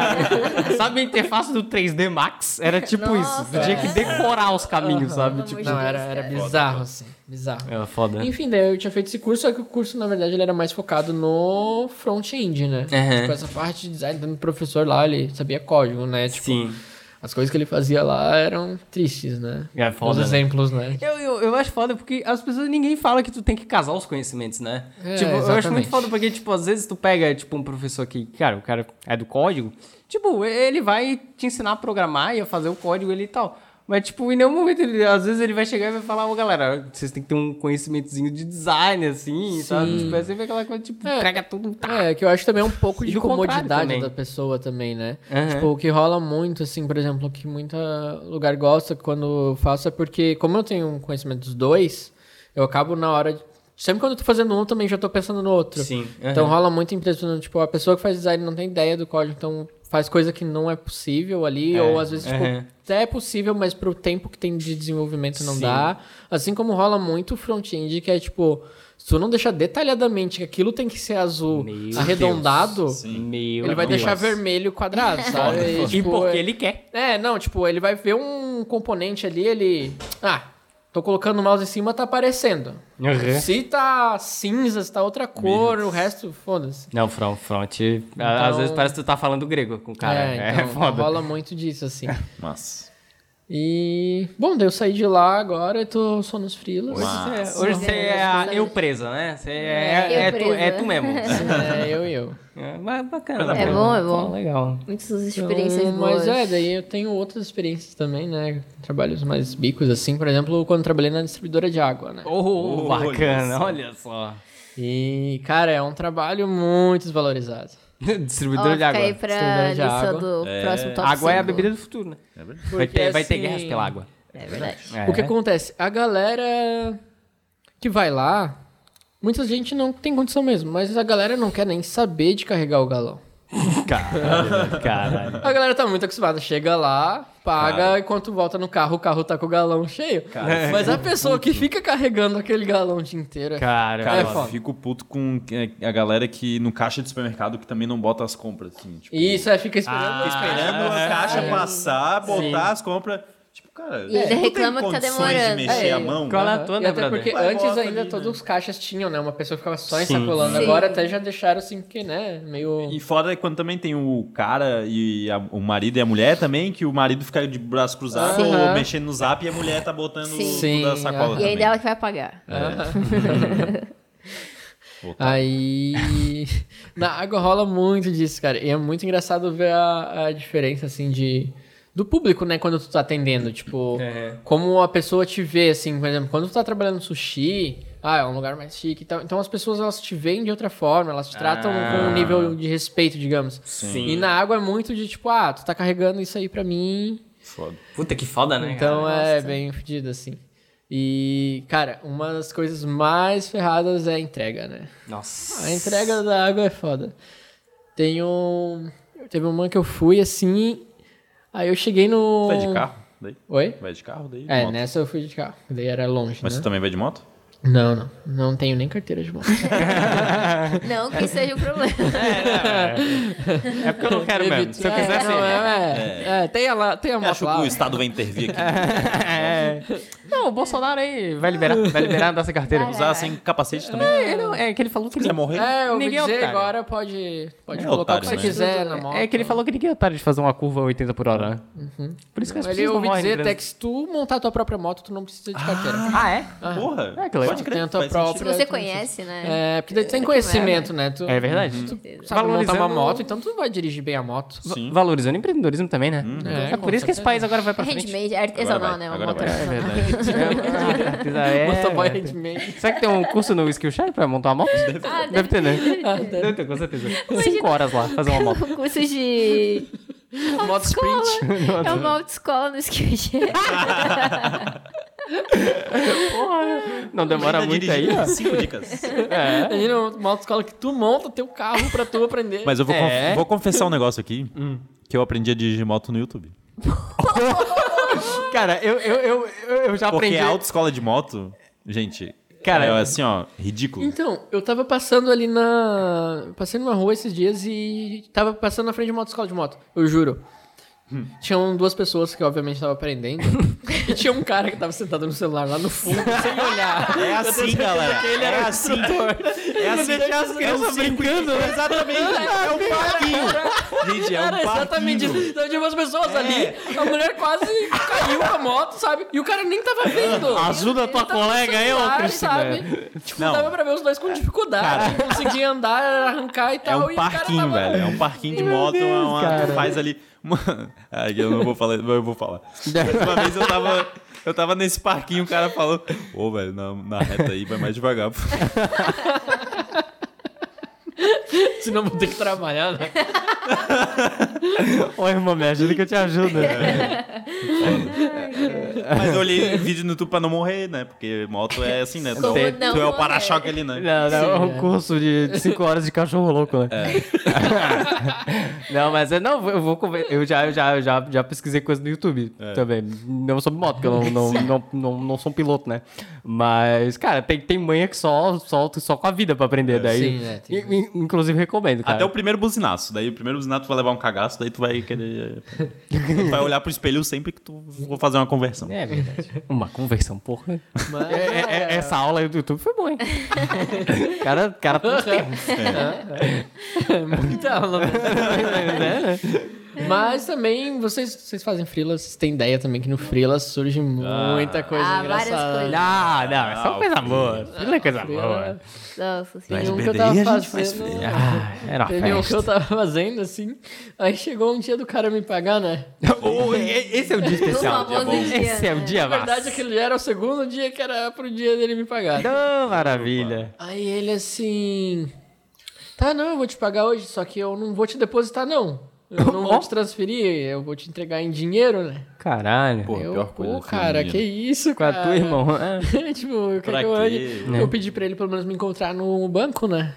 Cara, sabe a interface do 3D Max? Era tipo isso. Tu
Nossa,
tinha que decorar os caminhos, sabe?
Pelo
Tipo,
amor
Não,
de
era,
Deus,
era
cara.
bizarro, assim. Bizarro.
é foda.
Enfim, daí eu tinha feito esse curso, só que o curso, na verdade, ele era mais focado no front-end, né?
Aham.
Tipo, essa parte de design, do professor lá, ele sabia código, né? Tipo,
Sim.
as coisas que ele fazia lá eram tristes, né?
É foda,
Os
né?
exemplos, né?
Eu, eu, eu acho foda porque as pessoas, ninguém fala que tu tem que casar os conhecimentos, né?
É,
tipo, eu acho muito
exatamente.
foda porque, tipo, às vezes tu pega, tipo, um professor que, cara, o cara é do código, tipo, ele vai te ensinar a programar e a fazer o código ali e tal. Mas, tipo, em nenhum momento, ele, às vezes ele vai chegar e vai falar, ô, galera, vocês têm que ter um conhecimentozinho de design, assim, sabe? Tipo, aí você vê aquela coisa, tipo,
É.
entrega tudo. Tá.
É, que eu acho também um pouco
E
de
do contrário
comodidade
também. É.
da pessoa também, né?
Aham.
Tipo, o que rola muito, assim, por exemplo, o que muito lugar gosta quando eu faço é porque, como eu tenho um conhecimento dos dois, eu acabo na hora. de- Sempre quando eu tô fazendo um, também já tô pensando no outro.
Sim, aham.
Então rola muito impressionante. Tipo, a pessoa que faz design não tem ideia do código, então faz coisa que não é possível ali,
É,
ou às vezes, tipo,
aham.
até é possível, mas pro tempo que tem de desenvolvimento não
Sim.
dá. Assim como rola muito o front-end, que é tipo, se tu não deixar detalhadamente que aquilo tem que ser azul
Meu
arredondado,
Meu
ele vai
Deus.
deixar vermelho quadrado, sabe?
E,
tipo,
porque
é-
ele quer.
É, não, tipo, ele vai ver um componente ali, ele. Ah, tô colocando o mouse em cima, tá aparecendo.
É.
Se tá cinza, se tá outra cor, o resto, foda-se.
Não, front, front a- às vezes parece que tu tá falando grego com o cara.
Então- é,
É,
então
foda.
rola muito disso, assim.
Mas.
E. Bom, daí eu saí de lá agora e tô só nos frilos.
Uau.
Hoje você- hoje você é a eu presa, né? Você é,
É, eu
é tu,
presa.
é tu mesmo.
É, eu e eu.
É, mas bacana.
É bom, é bom.
Legal.
Muitas experiências
Então,
boas.
Mas é, daí eu tenho outras experiências também, né? Trabalhos mais bicos, assim. Por exemplo, quando trabalhei na distribuidora de água, né?
Oh,
Olha
bacana,
só.
olha só.
E, cara, é um trabalho muito desvalorizado.
Ó,
Distribuidor de
fica
água.
aí pra
Distribuidor de
lista
água.
do próximo top
Água é a
cinco.
bebida do futuro, né? vai,
Porque,
ter, vai ter
assim,
guerras pela água.
É verdade.
É.
O que acontece? A galera que vai lá, muita gente não tem condição mesmo, mas a galera não quer nem saber de carregar o galão.
Caralho, caralho.
A galera tá muito acostumada, chega lá, paga, enquanto volta no carro, o carro tá com o galão cheio. É. mas a pessoa que fica carregando aquele galão o dia inteiro. é-
Cara,
Cara,
É
eu
foda.
fico puto com é, a galera que no caixa de supermercado que também não bota as compras. Assim, tipo,
Isso, é, fica esperando.
Ah.
Ah,
Esperando a caixa passar, botar as compras. Tipo, cara.
é. E ainda
tu
reclama
tem
que tá
condições
demorando.
de mexer
É,
a mão.
qual é a
Aham.
tua,
E
né,
até
brother?
porque
Vai,
antes
bota
ainda
ali,
todos
né?
os caixas tinham, né? Uma pessoa ficava só
Sim.
ensacolando.
Sim.
Agora até já deixaram assim, porque, né? Meio.
E fora quando também tem o cara e a- o marido e a mulher também, que o marido fica de braço cruzado
Aham.
ou mexendo no zap e a mulher tá botando
Sim.
tudo da
Sim,
sacola.
aham.
E
também.
ainda ela que vai pagar.
Aí. Na água rola muito disso, cara. E é muito engraçado ver a, a diferença, assim, de. Do público, né? Quando tu tá atendendo. Tipo,
É.
como a pessoa te vê, assim, por exemplo, quando tu tá trabalhando no sushi, ah, é um lugar mais chique e tal. Então as pessoas elas te veem de outra forma, elas te tratam
Ah.
com um nível de respeito, digamos.
Sim.
E na água é muito de tipo, ah, tu tá carregando isso aí pra mim,
Foda.
Puta que foda, né?
então
cara?
é bem fodido, assim. E, cara, uma das coisas mais ferradas é a entrega, né?
Nossa.
A entrega da água é foda. Tem um. Teve uma que eu fui assim. Aí eu cheguei no.
Vai de carro daí?
Oi?
Vai de carro daí?
É,
moto.
né?
nessa eu fui de carro. Daí era longe.
Mas
né?
tu também vai de moto?
Não, não. Não tenho nem carteira de moto.
Não que seja o problema.
É porque eu não quero mesmo. Se eu né?
É,
quisesse.
não, é, é, é, tem a, lá- tem a
Eu
moto
acho
lá.
que o Estado vai intervir aqui.
Não, o Bolsonaro aí vai liberar, vai liberar nossa carteira.
Vai, vai.
Usar sem capacete também.
É, não, é que ele falou que
Quiser
ele
morrer?
É, eu ouvi
Ninguém é
dizer
otário.
agora pode, pode
É
colocar
otário,
o que
né?
você quiser na moto.
É que ele falou que ninguém é otário de fazer uma curva 80 por hora, né? Por isso que as
Ele
pessoas não
ouvi
morrem.
dizer até
no trânsito.
que se tu montar a tua própria moto, tu não precisa de carteira.
né? Ah,
Uhum.
é?
Porra.
É, que legal.
Pode crer.
Tem a tua
faz
própria-
Se
sentido.
Direto,
você
não
conhece, né?
É, porque daí tu tem conhecimento, né? Tu
É verdade.
sabe montar uma
Valorizando-
moto, então tu vai dirigir bem a moto.
Sim.
Valorizando o empreendedorismo também, né?
É,
É, por
com
isso que
certeza.
esse
É
país agora vai pra frente.
Handmade, artesanal,
vai,
né?
agora
Uma moto
vai.
É
artesanal.
verdade. É,
Motoboy Ah,
é.
handmade.
Será que tem um curso no Skillshare pra montar uma moto? Deve, Ah, ter, né? Deve ter, com certeza. Cinco horas lá, fazer uma moto.
Cursos de
Moto sprint.
Escola. É uma autoescola no skate.
Não demora muito aí, ó.
Cinco dicas.
É.
Imagina uma autoescola que tu monta teu carro pra tu aprender.
Mas eu vou, conf-
É.
vou confessar um negócio aqui. Que eu aprendi a dirigir moto no YouTube.
Cara, eu, eu, eu, eu- eu já
Porque
aprendi.
a autoescola de moto, gente,
Cara,
cara, é assim, ó, ridículo.
Então, eu tava passando ali na. Passei numa rua esses dias e tava passando na frente de uma autoescola de moto, eu juro. Hum. Tinham duas pessoas que obviamente estavam aprendendo. e tinha um cara que tava sentado no celular lá no fundo, sem olhar.
É assim, galera. é assim. É assim.
deixar as crianças
brincando, Exatamente. É um parquinho. Gente, é um
Cara,
parquinho.
exatamente isso. Então tinha umas pessoas ali, a mulher quase caiu com a moto, sabe? E o cara nem tava vendo.
Ajuda a tua
Ele tava no
colega aí, ô
celular,
Cristina.
sabe? Tipo,
Não.
dava pra ver os dois com dificuldade. Cara, conseguia andar, arrancar e
É
tal.
um
e o cara
parquinho,
tava-
velho. É um parquinho de moto. é uma, tu faz ali. Uma... Ah, eu não vou falar, mas eu vou falar. Mas Uma vez eu tava. Eu tava nesse parquinho, o cara falou: Ô, velho, na, na reta aí vai mais devagar. pô."
Senão vou ter que trabalhar, né?
Ô, irmão, me ajuda que eu te ajudo.
Mas eu olhei vídeo no YouTube pra não morrer, né? Porque moto é assim, né? Tu,
Como
é o-
não
tu é o
morrer?
para-choque ali, né?
Não, não, é um curso de 5 horas de cachorro louco, né? não, mas é, não, eu vou conver- eu já, eu já, eu já, já pesquisei coisa no YouTube também. Não sobre moto, porque eu não, não, não, não, não sou um piloto, né? Mas, cara, tem, tem manha que só, só, só com a vida pra aprender. daí,
Sim, é, tem-
in- in- inclusive, recomendo, cara.
Até o primeiro buzinaço. Daí o primeiro buzinaço tu vai levar um cagaço, daí tu vai querer. tu vai olhar pro espelho sempre que tu for fazer uma conversão.
É verdade. Uma conversão, porra.
Mas-
É, é, é, essa aula do YouTube foi boa, hein? cara, cara, todos têm.
Muita aula, né?
É.
Mas também, vocês, vocês fazem frilas, vocês têm ideia também que no frilas surge muita coisa
Ah, várias
engraçada.
coisas.
Ah, não, é
Ah,
só
o
coisa boa. Não é coisa boa.
Nossa assim,
Teve um
senhora.
que eu tava fazendo.
Ah, era uma
Teve um que eu
festa.
tava fazendo, assim. Aí chegou um dia do cara me pagar, né?
Oh, e- esse é o dia especial.
famoso dia,
Esse é o
né?
dia
Na verdade, aquele dia era o segundo dia que era pro dia dele me pagar.
Oh, maravilha.
Aí ele assim. Tá, não, eu vou te pagar hoje, só que eu não vou te depositar, não. Eu não vou te transferir, eu vou te entregar em dinheiro, né?
Caralho.
Pô,
eu,
pior coisa.
pô,
assim,
cara,
menino.
que isso,
Com a
cara.
tua, irmão. Ah,
tipo, eu quero
Pra
que eu
quê?
ande. Eu pedi pra ele pelo menos me encontrar no banco, né?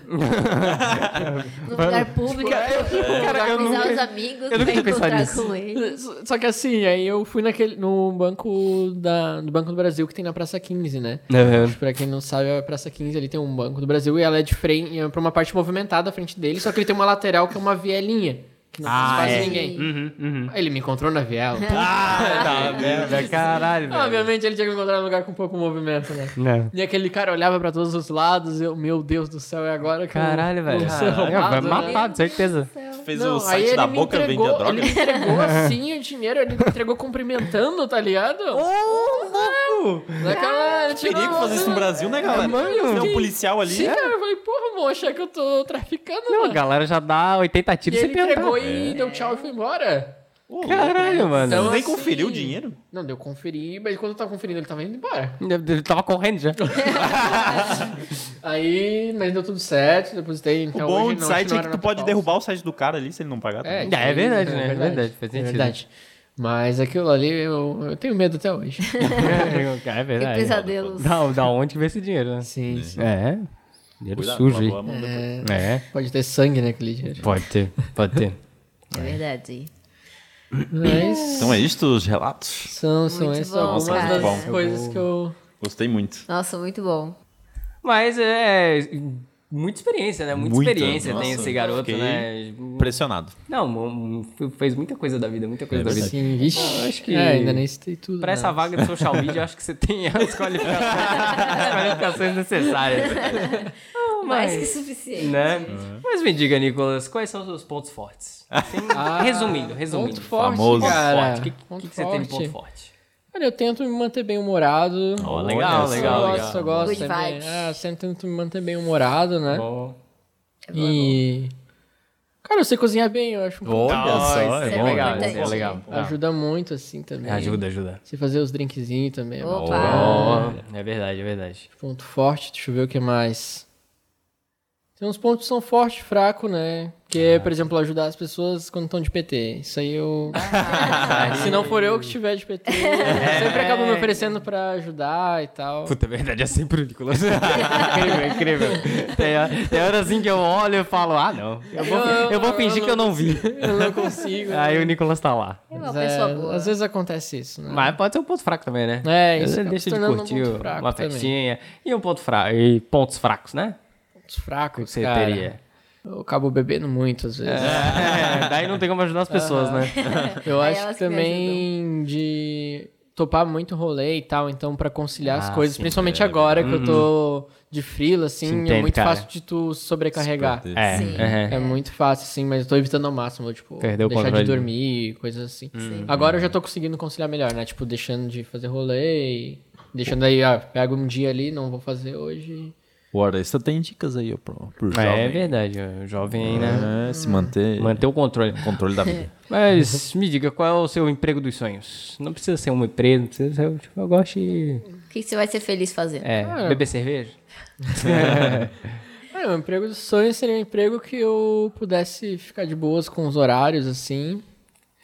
No lugar público,
cara, eu
organizar
nunca-
os amigos
eu nunca
pra
tinha pensado
encontrar
nisso.
com ele.
Só- Só que assim, aí eu fui naquele, no banco da, do Banco do Brasil que tem na Praça 15, né?
Uhum.
Pra quem não sabe, a Praça 15 ali tem um Banco do Brasil e ela é de frente, é pra uma parte movimentada à frente dele, só que ele tem uma lateral que é uma vielinha, que não faz
Ah,
quase
é.
ninguém.
Uhum,
Aí Ele me encontrou na viela.
É. Ah,
tá,
né?
velho. Caralho, É. velho.
Obviamente ele tinha que encontrar um lugar com pouco movimento, né?
Não.
E aquele cara olhava pra todos os lados, eu, meu Deus do céu, é agora que eu-
Caralho, velho.
eu sou
Caralho, Vai
roubado, né?
matar, de certeza.
Fez
Não, aí
o site
ele
da
me
boca,
entregou,
vende a droga. né?
Ele me entregou assim o dinheiro, ele me entregou cumprimentando, tá ligado?
louco!
Naquela, ele tirou
Perigo
uma-
fazer isso no Brasil, né, galera?
mano.
Tem um policial ali.
Sim, cara, eu falei, porra, amor, achei que eu tô traficando,
Não, a
mano.
galera já dá 80
E
tiros sem
ele entregou
perguntar.
É.
e deu tchau e foi embora.
Caralho,
Tu
mano.
nem
assim-
conferiu o dinheiro?
Não, deu conferir, mas quando eu tava conferindo, ele tava indo embora.
Ele tava correndo já.
Aí, mas deu tudo certo, depositei.
O
Então
bom
hoje
do
não,
site
não
é
era
que tu
nota
pode
falsa.
derrubar o site do cara ali se ele não pagar. tá?
É,
É, é verdade, né?
É
É verdade, faz
É
sentido.
verdade. Mas aquilo ali, eu, eu tenho medo até hoje.
é
Que
verdade.
pesadelos.
Da, da onde que veio esse dinheiro, né?
Sim, sim.
É. Dinheiro
Cuidado,
sujo
lavou a
aí.
mão depois.
É.
Pode ter sangue naquele dia.
Pode ter, pode ter.
É
Uhum.
verdade.
Mas
Então é isto os relatos?
são, são
Muito
essas
bom,
algumas
cara.
das
Bom.
coisas que eu...
Gostei muito.
Nossa, muito bom.
Mas é. Muita experiência, né? Muita,
Muita,
experiência tem
nossa,
esse garoto,
fiquei-
né?
Impressionado.
Não, mu- mu- fez muita coisa da vida, muita coisa da vida.
Sim, assim, vixe.
Eu acho que-
É, ainda nem citei tudo.
Pra
né?
essa vaga de social media, eu acho que você tem as qualificações, as qualificações necessárias.
Mais que suficiente.
Né? Mas me diga, Nicolas, quais são os seus pontos fortes? Assim,
Ah,
resumindo, resumindo.
Ponto forte,
Famoso.
cara.
forte. O que, que
Ponto
que você tem de
forte.
ponto forte?
Cara, eu tento me manter bem humorado.
Ó, legal,
eu
Olha
legal, legal.
gosto, eu gosto.
Good
sempre,
vibes.
ah, eu sempre tento me manter bem humorado, né?
É Bom.
e. Cara, eu sei cozinhar bem, eu acho. um pouco.
Olha só,
isso
é
é
bom, legal,
importante.
é legal.
Ajuda muito, assim, também.
Ajuda, ajuda.
Você fazer os drinkzinhos também. é um
Opa!
é verdade, é verdade.
Ponto forte, deixa eu ver o que mais. Tem uns pontos que são forte e fraco, né? Que é,
Ah.
por exemplo, ajudar as pessoas quando estão de PT. Isso aí eu.
Ah.
Se não for eu que estiver de PT,
É.
eu sempre acabo me oferecendo pra ajudar e tal.
Puta, a verdade é sempre o Nicolas. incrível, é incrível. Tem, tem horas assim que eu olho e falo, ah, não. Eu vou,
Eu-
eu vou
eu
fingir que eu não vi.
Eu não consigo.
Aí
né?
o Nicolas tá lá.
É uma
Mas é,
pessoa boa.
Às vezes acontece isso, né?
Mas pode ser um ponto fraco também, né?
É, isso
Ele
acaba
deixa
se
de
tornando um
curtir
ponto fraco
uma
também.
festinha. E um ponto fraco. E pontos fracos, né?
Os fracos,
Que você
cara.
teria.
Eu acabo bebendo muito às vezes.
É, daí não tem como ajudar as pessoas, né?
Eu
Aí
acho
elas
que
que me
também de topar muito rolê e tal, então pra conciliar as
Ah,
coisas,
sim, Uhum.
principalmente
cara.
agora que eu tô de frila, assim,
Te
é
entendo,
muito
cara.
fácil de tu sobrecarregar.
Se
É,
Sim.
aham.
É muito fácil, assim, mas eu tô evitando ao máximo, tipo,
Perdeu o
deixar de
controle. Uhum.
dormir, coisas assim. Agora eu já tô conseguindo conciliar melhor, né? Tipo, deixando de fazer rolê e deixando aí, ah, pego um dia ali, não vou fazer hoje.
O Oresta tem dicas aí ó, pro, pro jovem.
É verdade, o jovem, né?
É, se manter
Manter o controle.
controle da vida.
Mas me diga, qual é o seu emprego dos sonhos? Não precisa ser um emprego, não precisa ser. Tipo, eu gosto de.
O que que você vai ser feliz fazendo?
É, beber cerveja?
É, o emprego dos sonhos seria um emprego que eu pudesse ficar de boas com os horários, assim,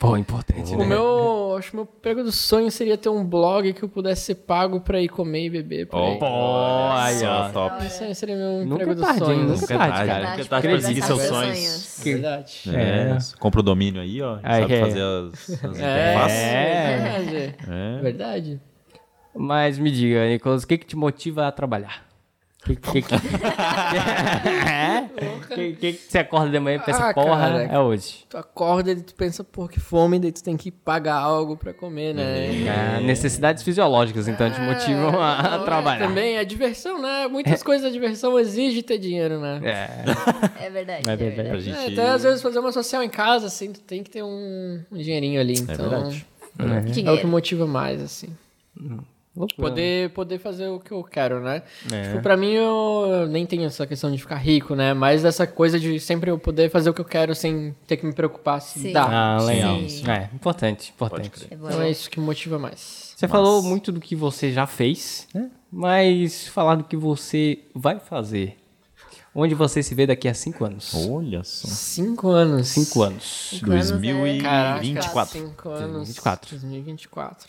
Pô, importante, né?
O Tipo, meu, acho que meu emprego do sonho seria ter um blog que eu pudesse ser pago pra ir comer e beber. Por aí.
Ó,
aí,
só
ó.
top.
Isso aí seria meu
Nunca
emprego
é tarde,
dos
hein?
sonhos.
Nunca é tarde, cara.
Nunca é tarde pra seguir seus sonhos.
É verdade.
É.
É.
Compra o domínio aí, ó.
Aí
sabe
que é.
fazer as, as interfaces.
É.
É, Verdade.
É.
Verdade.
Mas me diga, Nicolas, o que, que te motiva a trabalhar? O que, que, que... É? Que- que que você acorda de manhã e pensa,
Ah,
porra,
cara.
é hoje?
Tu acorda e tu pensa, pô, que fome, daí tu tem que pagar algo pra comer, né?
Ah, necessidades fisiológicas, então, te motivam a, a trabalhar.
Ah, Também a diversão, né? Muitas coisas da diversão exigem ter dinheiro, né?
É,
É verdade.
É
Pra
É
verdade.
verdade.
É,
gente...
até às vezes fazer uma social em casa, assim, tu tem que ter um, um dinheirinho ali,
É
então...
verdade.
É o que
Dinheiro.
motiva mais, assim.
loucura.
Tipo, Poder, poder fazer o que eu quero, né?
É.
Tipo, pra mim, eu nem tenho essa questão de ficar rico, né? Mas dessa coisa de sempre eu poder fazer o que eu quero sem ter que me preocupar se
Sim.
dá.
Ah, legal.
Sim.
É, importante, importante.
É bom.
Então é isso que motiva mais.
Você falou muito do que você já fez, né? Mas falar do que você vai fazer. Onde você se vê daqui a cinco anos?
Olha só.
Cinco anos.
Cinco anos.
Cinco anos é-
2024.
Cinco anos.
2024.
2024.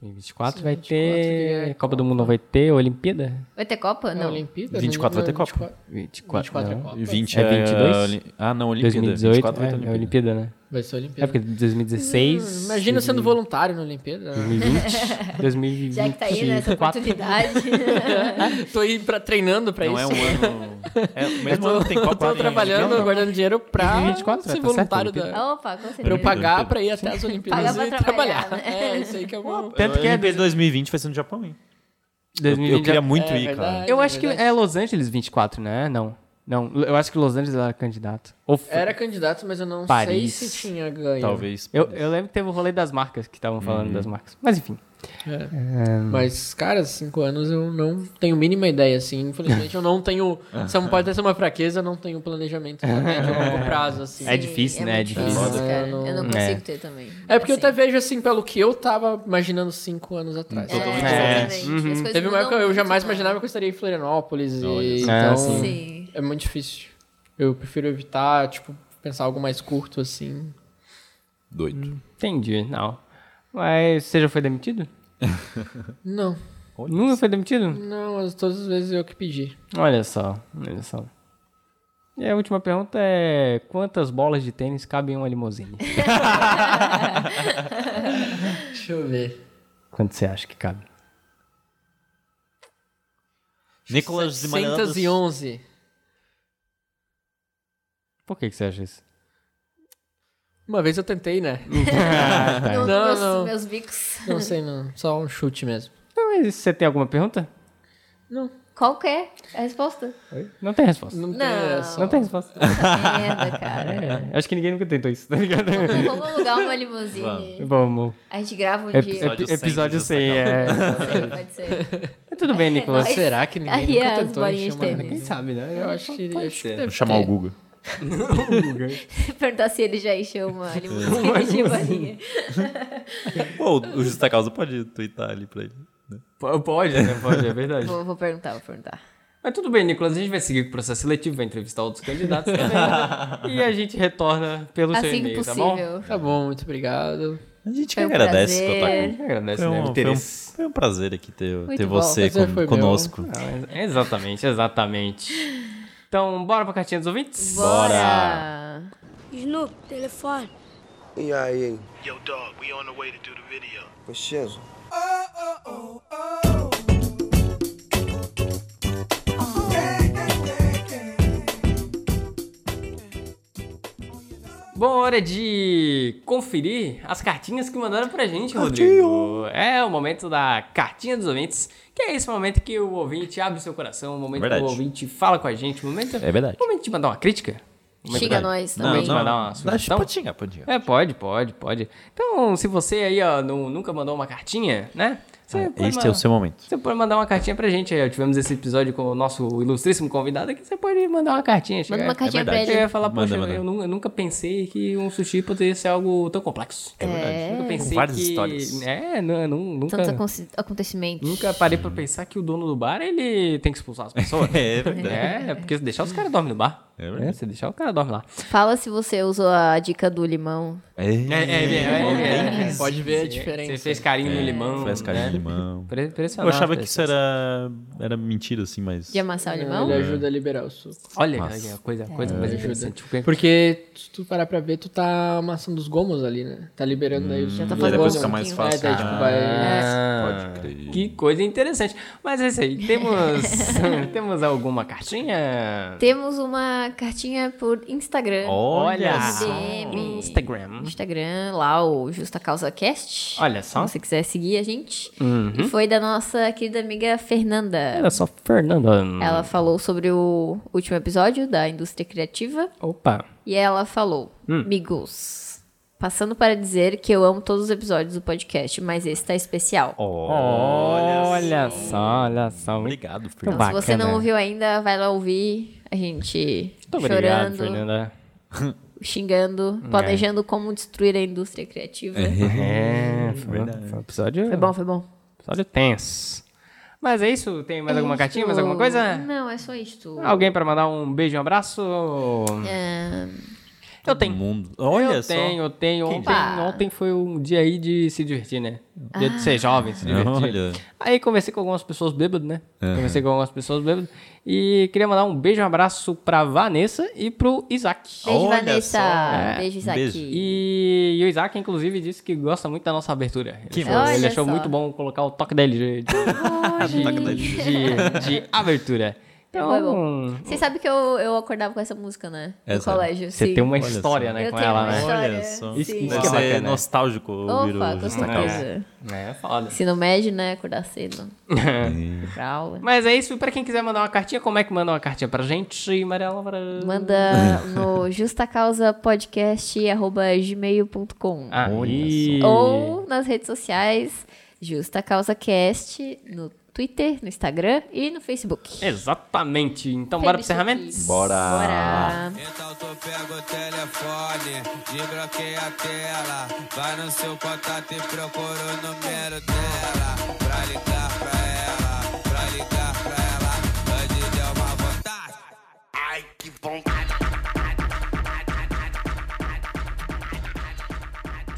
2024 vai ter.
é
Copa do Mundo não vai ter? Olimpíada?
Vai ter Copa?
Não.
Ah, Não.
Olimpíada?
24 vai ter Copa.
24.
24,
24 é
não.
Copa.
E 20
É
é,
22?
a Oli- Ah, não, Olimpíada.
2018
24 vai ter
é, é
Olimpíada.
Olimpíada, né?
Vai ser
É
Olimpíada.
porque 2016.
Hum, Imagina eu sendo voluntário na Olimpíada. né?
2020, 2020.
Já que tá aí nessa oportunidade.
Tô aí pra, treinando pra
Não
isso.
é um ano... É, o mesmo
Eu
ano tem Copa. né?
Tô
tem-
trabalhando,
Não,
guardando dinheiro pra
2024, tá
ser
certo,
voluntário
Olimpíada.
da...
Opa, com certeza.
Pra eu pagar
Olimpíada.
pra ir até as Olimpíadas
Pagar
e
pra
trabalhar.
trabalhar, né?
É, isso aí que é bom.
Tanto que é
Olimpíada 2020 vai ser no Japão, hein? Eu,
2020
eu queria muito
É
ir, cara.
verdade,
Eu acho que
verdade.
é Los Angeles 24, né? Não. Não, eu acho que Los Angeles era candidato. Ou f-
Era candidato, mas eu não
Paris.
sei se tinha ganho.
Talvez.
Eu, eu lembro que teve o rolê das marcas que estavam
Uhum.
falando das marcas. Mas enfim.
Mas, cara, cinco anos eu não tenho mínima ideia, assim. Infelizmente, eu não tenho. Isso é um, pode até ser uma fraqueza, eu não tenho planejamento a médio e longo prazo, assim.
É difícil, né? É
muito
difícil.
Foda.
cara.
Eu não-
Eu não
É.
consigo ter também.
É porque eu
Assim.
até vejo, assim, pelo que eu tava imaginando cinco anos atrás.
É,
É.
Uhum.
exatamente. As coisas
Teve uma
mudam
época que eu
muito,
jamais
né?
imaginava que eu estaria em Florianópolis. E,
só.
então,
Ah, sim.
Sim.
é muito difícil. Eu prefiro evitar, tipo, pensar algo mais curto, assim.
Doido.
Entendi, não. Mas você já foi demitido?
Não,
Nunca foi demitido?
não, mas todas as vezes eu que pedi.
Olha só, olha só. E a última pergunta é: quantas bolas de tênis cabem em uma limusine?
Deixa eu ver.
Quanto você acha que cabe?
Nicolas de Maneira dos-
611.
Por que, que você acha isso?
Uma vez eu tentei, né?
Ah, tá.
Não,
Não,
meus,
não.
meus bicos.
Não sei, não. Só um chute mesmo.
Não, mas você tem alguma pergunta?
Qual que é a resposta?
Não tem resposta.
Não, tem
Não.
essa.
Não tem resposta.
Essa merda, cara.
É, acho que ninguém nunca tentou isso, tá ligado?
Então, Vamos alugar uma limusine.
Vamos.
A gente grava um
Ep-
dia.
Episódio
ep-
100,
episódio
já
100, é.
Pode ser.
Tudo bem, Nicolas.
Nós-
Será que ninguém
Aí
nunca
as
tentou
bolinhas de
encher uma
tênis.
linha?
sabe, né?
Eu acho que, é acho que deve
Vou chamar
ter.
o Guga.
Perguntar se ele já encheu uma limusine de bolinha.
Pô, o Justa Causa pode twittar ali pra ele.
Pode, né? Pode, é verdade.
Vou, vou perguntar, vou perguntar.
Mas tudo bem, Nicolas, a gente vai seguir com o processo seletivo, vai entrevistar outros candidatos também. e a gente retorna pelo seu
Assim que
e-mail, tá bom?
possível.
Tá bom, muito obrigado.
A gente que
Foi um
agradece,
prazer.
Kotaku.
Agradece,
Foi um,
né?
foi um-
Interesse.
foi um prazer aqui ter,
Muito
ter
bom.
você
Prazer
con-
foi meu.
conosco.
Ah, Exatamente, exatamente. Então, bora pra cartinha dos ouvintes?
Bora!
Ah,
Snoop, telefone.
E aí, hein?
Yo, dog, we on the way to do the video.
Preciso?
Bom, hora de conferir as cartinhas que mandaram pra gente, Rodrigo. É o momento da cartinha dos ouvintes, que é esse momento que o ouvinte abre o seu coração, o momento que
Verdade.
o ouvinte fala com a gente, o momento,
É verdade.
o momento de mandar uma crítica. o momento
Xinga
da-
nós
o
também.
momento de mandar uma
Dá-
sugestão.
Pode xingar, pode xingar.
É, pode, pode, pode. Então, se você aí, ó, nu- nunca mandou uma cartinha, né? Você pode
Este
mandar-
é o seu momento.
Você pode mandar uma cartinha pra gente aí. ó. Tivemos esse episódio com o nosso ilustríssimo convidado aqui. Você pode mandar uma cartinha.
Manda uma cartinha pra
É verdade.
ele.
Eu ia falar,
Manda,
poxa,
manda.
Eu, nu- eu nunca pensei que um sushi poderia ser algo tão complexo. É verdade. Nunca pensei
várias
que...
histórias.
É, não, não-
Tantos
nunca...
aconte- acontecimentos.
Nunca parei pra pensar que o dono do bar, ele tem que expulsar as pessoas.
É verdade.
É, porque se deixar os caras dormem no bar.
É verdade.
se deixar o cara dorme lá.
Fala se você usou a dica do limão.
É,
Pode ver a
É, Você
diferença.
fez carinho no limão.
Faz é. carinho é. de limão.
Né? Impressionante.
Eu achava que isso era, era mentira, assim, mas.
é
De amassar
Hum,
o limão?
Ele ajuda a liberar o suco.
Olha, olha, coisa,
É.
coisa mais interessante. Tipo,
Porque se tu parar pra ver, tu tá amassando os gomos ali, né? Tá liberando aí os Já
tá
E aí
fazendo
depois
um
fica mais
pouquinho.
É,
fácil.
daí, tipo, vai...
Ah,
Pode crer.
Que coisa interessante. Mas é isso aí. Temos, temos alguma cartinha?
Temos uma cartinha por Instagram. um
Olha só.
DM.
Instagram.
Instagram, lá o Justa Causa Cast.
Olha só.
Se você quiser seguir a gente. E foi da nossa querida amiga Fernanda.
Olha só, Fernanda.
Ela falou sobre o último episódio da indústria criativa.
Opa.
E ela falou:
Hum.
Migos, passando para dizer que eu amo todos os episódios do podcast, mas esse tá especial.
Olha, só, olha só.
Obrigado,
Então
Fernando.
Então, se você
bacana.
não ouviu ainda, vai lá ouvir. A gente
Muito obrigado,
chorando,
Fernanda.
xingando, planejando como destruir a indústria criativa.
É, foi, foi um episódio,
Foi bom, foi bom.
episódio tenso. Mas é isso. Tem mais alguma
Isto-
cartinha? Mais alguma coisa?
Não, é só isto.
Alguém pra mandar um beijo, um abraço?
É,
Eu tenho.
Mundo. Olha
eu
só.
tenho, eu tenho. Ontem,
diria?
ontem foi um dia aí de se divertir, né? Dia
Ah.
de ser jovem, se divertir.
Olha.
Aí conversei com algumas pessoas bêbadas, né? Conversei com algumas pessoas bêbadas. E queria mandar um beijo e um abraço pra Vanessa e pro Isaac.
Beijo,
Olha
Vanessa.
só.
É,
Beijo,
Um
Isaac.
beijo.
E, e o Isaac, inclusive, disse que gosta muito da nossa abertura.
Que
ele
massa.
achou, ele
Olha
achou
só.
muito bom colocar o toque dele de, de, de- de abertura. Então,
É bom. Você sabe que eu, eu acordava com essa música, né? No
Essa.
colégio.
você
sim.
tem uma
só.
história né,
Eu
com
tenho
ela,
uma
né?
história.
Olha só.
Isso-
sim.
isso
Deve
que é
ser
bacana.
nostálgico ouvir né?
Opa,
o
com
Justa Causa.
certeza.
É, foda.
Se não mede, né? Acordar cedo. pra aula.
Mas é isso. E pra quem quiser mandar uma cartinha, como é que manda uma cartinha pra gente, Maria Laura?
Manda no justacausapodcast.gmail.com
Ah,
Ou nas redes sociais, Justa Causa Cast, no Twitter, no Instagram e no Facebook.
É. Exatamente. Então, bora pro encerramento?
Bora.
Ah.
Então tu pega o telefone, desbloqueia a tela. Vai no seu contato e procura o número dela. Pra ligar pra ela, pra ligar pra ela. Antes de uma vontade.
Ai, que vontade.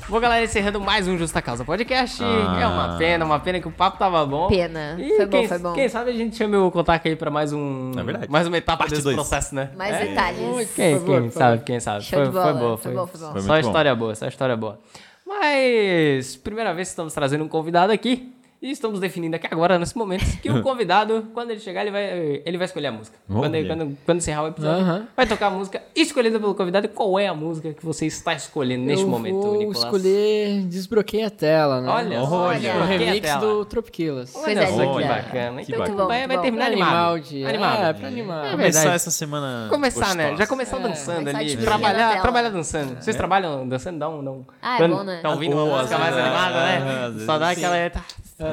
Bom, galera, encerrando mais um Justa Causa Podcast.
Ah.
É uma pena, uma pena que o papo tava bom.
Pena.
E
Foi bom,
quem,
foi bom.
Quem sabe a gente chama o contato aí pra mais um.
É verdade.
Mais uma etapa
Parte
desse
dois.
processo, né?
Mais
É.
detalhes.
Quem,
Por favor,
quem
por
sabe,
favor.
quem sabe.
Show de bola.
boa,
Foi bom, foi bom.
Foi
só
muito bom.
história boa, só história boa. Mas, primeira vez que estamos trazendo um convidado aqui. E estamos definindo aqui agora, nesse momento, que o convidado, quando ele chegar, ele vai, ele vai escolher a música.
Olha.
Quando, ele- quando, quando encerrar o episódio,
Aham.
vai tocar a música escolhida pelo convidado. E Qual é a música que você está escolhendo neste
eu
momento,
vou
Nicolas?
escolher Desbloqueei a Tela, né?
Olha, só,
Olha.
O
desbloqueia a
remix
tela.
do Tropiquilas.
Coisa
Olha só que
linda.
bacana.
Que
Então
bacana.
tu vai, vai
Muito bom.
terminar
Animal
animado.
de...
Animado.
É, pra animar.
verdade.
Começar essa semana.
Começar, né?
gostosa.
Já começar dançando
começar
ali.
É, de na
Trabalhar,
tela. É.
trabalhar dançando. Vocês trabalham dançando? Dá um. Dá um
Ah, é
quando
bom, né?
Tá ouvindo uma
Boa,
música
às
mais
vezes,
animada,
é,
né?
às
Só dá
vezes,
aquela. tá, um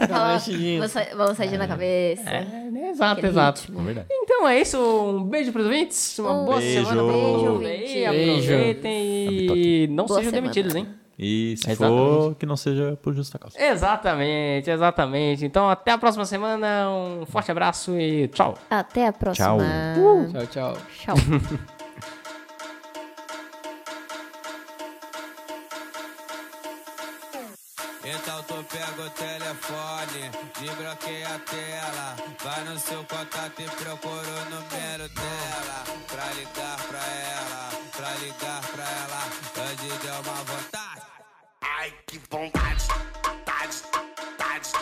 Aquela lança- lançadinha
É.
na cabeça.
né? Exato,
Aquele
exato.
ritmo.
Verdade.
Então é isso. Um beijo pros ouvintes. Uma
Um
boa
beijo.
semana pra todo mundo
Beijo,
aí.
ouvinte.
Aproveitem e não
Boa
sejam
semana.
demitidos, hein?
E se for,
Exatamente.
que não seja por justa causa.
Exatamente, exatamente. Então até a próxima semana, um forte abraço e tchau.
Até a
Tchau.
Tchau,
próxima.
tchau.
Tchau.
Então tu pega o telefone, desbloqueia a tela, vai no seu contato e procura o número dela, pra ligar pra ela, pra ligar pra ela, hoje deu uma vontade.
Ai, que vontade. Tade, tade,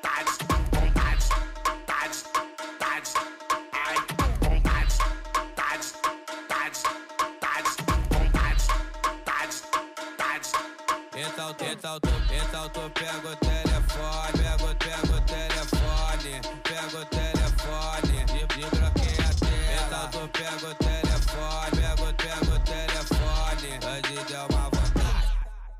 tade, vontade. Tade, tade. Ai, que vontade. Tade, tade, tade, vontade. Tade, tade.
Então tu, então tu, então tu pega o telefone, pega, o- pega o telefone, pega o telefone, de, desbloqueia a tela. Então tu pega o telefone, pega, o- pega o telefone, hoje deu uma vontade.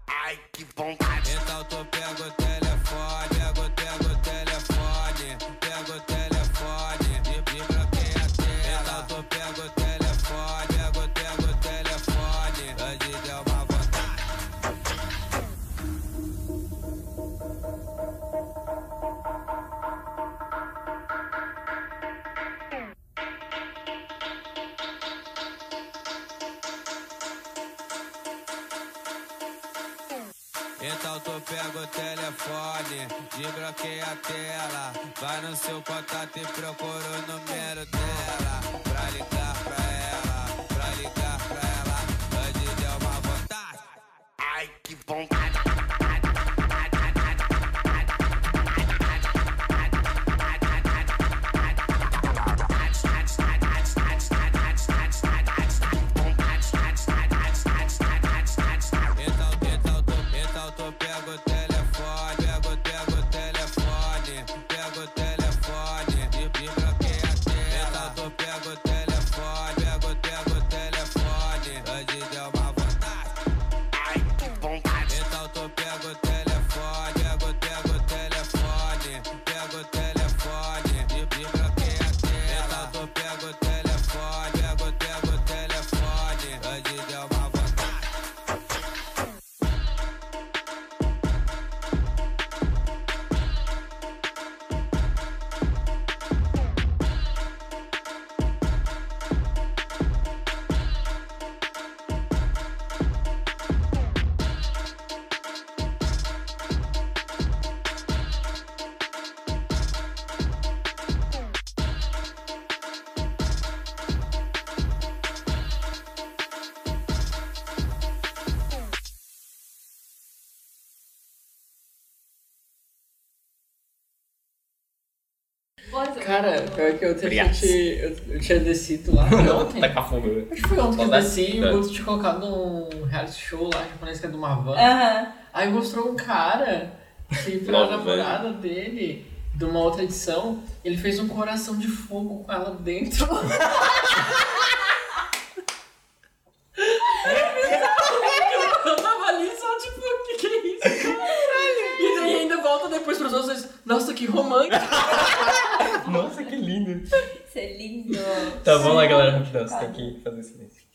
Ai, que vontade.
Então tu pega o telefone, pega, o- pega o telefone, pega o telefone, de, desbloqueia a tela. Então tu pega o telefone, pega, o- pega o telefone, hoje deu uma vontade. Então tu pega o telefone, desbloqueia a tela, vai no seu contato e procura o número dela, pra ligar pra ela, pra ligar pra ela, hoje deu uma vontade.
Ai, que vontade.
Então, então tu, então tu pega o telefone, pega, o- pega o telefone, pega o telefone, de- desbloqueia a tela. Então tu pega o telefone, pega, o- pega o telefone, hoje deu uma vontade.
Ai, que vontade.
Então tu pega o telefone, pega, o- pega o telefone, pega o telefone, de- desbloqueia a tela. Então tu pega o telefone, pega, o- pega o telefone, hoje deu uma vontade.
Cara, pior que eu tinha, eu, eu tinha descido lá ontem.
Tá com a fuga.
Acho que foi ontem que eu
Saudade.
desci e o Guto tinha colocado num reality show lá, japonês que é de uma van. Aí mostrou um cara que pela
Novo,
namorada dele, de uma outra edição, ele fez um coração de fogo com ela dentro. Eu tava ali só tipo, o que, que é isso? Caralho! E daí ainda volta depois pros outros, nossa, que romântico!
Nossa, que lindo.
Isso é lindo.
Tá bom lá, galera, rapidão. Você tem que fazer silêncio.